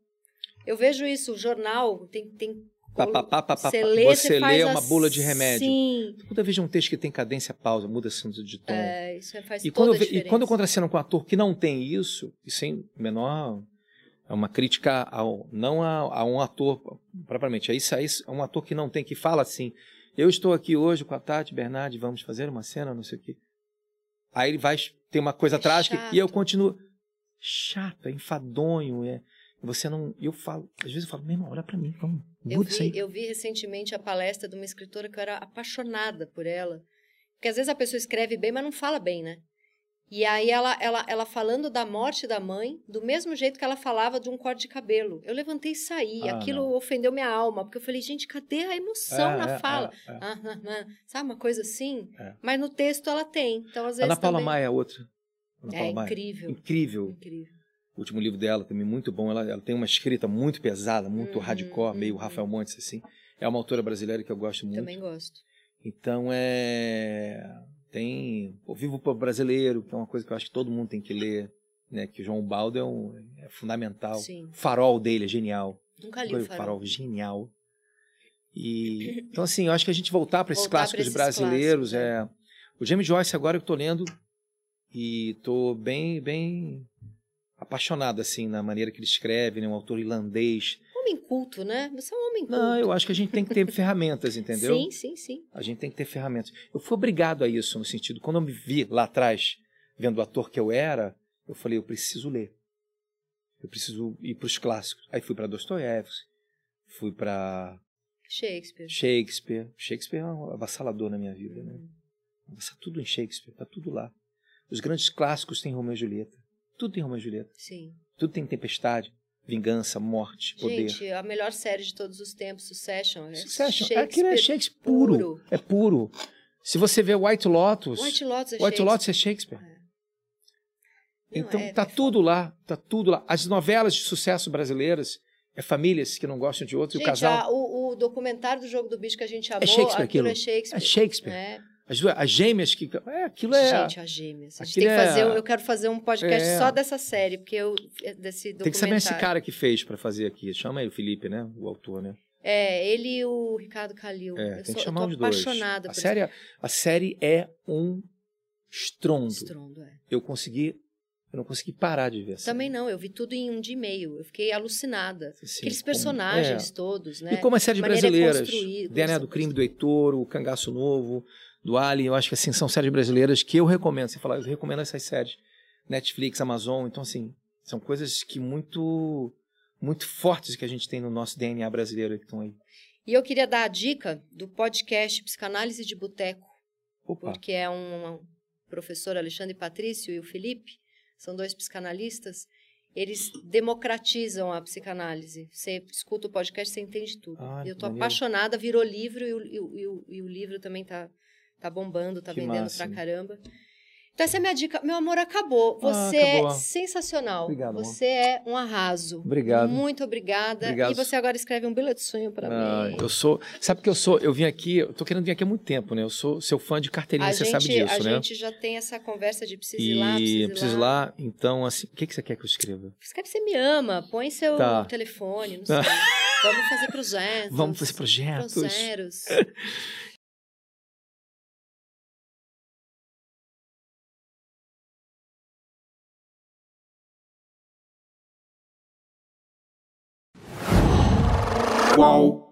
Speaker 1: Eu vejo isso, o jornal tem... tem...
Speaker 2: Pá, pá, pá, pá, pá,
Speaker 1: Você
Speaker 2: pá.
Speaker 1: lê,
Speaker 2: Você
Speaker 1: faz assim.
Speaker 2: lê uma bula de remédio.
Speaker 1: Sim.
Speaker 2: Toda vez que um texto que tem cadência, pausa, muda sentido de tom.
Speaker 1: É, isso faz
Speaker 2: E
Speaker 1: toda
Speaker 2: quando,
Speaker 1: a
Speaker 2: eu, ve-
Speaker 1: diferença.
Speaker 2: e quando eu contraceno com um ator que não tem isso, e sem menor. É uma crítica ao, não a, a um ator propriamente. É isso, é isso, é um ator que não tem, que fala assim: eu estou aqui hoje com a Tati Bernardi, vamos fazer uma cena, não sei o quê. Aí ele vai, tem uma coisa
Speaker 1: É
Speaker 2: atrás que-
Speaker 1: chato.
Speaker 2: e eu continuo. Chato, é enfadonho, é. Você não. Eu falo, às vezes eu falo, meu irmão, olha pra mim, vamos,
Speaker 1: Eu
Speaker 2: muda isso aí.
Speaker 1: vi, eu vi recentemente a palestra de uma escritora que eu era apaixonada por ela. Porque às vezes a pessoa escreve bem, mas não fala bem, né? E aí ela, ela, ela falando da morte da mãe, do mesmo jeito que ela falava de um corte de cabelo. Eu levantei e saí.
Speaker 2: Ah,
Speaker 1: Aquilo ofendeu minha alma, porque eu falei, gente, cadê a emoção
Speaker 2: É,
Speaker 1: na
Speaker 2: é,
Speaker 1: fala?
Speaker 2: é, é.
Speaker 1: Ah, ah, ah. Sabe, uma coisa assim?
Speaker 2: É.
Speaker 1: Mas no texto ela tem. Então, às vezes.
Speaker 2: Ana Paula
Speaker 1: também...
Speaker 2: Maia é outra. Ana
Speaker 1: É
Speaker 2: Paula Maia.
Speaker 1: incrível.
Speaker 2: Incrível.
Speaker 1: Incrível.
Speaker 2: O último livro dela também muito bom. Ela, ela tem uma escrita muito pesada, muito
Speaker 1: Uhum,
Speaker 2: hardcore, meio
Speaker 1: uhum.
Speaker 2: Rafael Montes assim. É uma autora brasileira que eu gosto muito.
Speaker 1: Também gosto.
Speaker 2: Então é tem o Vivo para Brasileiro, que é uma coisa que eu acho que todo mundo tem que ler, né? Que o João Baldo é, um, é fundamental.
Speaker 1: Sim.
Speaker 2: O farol dele é genial.
Speaker 1: Nunca li
Speaker 2: Foi
Speaker 1: o
Speaker 2: o
Speaker 1: farol.
Speaker 2: farol genial. E
Speaker 1: (laughs)
Speaker 2: então assim, eu acho que a gente voltar para esses
Speaker 1: Voltar pra
Speaker 2: clássicos
Speaker 1: esses
Speaker 2: brasileiros
Speaker 1: clássicos, é.
Speaker 2: é o James Joyce agora eu tô lendo e tô bem bem apaixonado assim na maneira que ele escreve, né, um autor irlandês.
Speaker 1: Homem culto, né? Você é um homem culto.
Speaker 2: Não, eu acho que a gente tem
Speaker 1: (laughs)
Speaker 2: que ter ferramentas, entendeu?
Speaker 1: Sim, sim, sim.
Speaker 2: A gente tem que ter ferramentas. Eu fui obrigado a isso no sentido quando eu me vi lá atrás vendo o ator que eu era, eu falei eu preciso ler. Eu preciso ir para os clássicos. Aí fui para Dostoiévski, fui para
Speaker 1: Shakespeare.
Speaker 2: Shakespeare. Shakespeare é um avassalador na minha vida, né?
Speaker 1: Uhum.
Speaker 2: Avassa tudo em Shakespeare, tá tudo lá. Os grandes clássicos têm Romeu e Julieta. Tudo tem Romeu e Julieta.
Speaker 1: Sim.
Speaker 2: Tudo tem tempestade, vingança, morte, poder.
Speaker 1: Gente, a melhor série de todos os tempos, Succession. É
Speaker 2: Succession.
Speaker 1: Shakespeare
Speaker 2: Aquilo é Shakespeare puro. É puro. Se você vê White Lotus,
Speaker 1: White Lotus é
Speaker 2: White
Speaker 1: Shakespeare.
Speaker 2: Lotus é Shakespeare.
Speaker 1: Não,
Speaker 2: então
Speaker 1: é-
Speaker 2: tá
Speaker 1: é
Speaker 2: tudo lá, tá tudo lá. As novelas de sucesso brasileiras é famílias que não gostam de outro e o
Speaker 1: Gente,
Speaker 2: casal
Speaker 1: a- o, o documentário do Jogo do Bicho que a gente amou,
Speaker 2: Shakespeare
Speaker 1: aquilo,
Speaker 2: aquilo.
Speaker 1: é Shakespeare.
Speaker 2: é Shakespeare.
Speaker 1: né?
Speaker 2: As, duas- as gêmeas que é aquilo é
Speaker 1: Gente, a gêmeas. A gente
Speaker 2: Aquilo
Speaker 1: tem que
Speaker 2: é-
Speaker 1: fazer, eu quero fazer um podcast
Speaker 2: É.
Speaker 1: só dessa série, porque eu é, desse documentário.
Speaker 2: Tem que saber esse cara que fez pra fazer aqui. Chama ele o Felipe, né? O autor, né?
Speaker 1: É, ele e o Ricardo Calil.
Speaker 2: É,
Speaker 1: eu
Speaker 2: tem
Speaker 1: sou,
Speaker 2: que chamar
Speaker 1: eu tô
Speaker 2: os dois.
Speaker 1: apaixonada
Speaker 2: a
Speaker 1: por
Speaker 2: série, é a série é um estrondo.
Speaker 1: esse estrondo, é.
Speaker 2: Eu consegui, eu não consegui parar de ver. a série.
Speaker 1: Também não, eu vi tudo em um dia e meio. Eu fiquei alucinada.
Speaker 2: Assim,
Speaker 1: Aqueles
Speaker 2: como-
Speaker 1: personagens
Speaker 2: é.
Speaker 1: todos, né?
Speaker 2: E como as séries
Speaker 1: Maneira
Speaker 2: brasileiras,
Speaker 1: construída,
Speaker 2: DNA do Crime, do Heitor, o Cangaço Novo, do Ali, eu acho que assim, são séries brasileiras que eu recomendo. Você fala, eu recomendo essas séries. Netflix, Amazon, então assim, são coisas que muito, muito fortes que a gente tem no nosso DNA brasileiro que estão aí.
Speaker 1: E eu queria dar a dica do podcast Psicanálise de Boteco,
Speaker 2: Opa,
Speaker 1: porque é um, um professor Alexandre Patrício e o Felipe, são dois psicanalistas, eles democratizam a psicanálise. Você escuta o podcast, você entende tudo.
Speaker 2: Ah,
Speaker 1: E eu tô
Speaker 2: maneiro.
Speaker 1: apaixonada, virou livro e o, e o- e o- e o livro também tá, tá bombando, tá
Speaker 2: Que
Speaker 1: vendendo
Speaker 2: máximo. Ah,
Speaker 1: pra caramba. Então essa é a minha dica. Meu amor, acabou. Você
Speaker 2: acabou.
Speaker 1: é sensacional.
Speaker 2: Obrigado, amor.
Speaker 1: você é um arraso.
Speaker 2: Obrigado.
Speaker 1: Muito obrigada.
Speaker 2: Obrigado.
Speaker 1: E você agora escreve um bilhete de sonho pra
Speaker 2: Ah,
Speaker 1: mim.
Speaker 2: eu sou. Sabe que eu sou? Eu vim aqui, eu tô querendo vir aqui há muito tempo, né? Eu sou seu fã de carteirinha,
Speaker 1: a
Speaker 2: você
Speaker 1: gente,
Speaker 2: sabe disso,
Speaker 1: a
Speaker 2: né?
Speaker 1: gente já tem essa conversa de preciso ir lá, preciso
Speaker 2: E
Speaker 1: ir
Speaker 2: preciso
Speaker 1: lá.
Speaker 2: lá, então, assim, o que, que você quer que eu escreva?
Speaker 1: Escreve você me ama, põe seu
Speaker 2: Tá.
Speaker 1: telefone,
Speaker 2: (laughs)
Speaker 1: não sei. Vamos fazer projetos.
Speaker 2: Vamos fazer projetos.
Speaker 1: projetos.
Speaker 3: Qual?